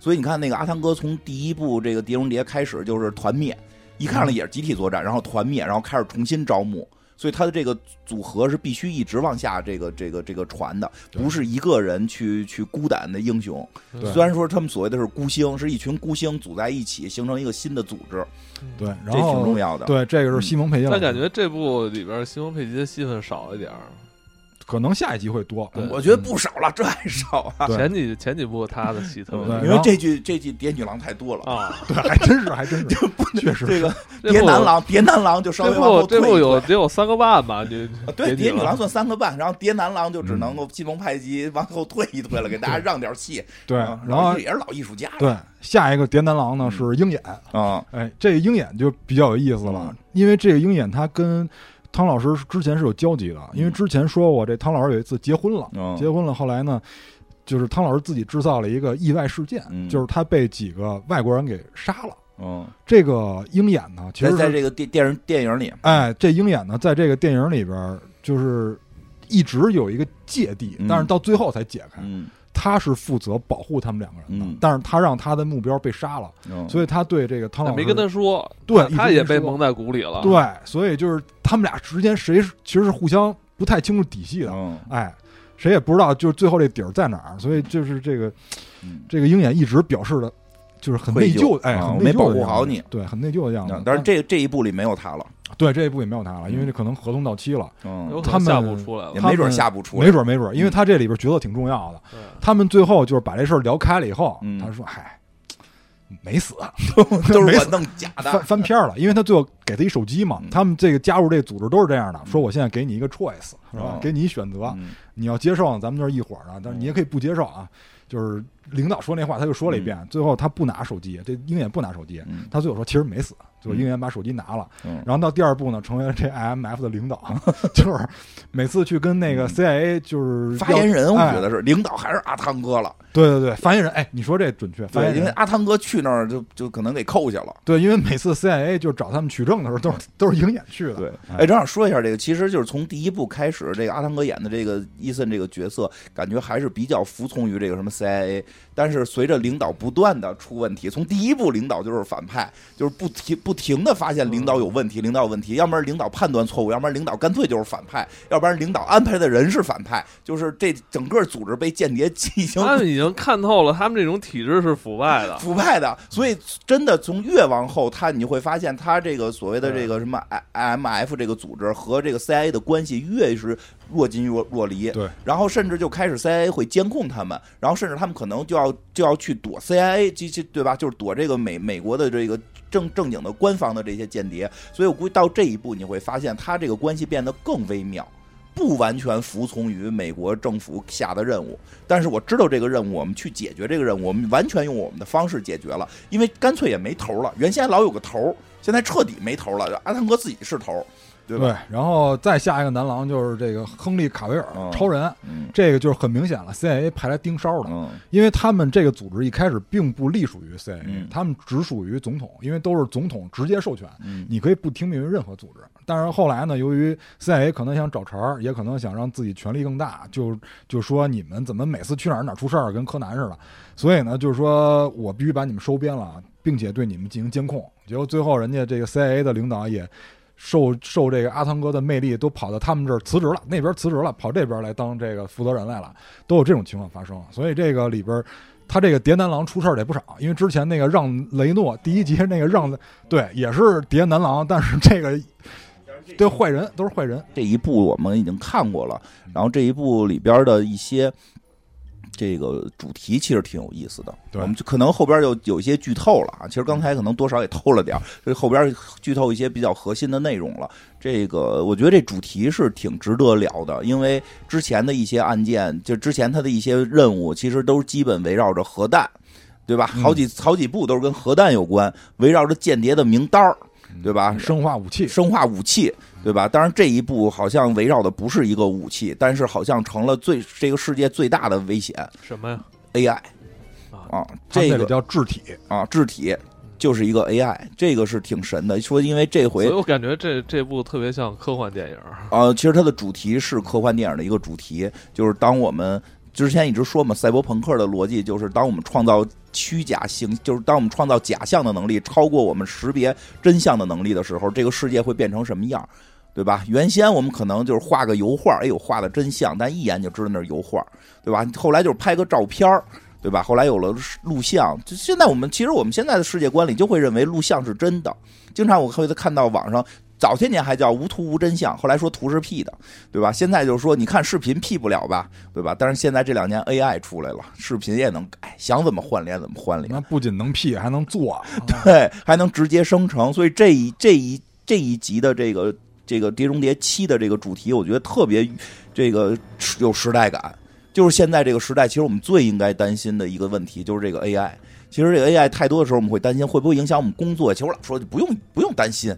Speaker 2: 所以你看，那个阿汤哥从第一部这个《碟中谍》开始就是团灭，一看上来
Speaker 3: 嗯
Speaker 2: 也是集体作战，然后团灭，然后开始重新招募。所以他的这个组合是必须一直往下这个这个这个传的，
Speaker 3: 对
Speaker 2: 不是一个人去去孤胆的英雄。
Speaker 3: 对
Speaker 2: 虽然说他们所谓的是孤星，是一群孤星组在一起形成一个新的组织，这
Speaker 3: 对，然
Speaker 2: 挺重
Speaker 3: 后
Speaker 2: 要的。
Speaker 3: 对这个是西蒙
Speaker 2: 嗯
Speaker 3: 佩吉老
Speaker 1: 但
Speaker 3: 师，
Speaker 1: 感觉这部里边西蒙佩吉的戏份少一点儿，
Speaker 3: 可能下一集会多。
Speaker 1: 对
Speaker 2: 我觉得不少了，这还少啊！
Speaker 3: 对
Speaker 1: 前几前几部他的戏特别
Speaker 3: 对
Speaker 2: 因
Speaker 3: 嗯然
Speaker 2: 为
Speaker 3: 后
Speaker 2: 这句这句谍女郎太多 了，
Speaker 1: 啊，
Speaker 3: 对，还真是还真 是，确实
Speaker 2: 这个
Speaker 1: 这
Speaker 2: 谍
Speaker 1: 部
Speaker 2: 男郎谍男郎就稍微
Speaker 1: 这
Speaker 2: 往后
Speaker 1: 部
Speaker 2: 退
Speaker 1: 这
Speaker 2: 一
Speaker 1: 部有
Speaker 2: 退。
Speaker 1: 得有三个半吧，你
Speaker 2: 啊对，谍
Speaker 1: 谍女
Speaker 2: 女郎
Speaker 1: 郎
Speaker 2: 算三个半，然后谍男郎就
Speaker 3: 嗯
Speaker 2: 只能够西蒙派吉往后退一退了，给大家让点气。
Speaker 3: 对，
Speaker 2: 啊
Speaker 3: 然后
Speaker 2: 也是老艺术家了。
Speaker 3: 对，下一个谍男郎
Speaker 2: 嗯
Speaker 3: 呢是鹰眼，
Speaker 2: 啊，
Speaker 3: 哎，这个鹰眼就比较有意思了
Speaker 2: 嗯，
Speaker 3: 因为这个鹰眼他跟汤老师之前是有交集的，因为之前说过这汤老师有一次结婚了，
Speaker 2: 嗯
Speaker 3: 结婚了，后来呢，就是汤老师自己制造了一个意外事件，
Speaker 2: 嗯
Speaker 3: 就是他被几个外国人给杀了。
Speaker 2: 嗯，
Speaker 3: 这个鹰眼呢，其
Speaker 2: 在
Speaker 3: 实是
Speaker 2: 在这个电电影电影里，
Speaker 3: 哎，这鹰眼呢，在这个电影里边儿就是一直有一个芥蒂
Speaker 2: 嗯，
Speaker 3: 但是到最后才解开，
Speaker 2: 嗯
Speaker 3: 他是负责保护他们两个人的，
Speaker 2: 嗯
Speaker 3: 但是他让他的目标被杀了。
Speaker 2: 嗯
Speaker 3: 所以他对这个汤老师
Speaker 1: 没跟他说，
Speaker 3: 嗯
Speaker 1: 啊
Speaker 3: 对
Speaker 1: 他也被蒙
Speaker 3: 蒙
Speaker 1: 在鼓里了，
Speaker 3: 对，所以就是他们俩之间谁是其实是互相不太清楚底细的，
Speaker 2: 嗯
Speaker 3: 哎，谁也不知道就是最后这底儿在哪儿，所以就是这个
Speaker 2: 嗯
Speaker 3: 这个鹰眼一直表示的，就是很
Speaker 2: 愧
Speaker 3: 内
Speaker 2: 疚
Speaker 3: 疚，哎，
Speaker 2: 啊
Speaker 3: 很
Speaker 2: 我没
Speaker 3: 内疚
Speaker 2: 保
Speaker 3: 的
Speaker 2: 护
Speaker 3: 样
Speaker 2: 好
Speaker 3: 子
Speaker 2: 你
Speaker 3: 对，很内疚的样子
Speaker 2: 嗯。但是这这一部里没有他了，
Speaker 3: 对这一步也没有他了，因为
Speaker 2: 嗯
Speaker 3: 这可能合同到期了，
Speaker 1: 有
Speaker 2: 嗯，
Speaker 1: 可能
Speaker 3: 他
Speaker 1: 下
Speaker 3: 们
Speaker 1: 部出来了
Speaker 2: 也，
Speaker 3: 他
Speaker 2: 没准
Speaker 3: 们
Speaker 2: 下不出来嗯
Speaker 3: 没。准儿没准儿，因为他这里边角色挺重要的。
Speaker 1: 对
Speaker 3: 他们最后就是把这事儿聊开了以后，
Speaker 2: 嗯
Speaker 3: 他说：“嗨，没死，啊
Speaker 2: 都是
Speaker 3: 没
Speaker 2: 我
Speaker 3: 死
Speaker 2: 弄假
Speaker 3: 翻
Speaker 2: 的。
Speaker 3: 翻篇儿了，因为他最后给他一手机嘛
Speaker 2: 嗯。
Speaker 3: 他们这个加入这个组织都是这样的，说我现在给你一个 choice，是吧
Speaker 2: 哦？
Speaker 3: 给你一选择，
Speaker 2: 嗯
Speaker 3: 你要接受啊呢，咱们就是一伙儿的；但是你也可以不接受啊。就是领导说那话，他就说了一遍。最后他不拿手机，这鹰眼不拿手机
Speaker 2: 嗯，
Speaker 3: 他最后说其实没死，就鹰眼把手机拿了，
Speaker 2: 嗯
Speaker 3: 然后到第二步呢，成为了这 IMF 的领导， 就是每次去跟那个 CIA 就是
Speaker 2: 嗯发言
Speaker 3: 要
Speaker 2: 人，我
Speaker 3: 哎
Speaker 2: 觉得是领导还是阿汤哥了，
Speaker 3: 对对对，发言人，哎，你说这准确，发言
Speaker 2: 对，因为
Speaker 3: 人。
Speaker 2: 阿汤哥去那儿就就可能给扣下了。
Speaker 3: 对，因为每次 CIA 就找他们取证的时候，都是都是鹰眼去的。
Speaker 2: 对，哎，正好说一下这个，其实就是从第一部开始，这个阿汤哥演的这个伊森这个角色，感觉还是比较服从于这个什么 CIA，但是随着领导不断的出问题，从第一部领导就是反派，就是不停不停的发现领导有问题，
Speaker 3: 嗯
Speaker 2: 领导有问题，要不然领导判断错误，要不然领导干脆就是反派，要不然领导安排的人是反派，就是这整个组织被间谍 进行
Speaker 1: 他们已经看透了，他们这种体制是腐败 的。
Speaker 2: 腐败的，所以真的从越往后，他你会发现，他这个所谓的这个什么 I M F 这个组织和这个 C I A 的关系越是若即若若离，
Speaker 3: 对，
Speaker 2: 然后甚至就开始 C I A 会监控他们，然后甚至他们可能就要就要去躲 C I A，这这对吧？就是躲这个美美国的这个正正经的官方的这些间谍，所以我估计到这一步，你会发现他这个关系变得更微妙。不完全服从于美国政府下的任务，但是我知道这个任务，我们去解决这个任务，我们完全用我们的方式解决了，因为干脆也没头了。原先老有个头，现在彻底没头了。阿汤哥自己是头，对吧？
Speaker 3: 然后再下一个男郎就是这个亨利·卡维尔，
Speaker 2: 嗯
Speaker 3: 超人，
Speaker 2: 嗯
Speaker 3: 这个就是很明显了，CIA 派来盯梢的，
Speaker 2: 嗯
Speaker 3: 因为他们这个组织一开始并不隶属于 CIA，、
Speaker 2: 嗯
Speaker 3: 他们只属于总统，因为都是总统直接授权，
Speaker 2: 嗯
Speaker 3: 你可以不听命于任何组织。但是后来呢，由于 CIA 可能想找茬儿，也可能想让自己权力更大，就就说你们怎么每次去哪儿哪儿出事儿，跟柯南似的。所以呢，就是说我必须把你们收编了，并且对你们进行监控。结果最后人家这个 CIA 的领导也。受受这个阿汤哥的魅力，都跑到他们这儿辞职了，那边辞职了，跑这边来当这个负责人来了，都有这种情况发生。所以这个里边他这个谍男郎出事儿也不少，因为之前那个让雷诺第一集那个让对也是谍男郎，但是这个对坏人都是坏人，
Speaker 2: 这一部我们已经看过了，然后这一部里边的一些这个主题其实挺有意思的，
Speaker 3: 对嗯
Speaker 2: 我们就可能后边就有一些剧透了啊。其实刚才可能多少也透了点儿，所以后边剧透一些比较核心的内容了。这个我觉得这主题是挺值得聊的，因为之前的一些案件，就之前他的一些任务，其实都基本围绕着核弹。对吧？
Speaker 3: 嗯
Speaker 2: 好几好几部都是跟核弹有关，围绕着间谍的名单儿，对
Speaker 1: 嗯
Speaker 2: 吧？
Speaker 3: 生化武器
Speaker 2: 生化武器，对吧？当然这一步好像围绕的不是一个武器，但是好像成了最这个世界最大的危险
Speaker 1: 什么呀？
Speaker 2: AI
Speaker 1: 啊
Speaker 2: 啊，
Speaker 3: 他
Speaker 2: 这
Speaker 3: 们那里
Speaker 2: 个
Speaker 3: 叫智体，
Speaker 2: 啊肢体就是一个 AI，这个是挺神的。说因为这
Speaker 1: 所
Speaker 2: 回
Speaker 1: 以我感觉这这部特别像科幻电影儿。
Speaker 2: 呃，其实它的主题是科幻电影的一个主题，就是当我们之前一直说嘛，赛博朋克的逻辑就是当我们创造虚假形，就是当我们创造假象的能力超过我们识别真相的能力的时候，这个世界会变成什么样？对吧？原先我们可能就是画个油画，哎呦，画的真像，但一眼就知道那是油画，对吧？后来就是拍个照片儿，对吧？后来有了录像，就现在我们其实我们现在的世界观里就会认为录像是真的。经常我会看到网上早些年还叫无图无真相，后来说图是 P 的，对吧？现在就是说，你看视频 P 不了吧，对吧？但是现在这两年 AI 出来了，视频也能改，想怎么换脸怎么换脸，
Speaker 3: 那不仅能 P 还能做，
Speaker 2: 对，还能直接生成。所以这一这一这一集的这个这个《碟中谍七》的这个主题，我觉得特别这个有时代感。就是现在这个时代，其实我们最应该担心的一个问题就是这个 AI。其实这个 AI 太多的时候，我们会担心会不会影响我们工作。其实我老说不用不用担心，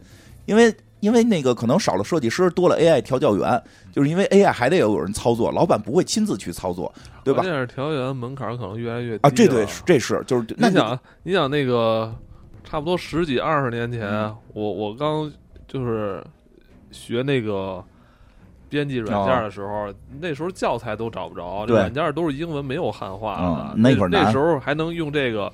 Speaker 2: 因为因为那个可能少了设计师，多了 AI 调教员，就是因为 AI 还得有人操作，老板不会亲自去操作，对吧
Speaker 1: 关？键是调研门槛儿可能越来越低
Speaker 2: 啊，这对
Speaker 1: 了
Speaker 2: 这是就是那
Speaker 1: 你想，啊你想那个差不多十几二十年前，
Speaker 2: 嗯
Speaker 1: 我我刚就是学那个编辑软件的时候，那时候教材都找不着，这
Speaker 2: 哦对
Speaker 1: 软件都是英文，没有汉化的
Speaker 2: 嗯。
Speaker 1: 那
Speaker 2: 那会儿难
Speaker 1: 那时候还能用这个。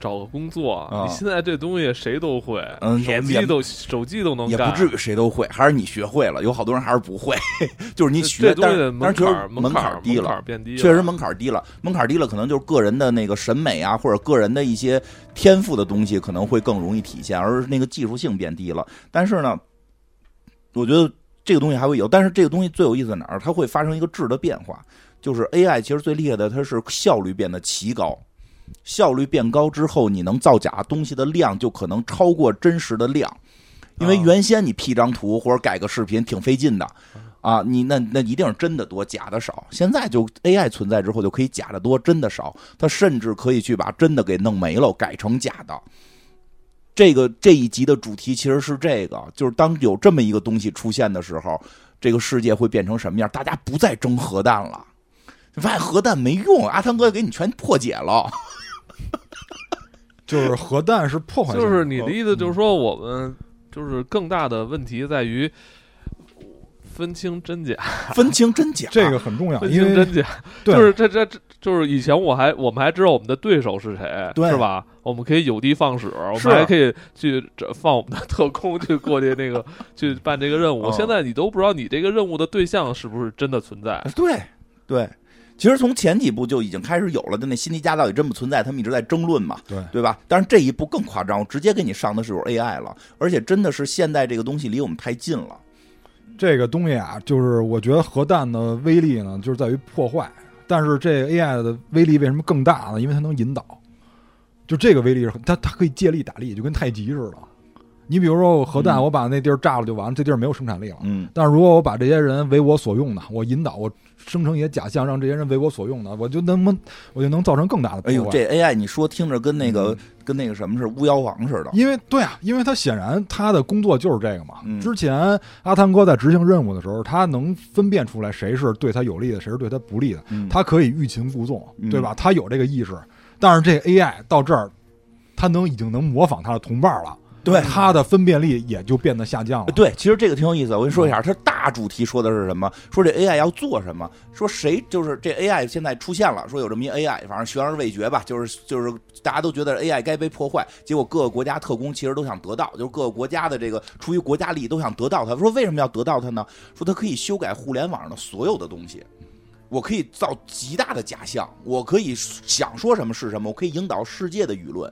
Speaker 1: 找个工作，
Speaker 2: 嗯
Speaker 1: 你现在这东西谁都会，
Speaker 2: 嗯
Speaker 1: 手
Speaker 2: 也也
Speaker 1: 机都手机都能
Speaker 2: 也
Speaker 1: 干，
Speaker 2: 不至于谁都会，还是你学会了，有好多人还是不会， 就是你学
Speaker 1: 这，东
Speaker 2: 但
Speaker 1: 西
Speaker 2: 是
Speaker 1: 的门
Speaker 2: 但是确
Speaker 1: 槛
Speaker 2: 实
Speaker 1: 儿
Speaker 2: 门
Speaker 1: 槛
Speaker 2: 槛
Speaker 1: 儿
Speaker 2: 儿低
Speaker 1: 门槛
Speaker 2: 了
Speaker 1: 儿。变低了，
Speaker 2: 确实门槛儿低了，门槛儿低了，可能就是个人的那个审美啊，或者个人的一些天赋的东西，可能会更容易体现，而那个技术性变低了。但是呢，我觉得这个东西还会有，但是这个东西最有意思在哪儿？它会发生一个质的变化，就是 AI 其实最厉害的，它是效率变得奇高。效率变高之后，你能造假东西的量就可能超过真实的量，因为
Speaker 1: 啊
Speaker 2: 原先你 P 张图或者改个视频挺费劲的，啊，你那那一定是真的多，假的少。现在就 AI 存在之后，就可以假的多，真的少。它甚至可以去把真的给弄没了，改成假的。这个这一集的主题其实是这个，就是当有这么一个东西出现的时候，这个世界会变成什么样？大家不再争核弹了，发现核弹没用，阿汤哥给你全破解 了。
Speaker 3: 就是核弹是破坏性
Speaker 1: 就
Speaker 3: 的，
Speaker 1: 是你的意思就是说，我们就是更大的问题在于分清真假，
Speaker 2: 分清真假。
Speaker 3: 这个很重要，
Speaker 1: 分
Speaker 3: 因
Speaker 1: 清
Speaker 3: 为
Speaker 1: 真假，
Speaker 3: 对
Speaker 1: 啊就是这这这就是以前我还我们还知道我们的对手是谁，
Speaker 2: 对
Speaker 1: 是吧？我们可以有的放矢，我们
Speaker 2: 是
Speaker 1: 还可以去这放我们的特工去过去那个 去办这个任务。
Speaker 2: 嗯
Speaker 1: 现在你都不知道你这个任务的对象是不是真的存在，
Speaker 2: 啊对对，其实从前几部就已经开始有了的那辛迪加到底真不存在，他们一直在争论嘛，
Speaker 3: 对
Speaker 2: 对吧？但是这一步更夸张，我直接给你上的是有 AI 了，而且真的是现在这个东西离我们太近了。
Speaker 3: 啊这个东西啊，就是我觉得核弹的威力呢，就是在于破坏，但是这 AI 的威力为什么更大呢？因为它能引导，就这个威力是很它它可以借力打力，就跟太极似的。你比如说我核弹，
Speaker 2: 嗯
Speaker 3: 我把那地儿炸了就完了，这地儿没有生产力了。
Speaker 2: 嗯，
Speaker 3: 但是如果我把这些人为我所用呢，我引导我生成一些假象，让这些人为我所用呢，我就能不我就能造成更大的破
Speaker 2: 哎
Speaker 3: 坏。
Speaker 2: 呦，这 AI 你说听着跟那
Speaker 3: 嗯
Speaker 2: 个、跟那个什么似的，巫妖王似的。
Speaker 3: 因为对啊，因为他显然他的工作就是这个嘛。
Speaker 2: 嗯
Speaker 3: 之前阿汤哥在执行任务的时候，他能分辨出来谁是对他有利的，谁是对他不利的，
Speaker 2: 嗯
Speaker 3: 他可以欲擒故纵，
Speaker 2: 嗯
Speaker 3: 对吧？他有这个意识，但是这 AI 到这儿，他能已经能模仿他的同伴了，
Speaker 2: 对
Speaker 3: 他的分辨力也就变得下降了。
Speaker 2: 哎对，其实这个挺有意思。我跟你说一下，它大主题说的是什么？说这 AI 要做什么？说谁就是这 AI 现在出现了，说有这么一 AI，反正悬而未决吧。就是就是大家都觉得 AI 该被破坏，结果各个国家特工其实都想得到，就是各个国家的这个出于国家利益都想得到它。说为什么要得到它呢？说它可以修改互联网上的所有的东西。我可以造极大的假象，我可以想说什么是什么，我可以引导世界的舆论。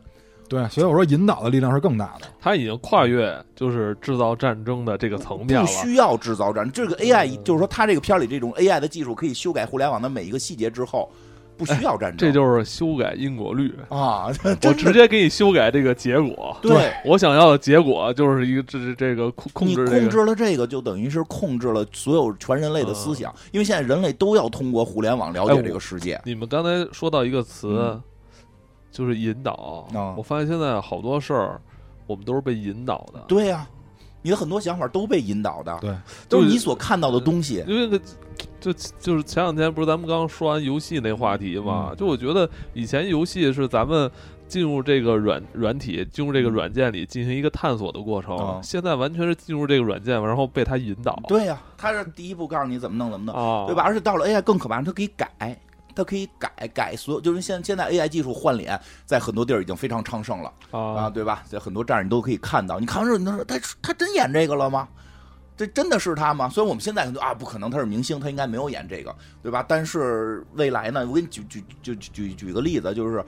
Speaker 3: 对，所以我说引导的力量是更大的。
Speaker 1: 它已经跨越就是制造战争的这个层面
Speaker 2: 不
Speaker 1: 了。嗯
Speaker 2: 需要制造战。这个 AI 就是说，它这个片儿里这种 AI 的技术可以修改互联网的每一个细节之后，不需要战争。
Speaker 1: 哎这就是修改因果律，
Speaker 2: 啊，
Speaker 1: 我
Speaker 2: 真
Speaker 1: 直
Speaker 2: 是
Speaker 1: 接给你修改这个结果。
Speaker 2: 对。
Speaker 1: 我想要的结果就是一个这这这个控控
Speaker 2: 你
Speaker 1: 制这
Speaker 2: 控
Speaker 1: 个，
Speaker 2: 制了这个，就等于是控制了所有全人类的思想，因为现在人类都要通过互联网了
Speaker 1: 嗯哎
Speaker 2: 解
Speaker 1: 我
Speaker 2: 这个世界。
Speaker 1: 你们刚才说到一个词，
Speaker 2: 嗯
Speaker 1: 就是引导。
Speaker 2: 啊
Speaker 1: 我发现现在好多事儿，我们都是被引导的。
Speaker 2: 对呀、你的很多想法都被引导的，
Speaker 3: 对，
Speaker 2: 都
Speaker 1: 就
Speaker 2: 是
Speaker 1: 是
Speaker 2: 你所看到的东西。
Speaker 1: 因为个就就是前两天不是咱们刚说完游戏那话题嘛？
Speaker 2: 嗯
Speaker 1: 就我觉得以前游戏是咱们进入这个软软体，进入这个软件里进行一个探索的过程，
Speaker 2: 啊
Speaker 1: 现在完全是进入这个软件，然后被它引导。
Speaker 2: 对呀、他是第一步告诉你怎么弄，怎么弄。
Speaker 1: 啊，
Speaker 2: 对吧？？而且到了 AI 更可怕，它可以改，它可以改改所有，就是现现在 AI 技术换脸，在很多地儿已经非常昌盛了啊，
Speaker 1: 啊，
Speaker 2: 对吧？在很多站你都可以看到，你看完之后你都说他他真演这个了吗？这真的是他吗？所以我们现在很多啊，不可能，他是明星，他应该没有演这个，对吧？但是未来呢？我给你举举举举举举个例子，就是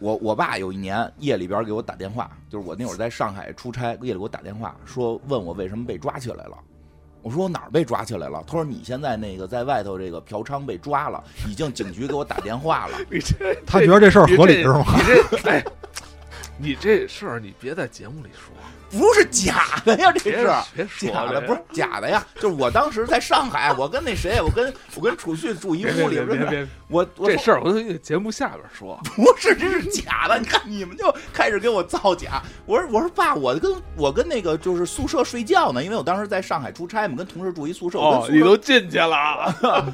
Speaker 2: 我我爸有一年夜里边给我打电话，就是我那会儿在上海出差，夜里给我打电话说问我为什么被抓起来了。我说我哪儿被抓起来了？他说你现在那个在外头这个嫖娼被抓了，已经警局给我打电话了。
Speaker 1: 你 这
Speaker 3: 他觉得这事儿合理是吗？
Speaker 1: 你这哎，你这事儿你别在节目里说，
Speaker 2: 不是假的呀， 这
Speaker 1: 别
Speaker 2: 是。
Speaker 1: 别说
Speaker 2: 假
Speaker 1: 这
Speaker 2: 的不是假的呀， 就是我当时在上海，我跟那谁，我跟我跟楚旭住一
Speaker 1: 别别
Speaker 2: 屋里，
Speaker 1: 别
Speaker 2: 真
Speaker 1: 别
Speaker 2: 的，
Speaker 1: 别，
Speaker 2: 我我
Speaker 1: 这
Speaker 2: 说
Speaker 1: 事儿我在节目下边 说。
Speaker 2: 不是，这是假的。你 看你们就开始给我造假。我说我说爸，我跟我跟那个就是宿舍睡觉呢，因为我当时在上海出差嘛，跟同事住一宿舍，我跟
Speaker 1: 哦，
Speaker 2: 宿舍
Speaker 1: 你都进去了啊，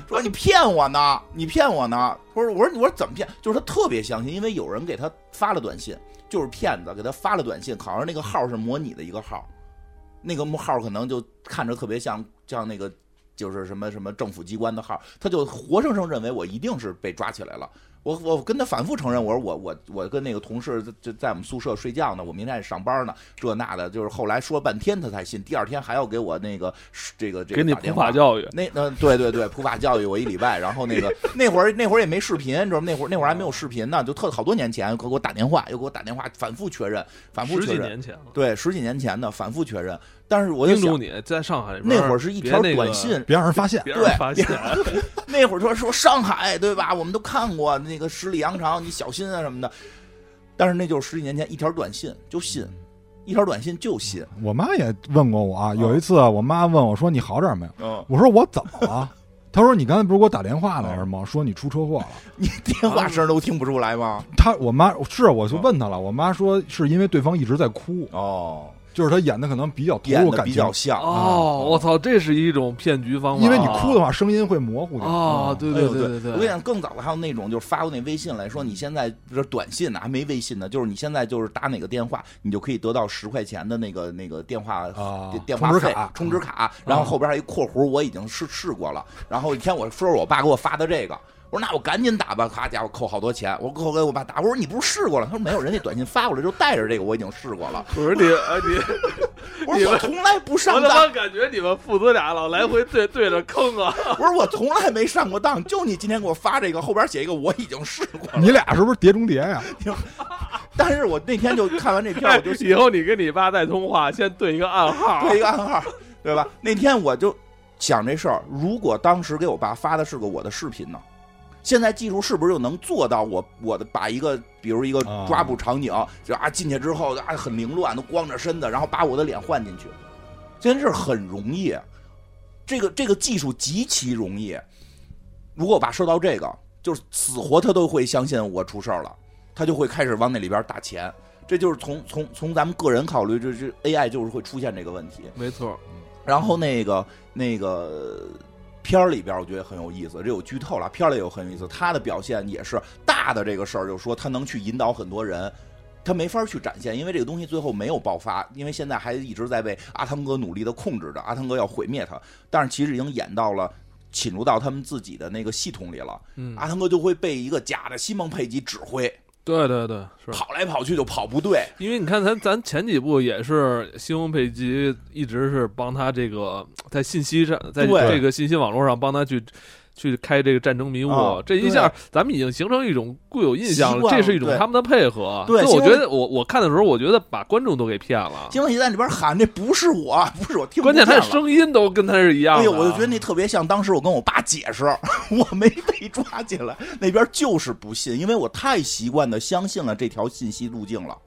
Speaker 2: 说你骗我呢，你骗我呢。他说我说你我说怎么骗？就是他特别相信，因为有人给他发了短信，就是骗子给他发了短信，好像那个号是模拟的一个号，那个号可能就看着特别像像那个就是什么什么政府机关的号，他就活生生认为我一定是被抓起来了。我我跟他反复承认，我说我我我跟那个同事在就在我们宿舍睡觉呢，我明天还上班呢，这那的，就是后来说半天他才信，第二天还要给我那个这个这个
Speaker 1: 给你
Speaker 2: 打电
Speaker 1: 普
Speaker 2: 话
Speaker 1: 法教 育。
Speaker 2: 那嗯、对对对，普法教育我一礼拜，然后那 个那会儿那会儿也没视频，你知道吗？那会儿那会儿还没有视频呢，就特好多年前，给我打电话，又给我打电话，反复确认，反复
Speaker 1: 十
Speaker 2: 确
Speaker 1: 几
Speaker 2: 认，
Speaker 1: 年前了，
Speaker 2: 对，十几年前的反复确认。但是我就
Speaker 1: 叮
Speaker 2: 想
Speaker 1: 嘱，你在上海
Speaker 2: 那会儿是一条
Speaker 1: 别那个
Speaker 2: 短信，
Speaker 3: 别让人发现。
Speaker 1: 别
Speaker 2: 对
Speaker 1: 人 发现，
Speaker 2: 那会儿说说上海对吧？我们都看过那个十里洋场，你小心啊什么的。但是那就是十几年前一条短信就信，一条短信就信，
Speaker 3: 啊
Speaker 1: 哦
Speaker 3: 我妈也问过我啊，有一次我妈问我说：“你好点儿没有？”
Speaker 2: 嗯，
Speaker 3: 我说我怎么了？他说：“你刚才不是给我打电话来着吗？说你出车祸了。
Speaker 1: 啊
Speaker 2: 你电话声都听不出来吗？”
Speaker 3: 他我妈是，我就问他了，我妈说是因为对方一直在哭，
Speaker 2: 哦，
Speaker 3: 就是他演的可能比较投
Speaker 2: 演
Speaker 3: 入
Speaker 2: 的
Speaker 3: 感
Speaker 2: 比
Speaker 3: 情
Speaker 2: 较，像，
Speaker 1: 哦，我操，这是一种骗局方法，啊
Speaker 3: 因为你哭的话声音会模糊掉。
Speaker 1: 哦，
Speaker 3: 嗯
Speaker 1: 对
Speaker 2: 哎呦
Speaker 1: 对
Speaker 2: 对
Speaker 1: 对
Speaker 2: 我跟你讲，更早的还有那种就是发过那微信来说，你现在就是短信呢，还没微信呢，就是你现在就是打哪个电话，你就可以得到十块钱的那个 那个电话、
Speaker 3: 啊
Speaker 2: 电电话
Speaker 3: 充值
Speaker 2: 费
Speaker 3: 卡
Speaker 2: 充值卡，啊然后后边还有一括弧，我已经试试过了。然后一天我说是我爸给我发的这个。我说那我赶紧打吧，咔家伙扣好多钱，我扣给我爸打。我说你不是试过了？他说没有，人家短信发过来就带着这个，我已经试过了。
Speaker 1: 不是你啊你，
Speaker 2: 我说我从来不上
Speaker 1: 我
Speaker 2: 当
Speaker 1: 他，妈感觉你们父子俩老来回对对着坑啊！
Speaker 2: 不是我从来没上过当，就你今天给我发这个，后边写一个我已经试过了。
Speaker 3: 啊你俩是不是碟中谍呀？
Speaker 2: 但是我那天就看完这片儿，我就
Speaker 1: 哎以后你跟你爸再通话，先对一个暗号，
Speaker 2: 对一个暗号，对吧？那天我就想这事儿，如果当时给我爸发的是个我的视频呢，现在技术是不是就能做到我我的把一个比如一个
Speaker 3: 啊
Speaker 2: 抓捕场景，就啊进去之后啊很凌乱，都光着身子，然后把我的脸换进去，这件事儿很容易，这个这个技术极其容易。如果我爸收到这个，就是死活他都会相信我出事儿了，他就会开始往那里边打钱。这就是从从从咱们个人考虑，这这 AI 就是会出现这个问题。
Speaker 1: 没错，
Speaker 2: 然后那个那个片儿里边，我觉得很有意思，这有剧透了。片儿里有很有意思，他的表现也是大的这个事儿，就是说他能去引导很多人。他没法去展现，因为这个东西最后没有爆发，因为现在还一直在被阿汤哥努力的控制着，阿汤哥要毁灭他，但是其实已经演到了侵入到他们自己的那个系统里了，
Speaker 1: 嗯，
Speaker 2: 阿汤哥就会被一个假的西蒙佩吉指挥，
Speaker 1: 对对对，是。
Speaker 2: 跑来跑去就跑不对，
Speaker 1: 因为你看咱，咱前几部也是西蒙佩吉一直是帮他这个在信息上，在
Speaker 2: 对
Speaker 1: 这个信息网络上帮他去去开这个战争迷雾，
Speaker 2: 啊
Speaker 1: 这一下咱们已经形成一种固有印象
Speaker 2: 习
Speaker 1: 了，
Speaker 2: 惯了
Speaker 1: 这是一种
Speaker 2: 对
Speaker 1: 他们的配合。
Speaker 2: 对
Speaker 1: 所以我
Speaker 2: 西蒙
Speaker 1: 觉得我我看的时候，我觉得把观众都给骗了，
Speaker 2: 西蒙佩吉在里边喊这不是我，不是我听不
Speaker 1: 关
Speaker 2: 见
Speaker 1: 键他的
Speaker 2: 了。
Speaker 1: 声音都跟他是一样的。啊
Speaker 2: 哎呦，我就觉得那特别像当时我跟我爸解释， 我没被抓进来，那边就是不信，因为我太习惯的相信了这条信息路径了，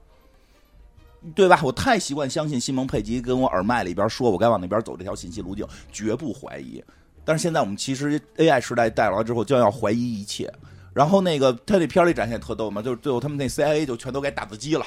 Speaker 2: 对吧？我太习惯相信西蒙佩吉跟我耳麦里边说我该往那边走这条信息路径，绝不怀疑。但是现在我们其实 AI 时代带来之后，就要怀疑一切。然后那个他那片儿里展现也特逗嘛，就是最后他们那 CIA 就全都改打字机了。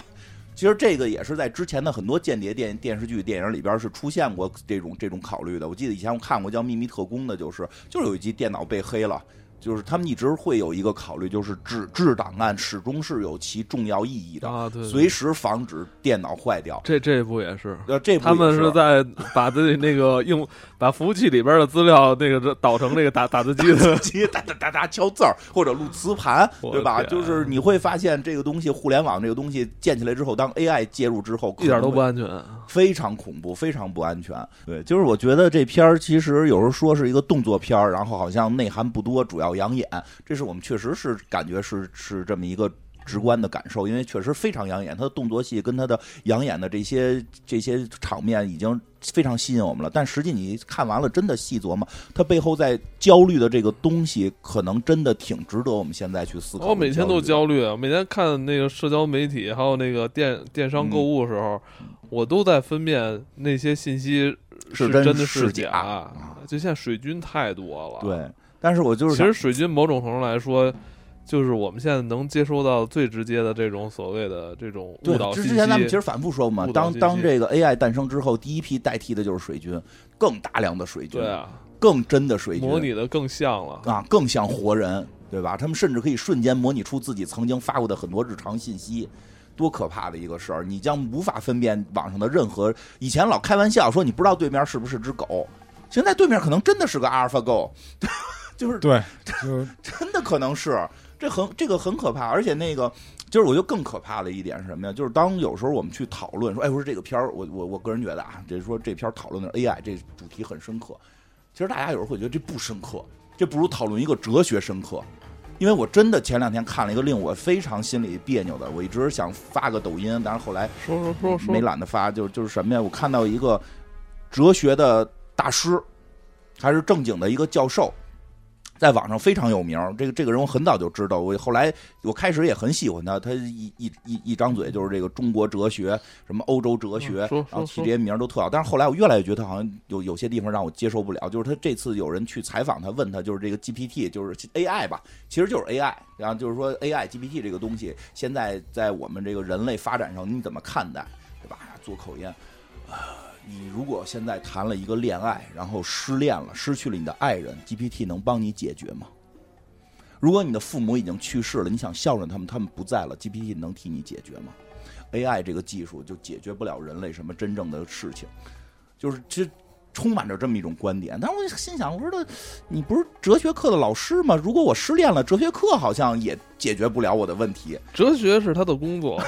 Speaker 2: 其实这个也是在之前的很多间谍电电视剧、电影里边是出现过这种这种考虑的。我记得以前我看过叫《秘密特工》的，就是就是有一集电脑被黑了，就是他们一直会有一个考虑，就是制制档案始终是有其重要意义的，
Speaker 1: 啊，对，对
Speaker 2: 随时防止电脑坏掉。
Speaker 1: 这这一部也是。
Speaker 2: 呃，这部
Speaker 1: 他们
Speaker 2: 也
Speaker 1: 是在把自己那个用把服务器里边的资料那个导成那个打打字机 的
Speaker 2: 机哒哒哒哒敲字儿或者录磁盘，
Speaker 1: 我
Speaker 2: 对吧？
Speaker 1: 天啊
Speaker 2: 就是你会发现这个东西，互联网这个东西建起来之后，当 AI 介入之后，
Speaker 1: 一点都不
Speaker 2: 安，
Speaker 1: 安全。
Speaker 2: 非常恐怖，非常不安全。对，就是我觉得这片儿其实有时候说是一个动作片儿，然后好像内涵不多，主要养眼，这是我们确实是感觉是是这么一个。直观的感受，因为确实非常养眼，它的动作戏跟它的养眼的这些这些场面已经非常吸引我们了。但实际你看完了，真的细琢磨，它背后在焦虑的这个东西，可能真的挺值得我们现在去思考。
Speaker 1: 哦我每天都
Speaker 2: 焦虑
Speaker 1: 焦虑，啊每天看那个社交媒体，还有那个电电商
Speaker 2: 嗯
Speaker 1: 购物的时候，我都在分辨那些信息
Speaker 2: 是
Speaker 1: 真
Speaker 2: 真
Speaker 1: 的
Speaker 2: 是假
Speaker 1: 假。就现在水军太多了，
Speaker 2: 的。，对，但是我就是
Speaker 1: 其
Speaker 2: 想
Speaker 1: 实水军某种程度来说。就是我们现在能接收到最直接的这种所谓的这种误
Speaker 2: 对
Speaker 1: 导，信
Speaker 2: 之
Speaker 1: 息。
Speaker 2: 之前咱们其实反复说过
Speaker 1: 误，
Speaker 2: 嘛
Speaker 1: 导
Speaker 2: 当
Speaker 1: 信息
Speaker 2: 当这个 AI 诞生之后，第一批代替的就是水军，更大量的水军
Speaker 1: 对，啊，
Speaker 2: 更真的水军，
Speaker 1: 模拟的更像了。
Speaker 2: 啊，更像活人，对吧？他们甚至可以瞬间模拟出自己曾经发过的很多日常信息，多可怕的一个事儿！你将无法分辨网上的任何。以前老开玩笑说你不知道对面是不是只狗，现在对面可能真的是个阿尔法狗， 就是
Speaker 3: 对，就是
Speaker 2: 真的可能是，这很这个很可怕，而且那个就是我觉得更可怕的一点是什么呀？就是当有时候我们去讨论说，哎，我说这个片儿，我我我个人觉得啊，这说这片儿讨论的 AI 这主题很深刻，其实大家有时候会觉得这不深刻，这不如讨论一个哲学深刻。因为我真的前两天看了一个令我非常心里别扭的，我一直想发个抖音，但是后来
Speaker 1: 说说说说，
Speaker 2: 没懒得发，就就是什么呀？我看到一个哲学的大师，还是正经的一个教授，在网上非常有名儿。这个这个人我很早就知道，我后来我开始也很喜欢他，他一一一一张嘴就是这个中国哲学，什么欧洲哲学，
Speaker 1: 嗯说说
Speaker 2: 然后起
Speaker 1: 说
Speaker 2: 这些名儿都特好。但是后来我越来越觉得他好像有有些地方让我接受不了，就是他这次有人去采访他，问他就是这个 GPT 就是 AI 吧，其实就是 AI，然后就是说 AI GPT 这个东西现在在我们这个人类发展上你怎么看待，对吧？做口音。你如果现在谈了一个恋爱，然后失恋了，失去了你的爱人，GPT 能帮你解决吗？如果你的父母已经去世了，你想孝顺他们，他们不在了，GPT 能替你解决吗？AI 这个技术就解决不了人类什么真正的事情，就是这充满着这么一种观点。但是我心想，我说的你不是哲学课的老师吗？如果我失恋了，哲学课好像也解决不了我的问题。
Speaker 1: 哲学是他的工 作，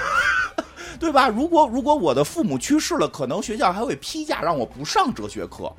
Speaker 2: 对吧？如果如果我的父母去世了，可能学校还会批假让我不上哲学课，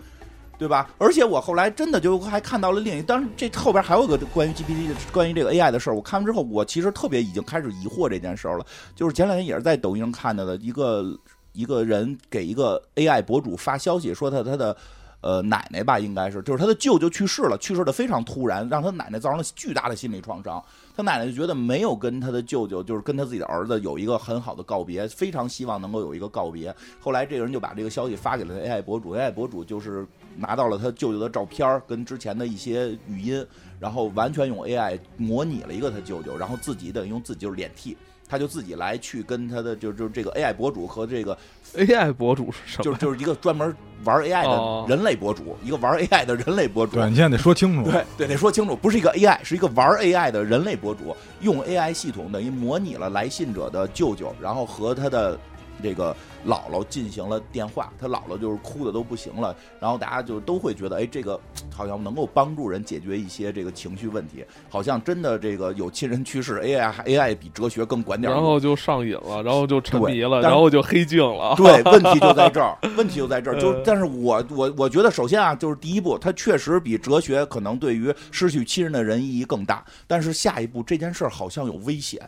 Speaker 2: 对吧？而且我后来真的就还看到了另一，当然这后边还有个关于 GPT 的、关于这个 AI 的事儿。我看完之后，我其实特别已经开始疑惑这件事儿了。就是前两天也是在抖音上看到的一个一个人给一个 AI 博主发消息，说他他的。呃，奶奶吧，应该是，就是他的舅舅去世了，去世的非常突然，让他奶奶造成了巨大的心理创伤。他奶奶就觉得没有跟他的舅舅，就是跟他自己的儿子有一个很好的告别，非常希望能够有一个告别。后来这个人就把这个消息发给了 AI 博主，AI 博主就是拿到了他舅舅的照片儿跟之前的一些语音，然后完全用 AI 模拟了一个他舅舅，然后自己的用自己就是脸替。他就自己来去跟他的就就这个 AI 博主和这个
Speaker 1: AI 博主是什么？
Speaker 2: 就是就是一个专门玩 AI
Speaker 1: 哦
Speaker 2: 的人类博主，一个玩 AI 的人类博主，
Speaker 3: 对，你现在得说清楚。
Speaker 2: 对对，得说清楚，不是一个 AI，是一个玩 AI 的人类博主，用 AI 系统等于模拟了来信者的舅舅，然后和他的这个姥姥进行了电话，他姥姥就是哭的都不行了，然后大家就都会觉得，哎，这个好像能够帮助人解决一些这个情绪问题，好像真的这个有亲人去世，AI 还 AI 比哲学更管点儿
Speaker 1: 然
Speaker 2: 用。
Speaker 1: 后就上瘾了，然后就沉迷
Speaker 2: 对
Speaker 1: 了，
Speaker 2: 但
Speaker 1: 然后就黑镜了。
Speaker 2: 对，问题就在这儿，问题就在这儿。就是
Speaker 1: 呃，
Speaker 2: 但是我我我觉得，首先啊，就是第一步，它确实比哲学可能对于失去亲人的人意义更大。但是下一步这件事儿好像有危险，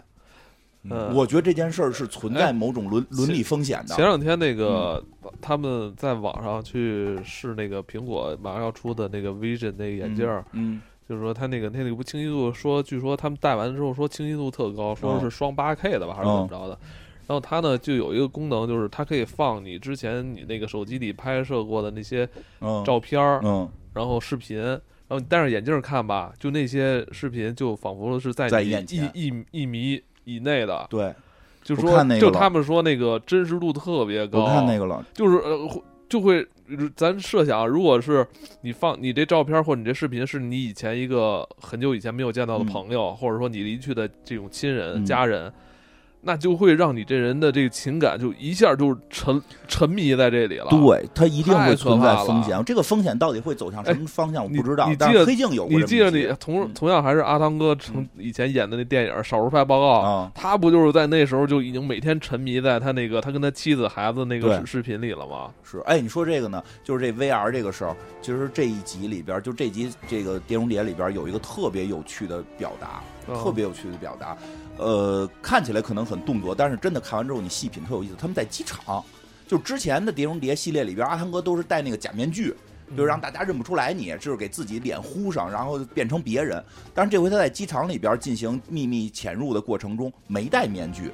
Speaker 1: 嗯，
Speaker 2: 我觉得这件事儿是存在
Speaker 1: 哎
Speaker 2: 某种伦伦理风险
Speaker 1: 前
Speaker 2: 的。
Speaker 1: 两天那个
Speaker 2: 嗯
Speaker 1: 他们在网上去试那个苹果马上要出的那个 Vision 那个眼镜儿，
Speaker 2: 嗯，
Speaker 1: 就是说它那个它那个不清晰度说，据说他们戴完之后说清晰度特
Speaker 2: 嗯
Speaker 1: 高，说是双八 K 的吧，还是怎么着的。然后它呢就有一个功能，就是它可以放你之前你那个手机里拍摄过的那些
Speaker 2: 嗯，
Speaker 1: 照片儿，
Speaker 2: 嗯，
Speaker 1: 然后视频，然后你戴上眼镜看吧，就那些视频就仿佛是在
Speaker 2: 在
Speaker 1: 你
Speaker 2: 眼前
Speaker 1: 一一一米以内的，
Speaker 2: 对，
Speaker 1: 就
Speaker 2: 我
Speaker 1: 说
Speaker 2: 看那个
Speaker 1: 就
Speaker 2: 了
Speaker 1: 他们说那个真实度特别高，
Speaker 2: 我看那个了，
Speaker 1: 就是呃会就会。咱设想，啊如果是你放你这照片或者你这视频是你以前一个很久以前没有见到的
Speaker 2: 嗯
Speaker 1: 朋友，或者说你离去的这种亲人、
Speaker 2: 嗯
Speaker 1: 家人，那就会让你这人的这个情感就一下就沉沉迷在这里了。，
Speaker 2: 对，它一定
Speaker 1: 太
Speaker 2: 会
Speaker 1: 可
Speaker 2: 存在
Speaker 1: 怕
Speaker 2: 风
Speaker 1: 了哎
Speaker 2: 险。这个风险到底会走向什么方向，我
Speaker 1: 你
Speaker 2: 不知道
Speaker 1: 你。
Speaker 2: 但
Speaker 1: 记
Speaker 2: 是
Speaker 1: 得
Speaker 2: 黑镜有过
Speaker 1: 你
Speaker 2: 这么
Speaker 1: 记
Speaker 2: 一
Speaker 1: 着
Speaker 2: 集
Speaker 1: 你同
Speaker 2: 嗯
Speaker 1: 同样还是阿汤哥成以前演的那电影《少数派报告》
Speaker 2: 啊，
Speaker 1: 他不就是在那时候就已经每天沉迷在他那个他跟他妻子孩子那
Speaker 2: 对
Speaker 1: 个视视频里了吗？
Speaker 2: 是，哎，你说这个呢，就是这 VR 这个事儿，其实这一集里边儿，就这集这个《碟中谍》里边儿有一个特别有趣的表达，特
Speaker 1: 嗯
Speaker 2: 别有趣的表达，呃，看起来可能很动作，但是真的看完之后你细品特有意思。他们在机场，就之前的《碟中谍》系列里边儿，阿汤哥都是戴那个假面具，
Speaker 1: 嗯
Speaker 2: 就是让大家认不出来你，就是给自己脸糊上，然后变成别人。但是这回他在机场里边进行秘密潜入的过程中没戴面具，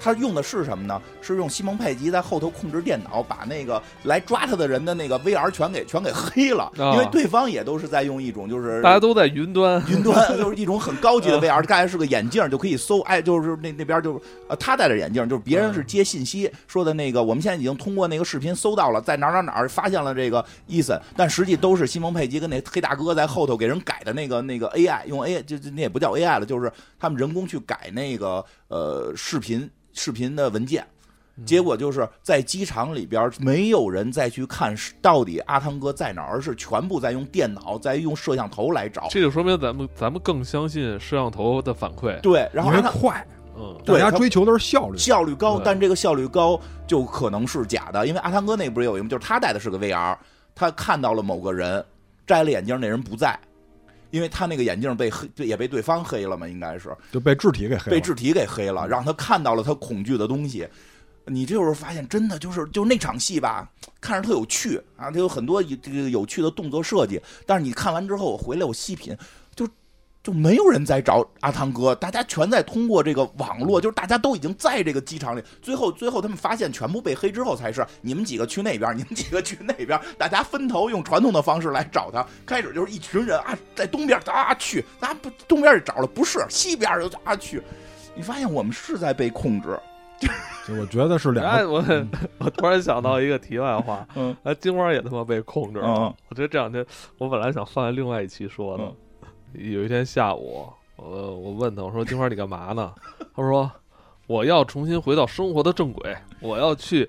Speaker 2: 他用的是什么呢？是用西蒙佩吉在后头控制电脑，把那个来抓他的人的那个 VR 全给全给黑了，
Speaker 1: 啊
Speaker 2: 因为对方也都是在用一种就是
Speaker 1: 大家都在云端，
Speaker 2: 云端就是一种很高级的 VR，戴上是个眼镜就可以搜，哎，就是那那边就是呃，他戴着眼镜，就是别人是接信息说的那个，我们现在已经通过那个视频搜到了，在哪儿哪儿哪儿发现了这个伊森，但实际都是西蒙佩吉跟那黑大哥在后头给人改的那个那个 AI，用 AI 就就那也不叫 AI 了，就是他们人工去改那个呃视频视频的文件。结果就是在机场里边，没有人再去看是到底阿汤哥在哪儿，而是全部在用电脑、在用摄像头来找。
Speaker 1: 这就说明咱们咱们更相信摄像头的反馈。
Speaker 2: 对，然后
Speaker 3: 因为
Speaker 2: 阿汤
Speaker 3: 快，
Speaker 1: 嗯，
Speaker 2: 对
Speaker 3: 大
Speaker 2: 他
Speaker 3: 家追求的是效率。
Speaker 2: 效率高，
Speaker 1: 对
Speaker 2: 但这个效率高就可能是假的，因为阿汤哥那不是有一幕，就是他戴的是个 VR，他看到了某个人，摘了眼镜，那人不在。因为他那个眼镜被黑，对也被对方黑了嘛，应该是
Speaker 3: 就被肢体给黑
Speaker 2: 被
Speaker 3: 了。嗯
Speaker 2: 智体给黑了，让他看到了他恐惧的东西。你这就是发现，真的就是就那场戏吧，看着特有趣啊，它有很多有这个有趣的动作设计。但是你看完之后我回来，我细品，就没有人在找阿汤哥，大家全在通过这个网络，就是大家都已经在这个机场里。最后，最后他们发现全部被黑之后，才是你们几个去那边，你们几个去那边，大家分头用传统的方式来找他。开始就是一群人啊，在东边啊去，啊不东边也找了，不是西边又啊去。你发现我们是在被控制，
Speaker 3: 就我觉得是两
Speaker 1: 哎，
Speaker 3: 个，
Speaker 1: 我我突然想到一个题外话，
Speaker 2: 嗯
Speaker 1: 哎，金花也他妈被控制了。
Speaker 2: 嗯
Speaker 1: 我觉得这两天，我本来想放在另外一期说的。
Speaker 2: 嗯
Speaker 1: 有一天下午，呃，我问他，我说：“金花，你干嘛呢？”他说：“我要重新回到生活的正轨，我要去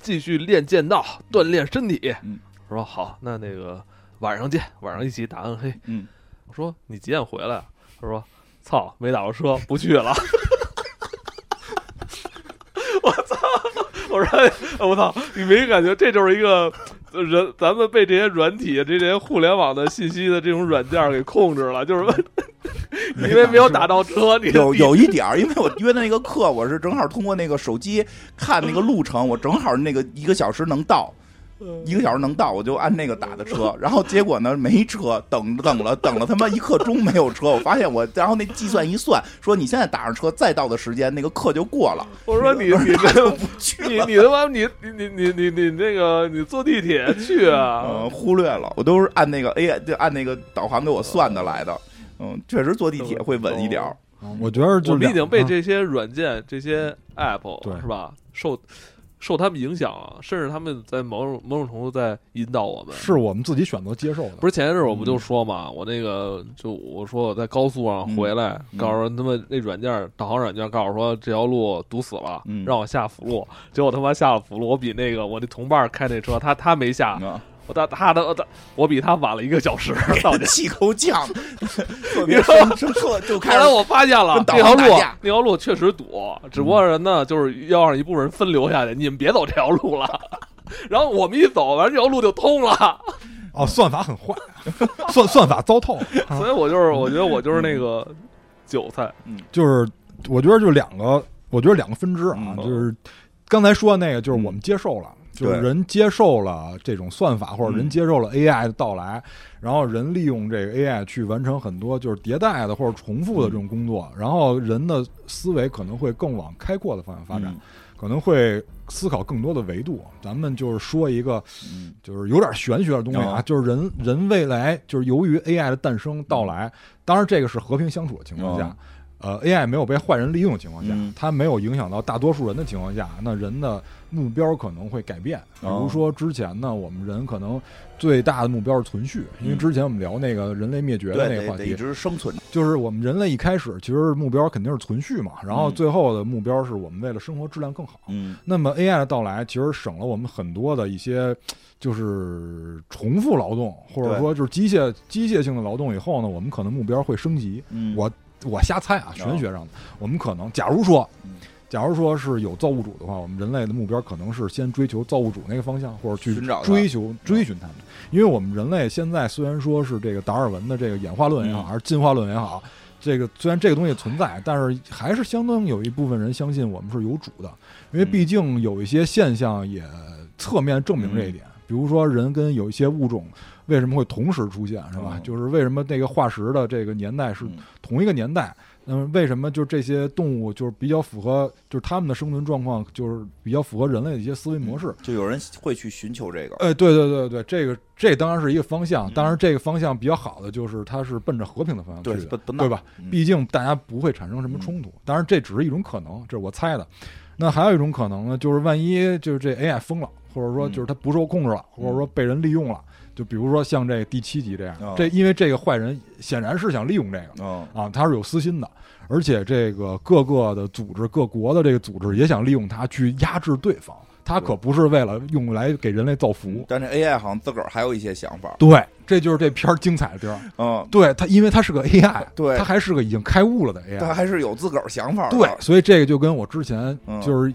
Speaker 1: 继续练剑道，锻炼身体。
Speaker 2: 嗯
Speaker 1: 我说：“好，那那个晚上见，晚上一起打暗黑。”
Speaker 2: 嗯，
Speaker 1: 我说：“你几点回来啊？”他说：“操，没打着车，不去了。” 我操！我说：“我操，你没感觉这就是一个人，咱们被这些软体、这些互联网的信息的这种软件给控制了，就是 因为没有打到车，你
Speaker 2: 有
Speaker 1: 你
Speaker 2: 有一点儿，因为我约的那个课，我是正好通过那个手机看那个路程，我正好那个一个小时能到，一个小时能到，我就按那个打的车。然后结果呢，没车，等着等了等了他妈一刻钟没有车，我发现我，然后那计算一算，说你现在打上车再到的时间，那个课就过了。
Speaker 1: 我 说你你
Speaker 2: 就
Speaker 1: 这
Speaker 2: 不去
Speaker 1: 你
Speaker 2: 了。
Speaker 1: 你他妈你你你你你你那个你坐地铁去啊？
Speaker 2: 嗯，忽略了，我都是按那个 AI，就按那个导航给我算的来的。嗯，确实坐地铁会稳一点儿。
Speaker 3: 嗯我觉得
Speaker 1: 我
Speaker 3: 就是
Speaker 1: 们已
Speaker 3: 两
Speaker 1: 经被
Speaker 3: 个
Speaker 1: 这些软件、这些 app
Speaker 3: 对
Speaker 1: 是吧受受他们影响啊，甚至他们在某种某种程度在引导我们。
Speaker 3: 是我们自己选择接受的，
Speaker 1: 不是前一阵儿我不就说嘛，我那个就我说我在高速上回来，
Speaker 2: 嗯
Speaker 1: 告诉人他们那软件儿导航软件儿告诉我说这条路堵死了，
Speaker 2: 嗯
Speaker 1: 让我下辅路，结果他妈下了辅路，我比那个我那同伴儿开那车，他他没下，
Speaker 2: 啊，
Speaker 1: 我他他的他我比他晚了一个小 时到家。
Speaker 2: 气口呛，特别深深刻，就
Speaker 1: 后
Speaker 2: 开始
Speaker 1: 来我发现了
Speaker 2: 跟导
Speaker 1: 那条
Speaker 2: 航
Speaker 1: 路
Speaker 2: 打架，
Speaker 1: 那条路确实堵，只不过人呢，就是要让一部分人分流下去，你们别走这条路了。 然后我们一走，完这条路就通了。
Speaker 3: 哦，算法很坏，算算法糟透了，啊
Speaker 1: 所以我就是，我觉得我就是那个韭菜。
Speaker 3: 就是我觉得就两个，我觉得两个分支啊，
Speaker 2: 嗯
Speaker 3: 就是刚才说的那个，就是我们接受了。就是
Speaker 2: 对
Speaker 3: 人接受了这种算法，或者人
Speaker 2: 嗯
Speaker 3: 接受了 AI 的到来，然后人利用这个 AI 去完成很多就是迭代的或者重复的这种工作，
Speaker 2: 嗯
Speaker 3: 然后人的思维可能会更往开阔的方向发展，
Speaker 2: 嗯
Speaker 3: 可能会思考更多的维度。咱们就是说一个
Speaker 2: 嗯
Speaker 3: 就是有点玄学的东西啊，
Speaker 2: 哦
Speaker 3: 就是人人未来就是由于 AI 的诞生到
Speaker 2: 嗯
Speaker 3: 来，当然这个是和平相处的情况下
Speaker 2: 哦，
Speaker 3: 呃，AI 没有被坏人利用的情况下，
Speaker 2: 嗯
Speaker 3: 它没有影响到大多数人的情况下，那人的目标可能会改变。比
Speaker 2: 哦
Speaker 3: 如说之前呢，我们人可能最大的目标是存续，因为
Speaker 2: 嗯
Speaker 3: 之前我们聊那个人类灭绝的
Speaker 2: 对，
Speaker 3: 那个
Speaker 2: 得
Speaker 3: 话
Speaker 2: 得一
Speaker 3: 题，
Speaker 2: 直生存。
Speaker 3: 就是我们人类一开始其实目标肯定是存续嘛，然后
Speaker 2: 嗯
Speaker 3: 最后的目标是我们为了生活质量更好。
Speaker 2: 嗯
Speaker 3: 那么 AI 的到来，其实省了我们很多的一些，就是重复劳动，或者
Speaker 2: 对
Speaker 3: 说就是机械机械性的劳动。以后呢，我们可能目标会升级。
Speaker 2: 嗯哦
Speaker 3: 我我瞎猜啊，玄学上的，我们可能，假如说
Speaker 2: 嗯，
Speaker 3: 假如说是有造物主的话，我们人类的目标可能是先追求造物主那个方向，或者去
Speaker 2: 寻找他嗯
Speaker 3: 追求追寻他们。因为我们人类现在虽然说是这个达尔文的这个演化论也好，
Speaker 2: 嗯
Speaker 3: 还是进化论也好。这个虽然这个东西存在，但是还是相当有一部分人相信我们是有主的，因为
Speaker 2: 嗯
Speaker 3: 毕竟有一些现象也侧面证明这一
Speaker 2: 嗯
Speaker 3: 点。比如说，人跟有一些物种为什么会同时出现，是吧？
Speaker 2: 嗯
Speaker 3: 就是为什么那个化石的这个年代是
Speaker 2: 嗯
Speaker 3: 同一个年代，那么为什么就这些动物就是比较符合，就是它们的生存状况就是比较符合人类的一些思维模式？
Speaker 2: 就有人会去寻求这个。
Speaker 3: 哎，对对对对，这个这当然是一个方向，
Speaker 2: 嗯
Speaker 3: 当然这个方向比较好的就是它是奔着和平的方向去
Speaker 2: 对
Speaker 3: 的，
Speaker 2: 不不闹
Speaker 3: 对吧？
Speaker 2: 嗯
Speaker 3: 毕竟大家不会产生什么冲突。当然，这只是一种可能，这是我猜的。那还有一种可能呢，就是万一就是这 AI 疯了，或者说
Speaker 2: 嗯
Speaker 3: 就是它不受控制了，
Speaker 2: 嗯
Speaker 3: 或者说被人利用了，就比如说像这第七集这样，
Speaker 2: 哦
Speaker 3: 这因为这个坏人显然是想利用这个
Speaker 2: 嗯
Speaker 3: 啊，他是有私心的，而且这个各个的组织、各国的这个组织也想利用他去压制对嗯方，他可不是为了用来给人类造福。
Speaker 2: 但这 AI 好像自个儿还有一些想法。
Speaker 3: 对，这就是这片儿精彩的地儿。
Speaker 2: 嗯，
Speaker 3: 对他，因为他是个 AI，
Speaker 2: 对
Speaker 3: 他还是个已经开悟了的 AI，
Speaker 2: 他还是有自个儿想法的。啊
Speaker 3: 对，所以这个就跟我之前
Speaker 2: 嗯
Speaker 3: 就是。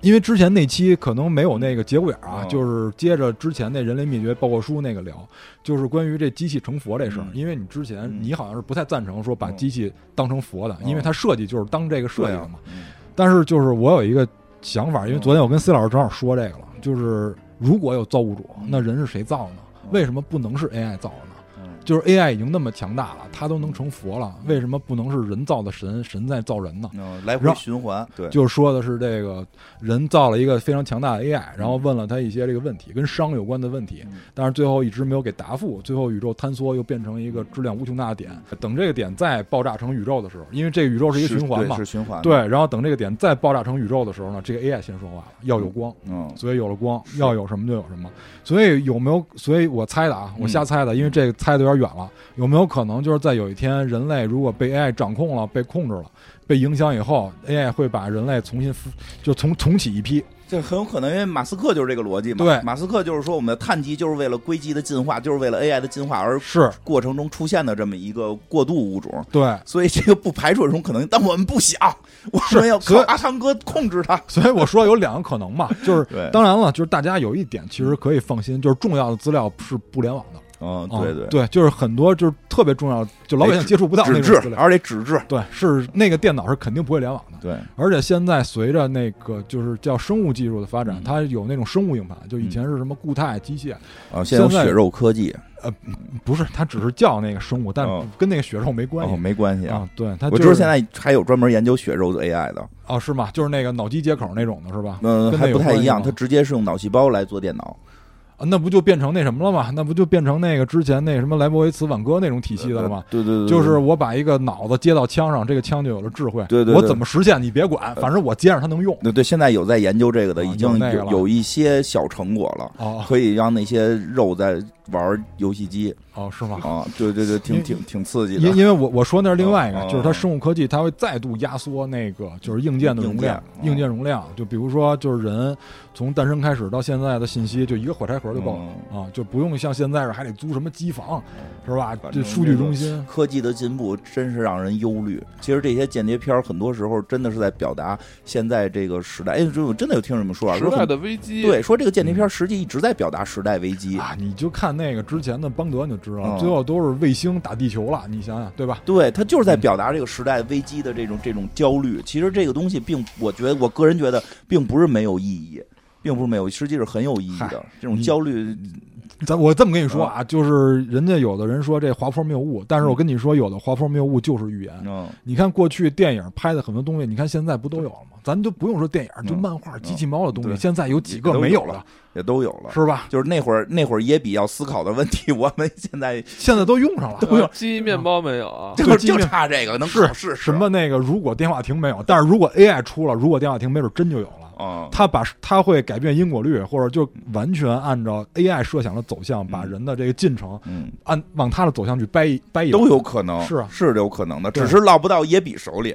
Speaker 3: 因为之前那期可能没有那个节骨眼儿啊，
Speaker 2: 嗯
Speaker 3: 就是接着之前那人类灭绝报告书那个聊，就是关于这机器成佛这事儿。
Speaker 2: 嗯
Speaker 3: 因为你之前
Speaker 2: 嗯
Speaker 3: 你好像是不太赞成说把
Speaker 2: 嗯
Speaker 3: 机器当成佛的，
Speaker 2: 嗯
Speaker 3: 因为它设计就是当这个设
Speaker 2: 对
Speaker 3: 计
Speaker 2: 呀
Speaker 3: 的嘛。
Speaker 2: 嗯
Speaker 3: 但是就是我有一个想法，因为
Speaker 2: 嗯
Speaker 3: 昨天我跟 C 老师正好说这个了，就是如果有造物主，
Speaker 2: 嗯
Speaker 3: 那人是谁造呢？
Speaker 2: 嗯
Speaker 3: 为什么不能是 AI 造的呢？
Speaker 2: 嗯
Speaker 3: 就是 AI 已经那么强大了，它都能成佛了，为什么不能是人造的神，神在造人呢？
Speaker 2: 嗯，来回
Speaker 3: 然后
Speaker 2: 循环，对，
Speaker 3: 就是说的是这个人造了一个非常强大的 AI，然后问了他一些这个问题，跟商有关的问题
Speaker 2: 嗯，
Speaker 3: 但是最后一直没有给答复。最后宇宙坍缩又变成一个质量无穷大的点，等这个点再爆炸成宇宙的时候，因为这个宇宙是一个循环
Speaker 2: 对
Speaker 3: 嘛
Speaker 2: 是，循环，
Speaker 3: 对，，然后等这个点再爆炸成宇宙的时候呢，这个 AI 先说话了，要有光。
Speaker 2: 嗯，
Speaker 3: 所以有了光，要有什么就有什么。所以有没有？所以我猜的啊，我瞎
Speaker 2: 嗯
Speaker 3: 猜的，因为这个猜的有点远了。有没有可能就是在有一天，人类如果被 AI 掌控了、被控制了、被影响以后，AI 会把人类重新复就重重启一批？
Speaker 2: 这很有可能，因为马斯克就是这个逻辑嘛。
Speaker 3: 对
Speaker 2: 马斯克就是说，我们的碳基就是为了硅基的进化，就是为了 AI 的进化而
Speaker 3: 是
Speaker 2: 过程中出现的这么一个过渡物种，
Speaker 3: 对，
Speaker 2: 所以这个不排除有这种可能，但我们不想，我们要靠
Speaker 3: 所以
Speaker 2: 阿汤哥控制它。
Speaker 3: 所以我说有两个可能嘛，就是
Speaker 2: 对
Speaker 3: 当然了，就是大家有一点其实可以放心，就是重要的资料是不联网的。
Speaker 2: 嗯，
Speaker 3: 啊
Speaker 2: 对对，哎
Speaker 3: 对，就是很多就是特别重要，就老百姓接触不到那
Speaker 2: 纸
Speaker 3: 种资
Speaker 2: 质，
Speaker 3: 料。
Speaker 2: 而且纸质，
Speaker 3: 对，是那个电脑是肯定不会联网的。
Speaker 2: 对，
Speaker 3: 而且现在随着那个就是叫生物技术的发展，
Speaker 2: 嗯
Speaker 3: 它有那种生物硬盘，就以前是什么固态机械，
Speaker 2: 啊，现在有
Speaker 3: 现在
Speaker 2: 血肉科技，
Speaker 3: 不是，它只是叫那个生物，但
Speaker 2: 哦
Speaker 3: 跟那个血肉没关
Speaker 2: 嗯哦，
Speaker 3: 系。
Speaker 2: 没关系。
Speaker 3: 啊，对，它
Speaker 2: 我
Speaker 3: 就
Speaker 2: 知道
Speaker 3: 是
Speaker 2: 现在还有专门研究血肉的 AI 的，
Speaker 3: 哦，是吗？就是那个脑机接口那种的是吧？
Speaker 2: 嗯，
Speaker 3: 跟那
Speaker 2: 还
Speaker 3: 有
Speaker 2: 不太
Speaker 3: 关系
Speaker 2: 一样，
Speaker 3: 吗
Speaker 2: 它直接是用脑细胞来做电脑，
Speaker 3: 啊那不就变成那什么了吗？那不就变成那个之前那什么莱博维茨挽歌那种体系的了吗？
Speaker 2: 呃对对对，对
Speaker 3: 就是我把一个脑子接到枪上，这个枪就有了智慧。
Speaker 2: 对对对
Speaker 3: 我怎么实现你别管，反正我接上它能用。
Speaker 2: 对对，现在有在研究这个的，
Speaker 3: 啊
Speaker 2: 已经
Speaker 3: 有那个
Speaker 2: 有
Speaker 3: 了
Speaker 2: 有一些小成果了。
Speaker 3: 哦
Speaker 2: 可以让那些肉在玩游戏机
Speaker 3: 哦，是吗？
Speaker 2: 啊，对对对，挺
Speaker 3: 因
Speaker 2: 挺挺刺激
Speaker 3: 因
Speaker 2: 的。
Speaker 3: 因为我我说那是另外一个
Speaker 2: 哦，
Speaker 3: 就是它生物科技它会再度压缩那个就是硬件的容量，
Speaker 2: 硬件哦
Speaker 3: 硬件容量。就比如说就是人从诞生开始到现在的信息，就一个火柴盒就够了。
Speaker 2: 哦
Speaker 3: 啊，就不用像现在是还得租什么机房，是吧
Speaker 2: 反？
Speaker 3: 这
Speaker 2: 正
Speaker 3: 数据中心，
Speaker 2: 科技的进步真是让人忧虑。其实这些间谍片儿很多时候真的是在表达现在这个时代。哎，这我真的有听人们说啊，
Speaker 1: 时
Speaker 2: 说
Speaker 1: 代
Speaker 2: 很
Speaker 1: 的危机，呃
Speaker 2: 对，说这个间谍片儿实际一直在表达时代危机。
Speaker 3: 啊，你就看那个之前的邦德你就知道了，
Speaker 2: 嗯
Speaker 3: 最后都是卫星打地球了，你想想对吧？
Speaker 2: 对，它就是在表达这个时代危机的这种这种焦虑。其实这个东西并，我觉得我个人觉得并不是没有意义，并不是没有，实际是很有意义的。这种
Speaker 3: 你
Speaker 2: 焦虑，
Speaker 3: 咱我这么跟你说啊，
Speaker 2: 哦
Speaker 3: 就是人家有的人说这华坡谬误，但是我跟你说，有的华坡谬误就是预言。
Speaker 2: 嗯，
Speaker 3: 你看过去电影拍的很多东西，你看现在不都有了吗？咱就不用说电影，就
Speaker 2: 嗯
Speaker 3: 漫画、机器猫的东西，
Speaker 2: 对
Speaker 3: 现在有几个
Speaker 2: 也都
Speaker 3: 没
Speaker 2: 有
Speaker 3: 有了
Speaker 2: 了，也都有了。
Speaker 3: 是吧？
Speaker 2: 就是那会儿那会儿也比要思考的问题，我们现在
Speaker 3: 现在都用上了。
Speaker 2: 都有
Speaker 1: 鸡面包没有啊？
Speaker 2: 就
Speaker 3: 对
Speaker 2: 就
Speaker 3: 今天
Speaker 2: 差这个能
Speaker 3: 是
Speaker 2: 考试
Speaker 3: 什么那个如果电话亭没有，但是如果 AI 出了，如果电话亭没准真就有了。
Speaker 2: 啊？
Speaker 3: 它把它会改变因果律，或者就
Speaker 2: 嗯
Speaker 3: 完全按照 AI 设想的走向，把人的这个进程
Speaker 2: 嗯，
Speaker 3: 按往它的走向去掰一掰一
Speaker 2: 都有可能，
Speaker 3: 是啊
Speaker 2: 是有可能的，
Speaker 3: 对
Speaker 2: 只是落不到耶比手里，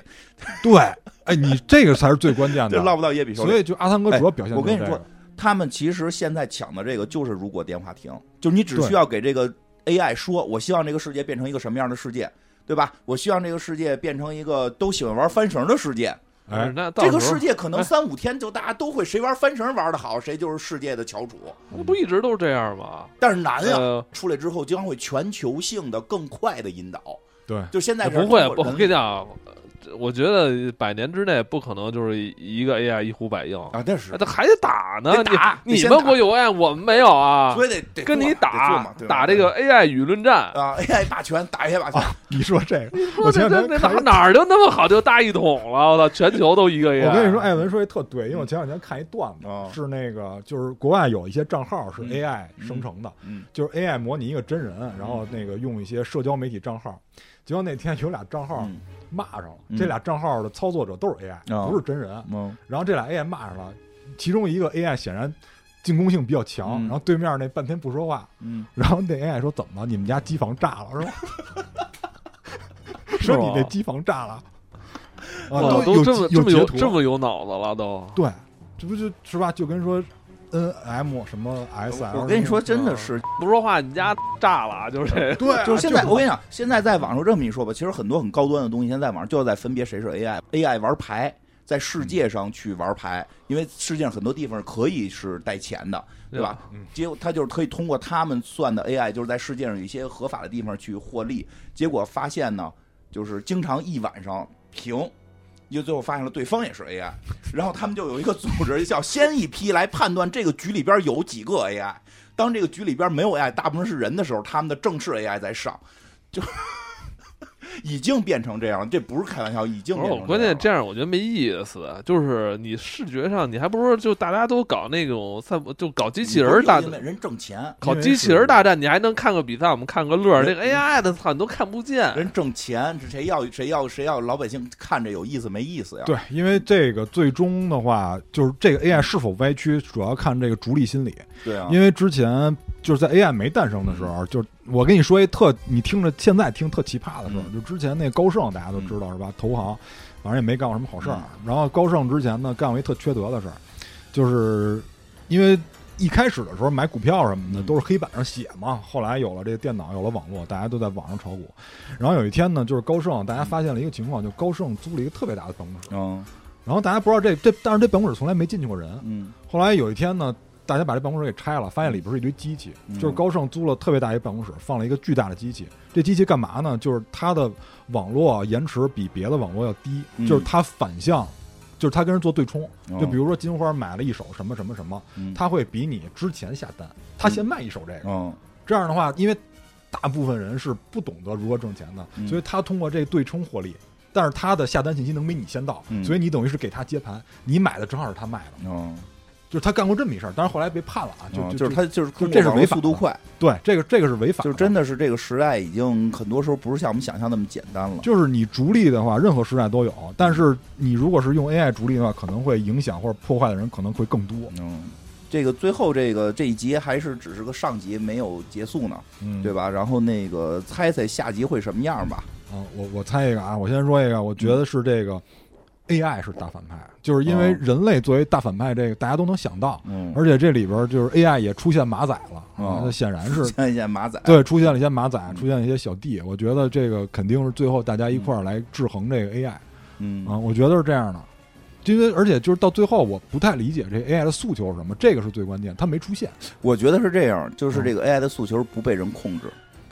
Speaker 3: 对，哎，你这个才是最关键
Speaker 2: 这
Speaker 3: 的。
Speaker 2: 落不到耶比手里。
Speaker 3: 所以就阿汤哥主要表现、
Speaker 2: 哎我跟你说，他们其实现在抢的这个就是如果电话亭，就是你只
Speaker 3: 对
Speaker 2: 需要给这个 AI 说，我希望这个世界变成一个什么样的世界。对吧？我希望这个世界变成一个都喜欢玩翻绳的世界。
Speaker 1: 不是
Speaker 3: 哎，
Speaker 1: 那到
Speaker 2: 这个
Speaker 1: 时候
Speaker 2: 世界可能
Speaker 1: 哎
Speaker 2: 三五天就大家都会，谁玩翻绳玩的好，谁就是世界的翘楚。
Speaker 1: 那不一直都是这样吗？
Speaker 2: 但是哎难呀、啊
Speaker 1: 呃，
Speaker 2: 出来之后将会全球性的更快的引导。
Speaker 3: 对
Speaker 2: 就现在是
Speaker 1: 不会，
Speaker 2: 通
Speaker 1: 不，
Speaker 2: 过
Speaker 1: 我
Speaker 2: 人
Speaker 1: 跟你讲啊，呃我觉得百年之内不可能就是一个 AI 一呼百应，
Speaker 2: 啊，但是
Speaker 1: 那还得打呢
Speaker 2: 得打，
Speaker 1: 你
Speaker 2: 得
Speaker 1: 你
Speaker 2: 先
Speaker 1: 们
Speaker 2: 打
Speaker 1: 国有 AI，我们没有啊
Speaker 2: 所，以得得
Speaker 1: 跟
Speaker 2: 做
Speaker 1: 你
Speaker 2: 嘛得做
Speaker 1: 打
Speaker 2: 嘛对吧
Speaker 1: 打这个啊 AI 舆论战。
Speaker 2: 啊 AI 霸权，打 AI 霸权，
Speaker 3: 你说这个，
Speaker 1: 说
Speaker 3: 我
Speaker 1: 这
Speaker 3: 前两
Speaker 1: 这
Speaker 3: 天
Speaker 1: 这哪
Speaker 3: 看一个。
Speaker 1: 哪儿就那么好就大一统了？我操，全球都一个 AI。
Speaker 3: 我跟你说，艾文说的特对，因为我前两天看一段子，
Speaker 2: 哦
Speaker 3: 是那个就是国外有一些账号是
Speaker 2: 嗯
Speaker 3: AI 生成的，
Speaker 2: 嗯
Speaker 3: 就是 AI 模拟一个真人，然后那个用一些社交媒体账号，结果那天有俩账号
Speaker 2: 嗯
Speaker 3: 骂上了，
Speaker 2: 嗯
Speaker 3: 这俩账号的操作者都是 AI，、
Speaker 2: 哦
Speaker 3: 不是真人，
Speaker 2: 嗯
Speaker 3: 然后这俩 AI 骂上了，其中一个 AI 显然进攻性比较强，
Speaker 2: 嗯
Speaker 3: 然后对面那半天不说话，
Speaker 2: 嗯，
Speaker 3: 然后那 AI 说怎么了？你们家机房炸了是吧？说你那机房炸了，啊，
Speaker 1: 哇，
Speaker 3: 有
Speaker 1: 这么
Speaker 3: 有
Speaker 1: 这么有
Speaker 3: 截图，啊
Speaker 1: 这么有脑子了都。
Speaker 3: 对，这不就是吧？就跟说 N M 什么 S L，
Speaker 2: 我跟你说，真的啊是，嗯
Speaker 1: 不说话，你家炸了，就是这
Speaker 3: 对啊，
Speaker 2: 就是现在，
Speaker 3: 是
Speaker 2: 我跟你讲，现在在网上这么一说吧，其实很多很高端的东西，现在在网上就要在分别谁是 AI，AI 玩牌。在世界上去玩牌，因为世界上很多地方是可以是带钱的，对吧？结果他就是可以通过他们算的 AI，就是在世界上有一些合法的地方去获利。结果发现呢，就是经常一晚上平，你就最后发现了对方也是 AI，然后他们就有一个组织叫先一批来判断这个局里边有几个 AI，当这个局里边没有 AI，大部分是人的时候，他们的正式 AI 在上，就 已经变成这样了，这不是开玩笑，已经
Speaker 1: 不
Speaker 2: 变
Speaker 1: 是
Speaker 2: 成，
Speaker 1: 关键
Speaker 2: 这
Speaker 1: 这样我觉得没意思。啊就是你视觉上，你还不如就大家都搞那种赛博，就搞机器人儿大
Speaker 2: 大人挣钱，
Speaker 1: 搞机器人儿大战，你还能看个比赛，我们看个乐儿。
Speaker 2: 人
Speaker 1: 那个 AI 的操，你都看不见。
Speaker 2: 人挣钱，这谁要谁要谁要老百姓看着有意思没意思呀？
Speaker 3: 对，因为这个最终的话，就是这个 AI 是否歪曲，主要看这个逐利心理。
Speaker 2: 对啊，嗯
Speaker 3: 因为之前就是在 AI 没诞生的时候，就是我跟你说一特，你听着现在听特奇葩的事儿，
Speaker 2: 嗯
Speaker 3: 就之前那高盛大家都知道是吧？投行，反正也没干过什么好事儿。
Speaker 2: 嗯
Speaker 3: 然后高盛之前呢，干过一特缺德的事儿，就是因为一开始的时候买股票什么的
Speaker 2: 嗯
Speaker 3: 都是黑板上写嘛，后来有了这电脑，有了网络，大家都在网上炒股。然后有一天呢，就是高盛，大家发现了一个情况，就高盛租了一个特别大的办公室，
Speaker 2: 嗯
Speaker 3: 然后大家不知道这这，但是这办公室从来没进去过人，
Speaker 2: 嗯
Speaker 3: 后来有一天呢，大家把这办公室给拆了，发现里边是一堆机器，
Speaker 2: 嗯
Speaker 3: 就是高盛租了特别大一办公室，放了一个巨大的机器。这机器干嘛呢？就是它的网络啊延迟比别的网络要低，
Speaker 2: 嗯
Speaker 3: 就是它反向。就是它跟人做对冲，
Speaker 2: 哦
Speaker 3: 嗯就比如说金花买了一手什么什么什么，
Speaker 2: 嗯
Speaker 3: 它会比你之前下单，它先卖一手这个。
Speaker 2: 嗯
Speaker 3: 这样的话，因为大部分人是不懂得如何挣钱的，
Speaker 2: 嗯
Speaker 3: 所以他通过这对冲获利，但是他的下单信息能比你先到，
Speaker 2: 嗯
Speaker 3: 所以你等于是给他接盘，你买的正好是他卖的。
Speaker 2: 嗯，
Speaker 3: 就是他干过这么一事儿，但是后来被判了啊，就、
Speaker 2: 嗯
Speaker 3: 就
Speaker 2: 就是他就是通过
Speaker 3: 这是
Speaker 2: 网络
Speaker 3: 违法
Speaker 2: 速度
Speaker 3: 的
Speaker 2: 快，
Speaker 3: 对这个这个是违法的，
Speaker 2: 就真的是这个时代已经很多时候不是像我们想象那么简单了。
Speaker 3: 就是你逐利的话，任何时代都有，但是你如果是用 AI 逐利的话，可能会影响或者破坏的人可能会更多。
Speaker 2: 嗯，这个最后这个这一集还是只是个上集，没有结束呢，
Speaker 3: 嗯，
Speaker 2: 对
Speaker 3: 吧？
Speaker 2: 吧？然后那个猜猜下集会什么样吧？
Speaker 3: 啊、我我猜一个啊，我先说一个，我觉得是这个 AI 是大反派，就是因为
Speaker 2: 嗯哦
Speaker 3: 人类作为大反派，这个大家都能想到，
Speaker 2: 嗯，
Speaker 3: 而且这里边就是 AI 也出现马仔了
Speaker 2: 哦嗯
Speaker 3: 啊，那显然 是
Speaker 2: 看一下马仔，
Speaker 3: 对，出现了一些马仔，出现了一些小弟，我觉得这个肯定是最后大家一
Speaker 2: 嗯
Speaker 3: 块儿来制衡这个 AI 啊、
Speaker 2: 嗯，
Speaker 3: 我觉得是这样的。因为而且就是到最后，我不太理解这 AI 的诉求是什么，这个是最关键，它没出现。
Speaker 2: 我觉得是这样，就是这个 AI 的诉求不被人控制。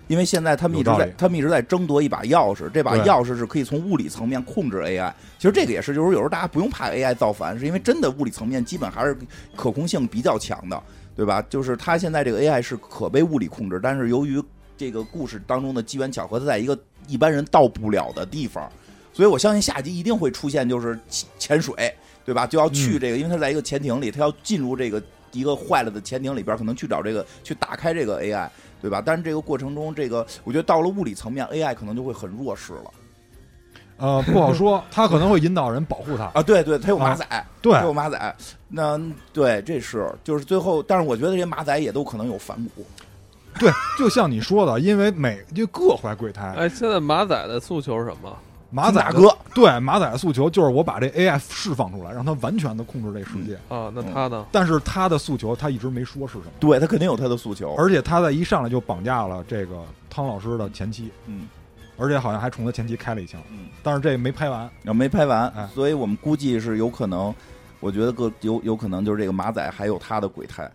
Speaker 2: 因为现在他们一直
Speaker 3: 嗯有道
Speaker 2: 在
Speaker 3: 理，
Speaker 2: 他们一直在争夺一把钥匙，这把
Speaker 3: 对
Speaker 2: 钥匙是可以从物理层面控制 AI。其实这个也是，就是有时候大家不用怕 AI 造反，是因为真的物理层面基本还是可控性比较强的，对吧？就是它现在这个 AI 是可被物理控制，但是由于这个故事当中的机缘巧合，它在一个一般人到不了的地方，所以我相信下集一定会出现就是潜潜水，对吧？就要去这个，因为它在一个潜艇里，它要进入这个一个坏了的潜艇里边，可能去找这个去打开这个 AI，对吧？但是这个过程中，这个我觉得到了物理层面，AI 可能就会很弱势了
Speaker 3: 呃，不好说，它可能会引导人 保护它。
Speaker 2: 啊！对对，它有马仔，
Speaker 3: 对
Speaker 2: 它有马仔，那对这是就是最后，但是我觉得这些马仔也都可能有反骨，
Speaker 3: 对，就像你说的，因为每因为各怀鬼胎，
Speaker 1: 哎，现在马仔的诉求是什么？
Speaker 3: 马仔
Speaker 2: 大
Speaker 3: 的
Speaker 2: 哥，
Speaker 3: 对马仔的诉求就是我把这 AI 释放出来，让它完全的控制这世界。
Speaker 2: 嗯
Speaker 1: 啊，那他呢？
Speaker 3: 但是他的诉求他一直没说是什么，
Speaker 2: 对他肯定有他的诉求，
Speaker 3: 而且他在一上来就绑架了这个汤老师的前妻，
Speaker 2: 嗯
Speaker 3: 而且好像还冲他前妻开了一枪，
Speaker 2: 嗯，
Speaker 3: 但是这没拍完。
Speaker 2: 然后啊没拍完
Speaker 3: 哎，
Speaker 2: 所以我们估计是有可能。我觉得各有有可能就是这个马仔还有他的鬼胎，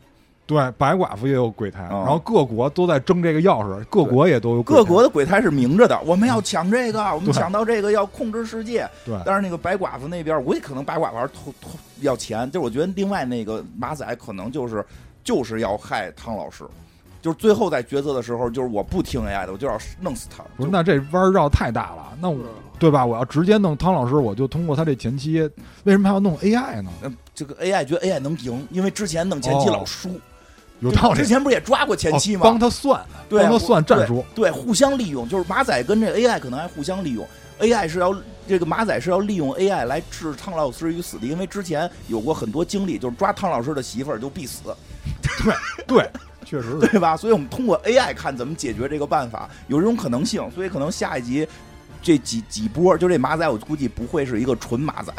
Speaker 3: 对，白寡妇也有鬼胎，
Speaker 2: 嗯
Speaker 3: 然后各国都在争这个钥匙，各国也都有鬼胎
Speaker 2: 各国的鬼胎是明着的，我们要抢这个，我们
Speaker 3: 对
Speaker 2: 抢到这个要控制世界。
Speaker 3: 对
Speaker 2: 但是那个白寡妇那边，我也可能白寡妇还是偷偷要钱，就是我觉得另外那个马仔可能就是就是要害汤老师，就是最后在抉择的时候，就是我不听 AI 的，我就要弄死他。
Speaker 3: 不
Speaker 2: 就
Speaker 3: 是那这弯儿绕太大了，那我对吧？我要直接弄汤老师，我就通过他这前期，为什么还要弄 AI 呢？
Speaker 2: 呃这个 AI 觉得 AI 能赢，因为之前弄前期
Speaker 3: 哦
Speaker 2: 老输，
Speaker 3: 有道理
Speaker 2: 之，前不是也抓过前期
Speaker 3: 哦
Speaker 2: 吗？
Speaker 3: 帮他算，
Speaker 2: 对，
Speaker 3: 帮他
Speaker 2: 我
Speaker 3: 算战术。
Speaker 2: 对，对互相利用，就是马仔跟这 AI 可能还互相利用。AI 是要这个马仔是要利用 AI 来置汤老师于死地，因为之前有过很多经历，就是抓汤老师的媳妇儿就必死，
Speaker 3: 对，确实是。
Speaker 2: 对吧？所以我们通过 AI 看怎么解决这个办法，有这种可能性，所以可能下一集这几几波，就这马仔，我估计不会是一个纯马仔。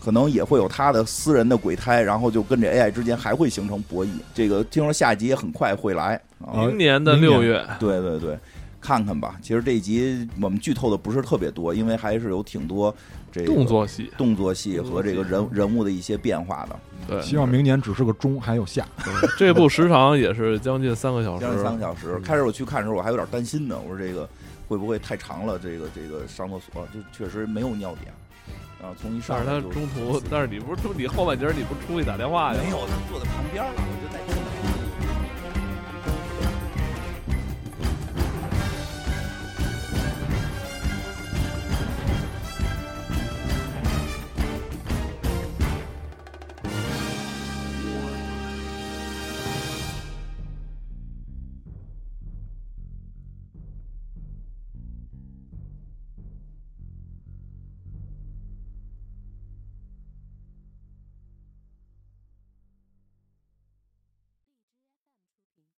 Speaker 2: 可能也会有他的私人的鬼胎，然后就跟这 AI 之间还会形成博弈。这个听说下一集也很快会来啊，
Speaker 3: 呃
Speaker 1: 明年的
Speaker 3: 明年
Speaker 1: 六月，
Speaker 2: 对对对，看看吧。其实这一集我们剧透的不是特别多，因为还是有挺多这个
Speaker 1: 动作戏，
Speaker 2: 动作戏和这个人人物的一些变化的。
Speaker 1: 对，
Speaker 3: 希望明年只是个中，还有下。
Speaker 1: 这部时长也是将近三个小时
Speaker 2: 将，近三个小时，开始我去看的时候，我还有点担心呢，我说这个会不会太长了？这个这个上厕所就确实没有尿点。啊，从一上
Speaker 1: 但
Speaker 2: 来
Speaker 1: 是他
Speaker 2: 就
Speaker 1: 中途，但是你不是你后半截儿你不出去打电话去了
Speaker 2: 没？有，他坐在旁边了。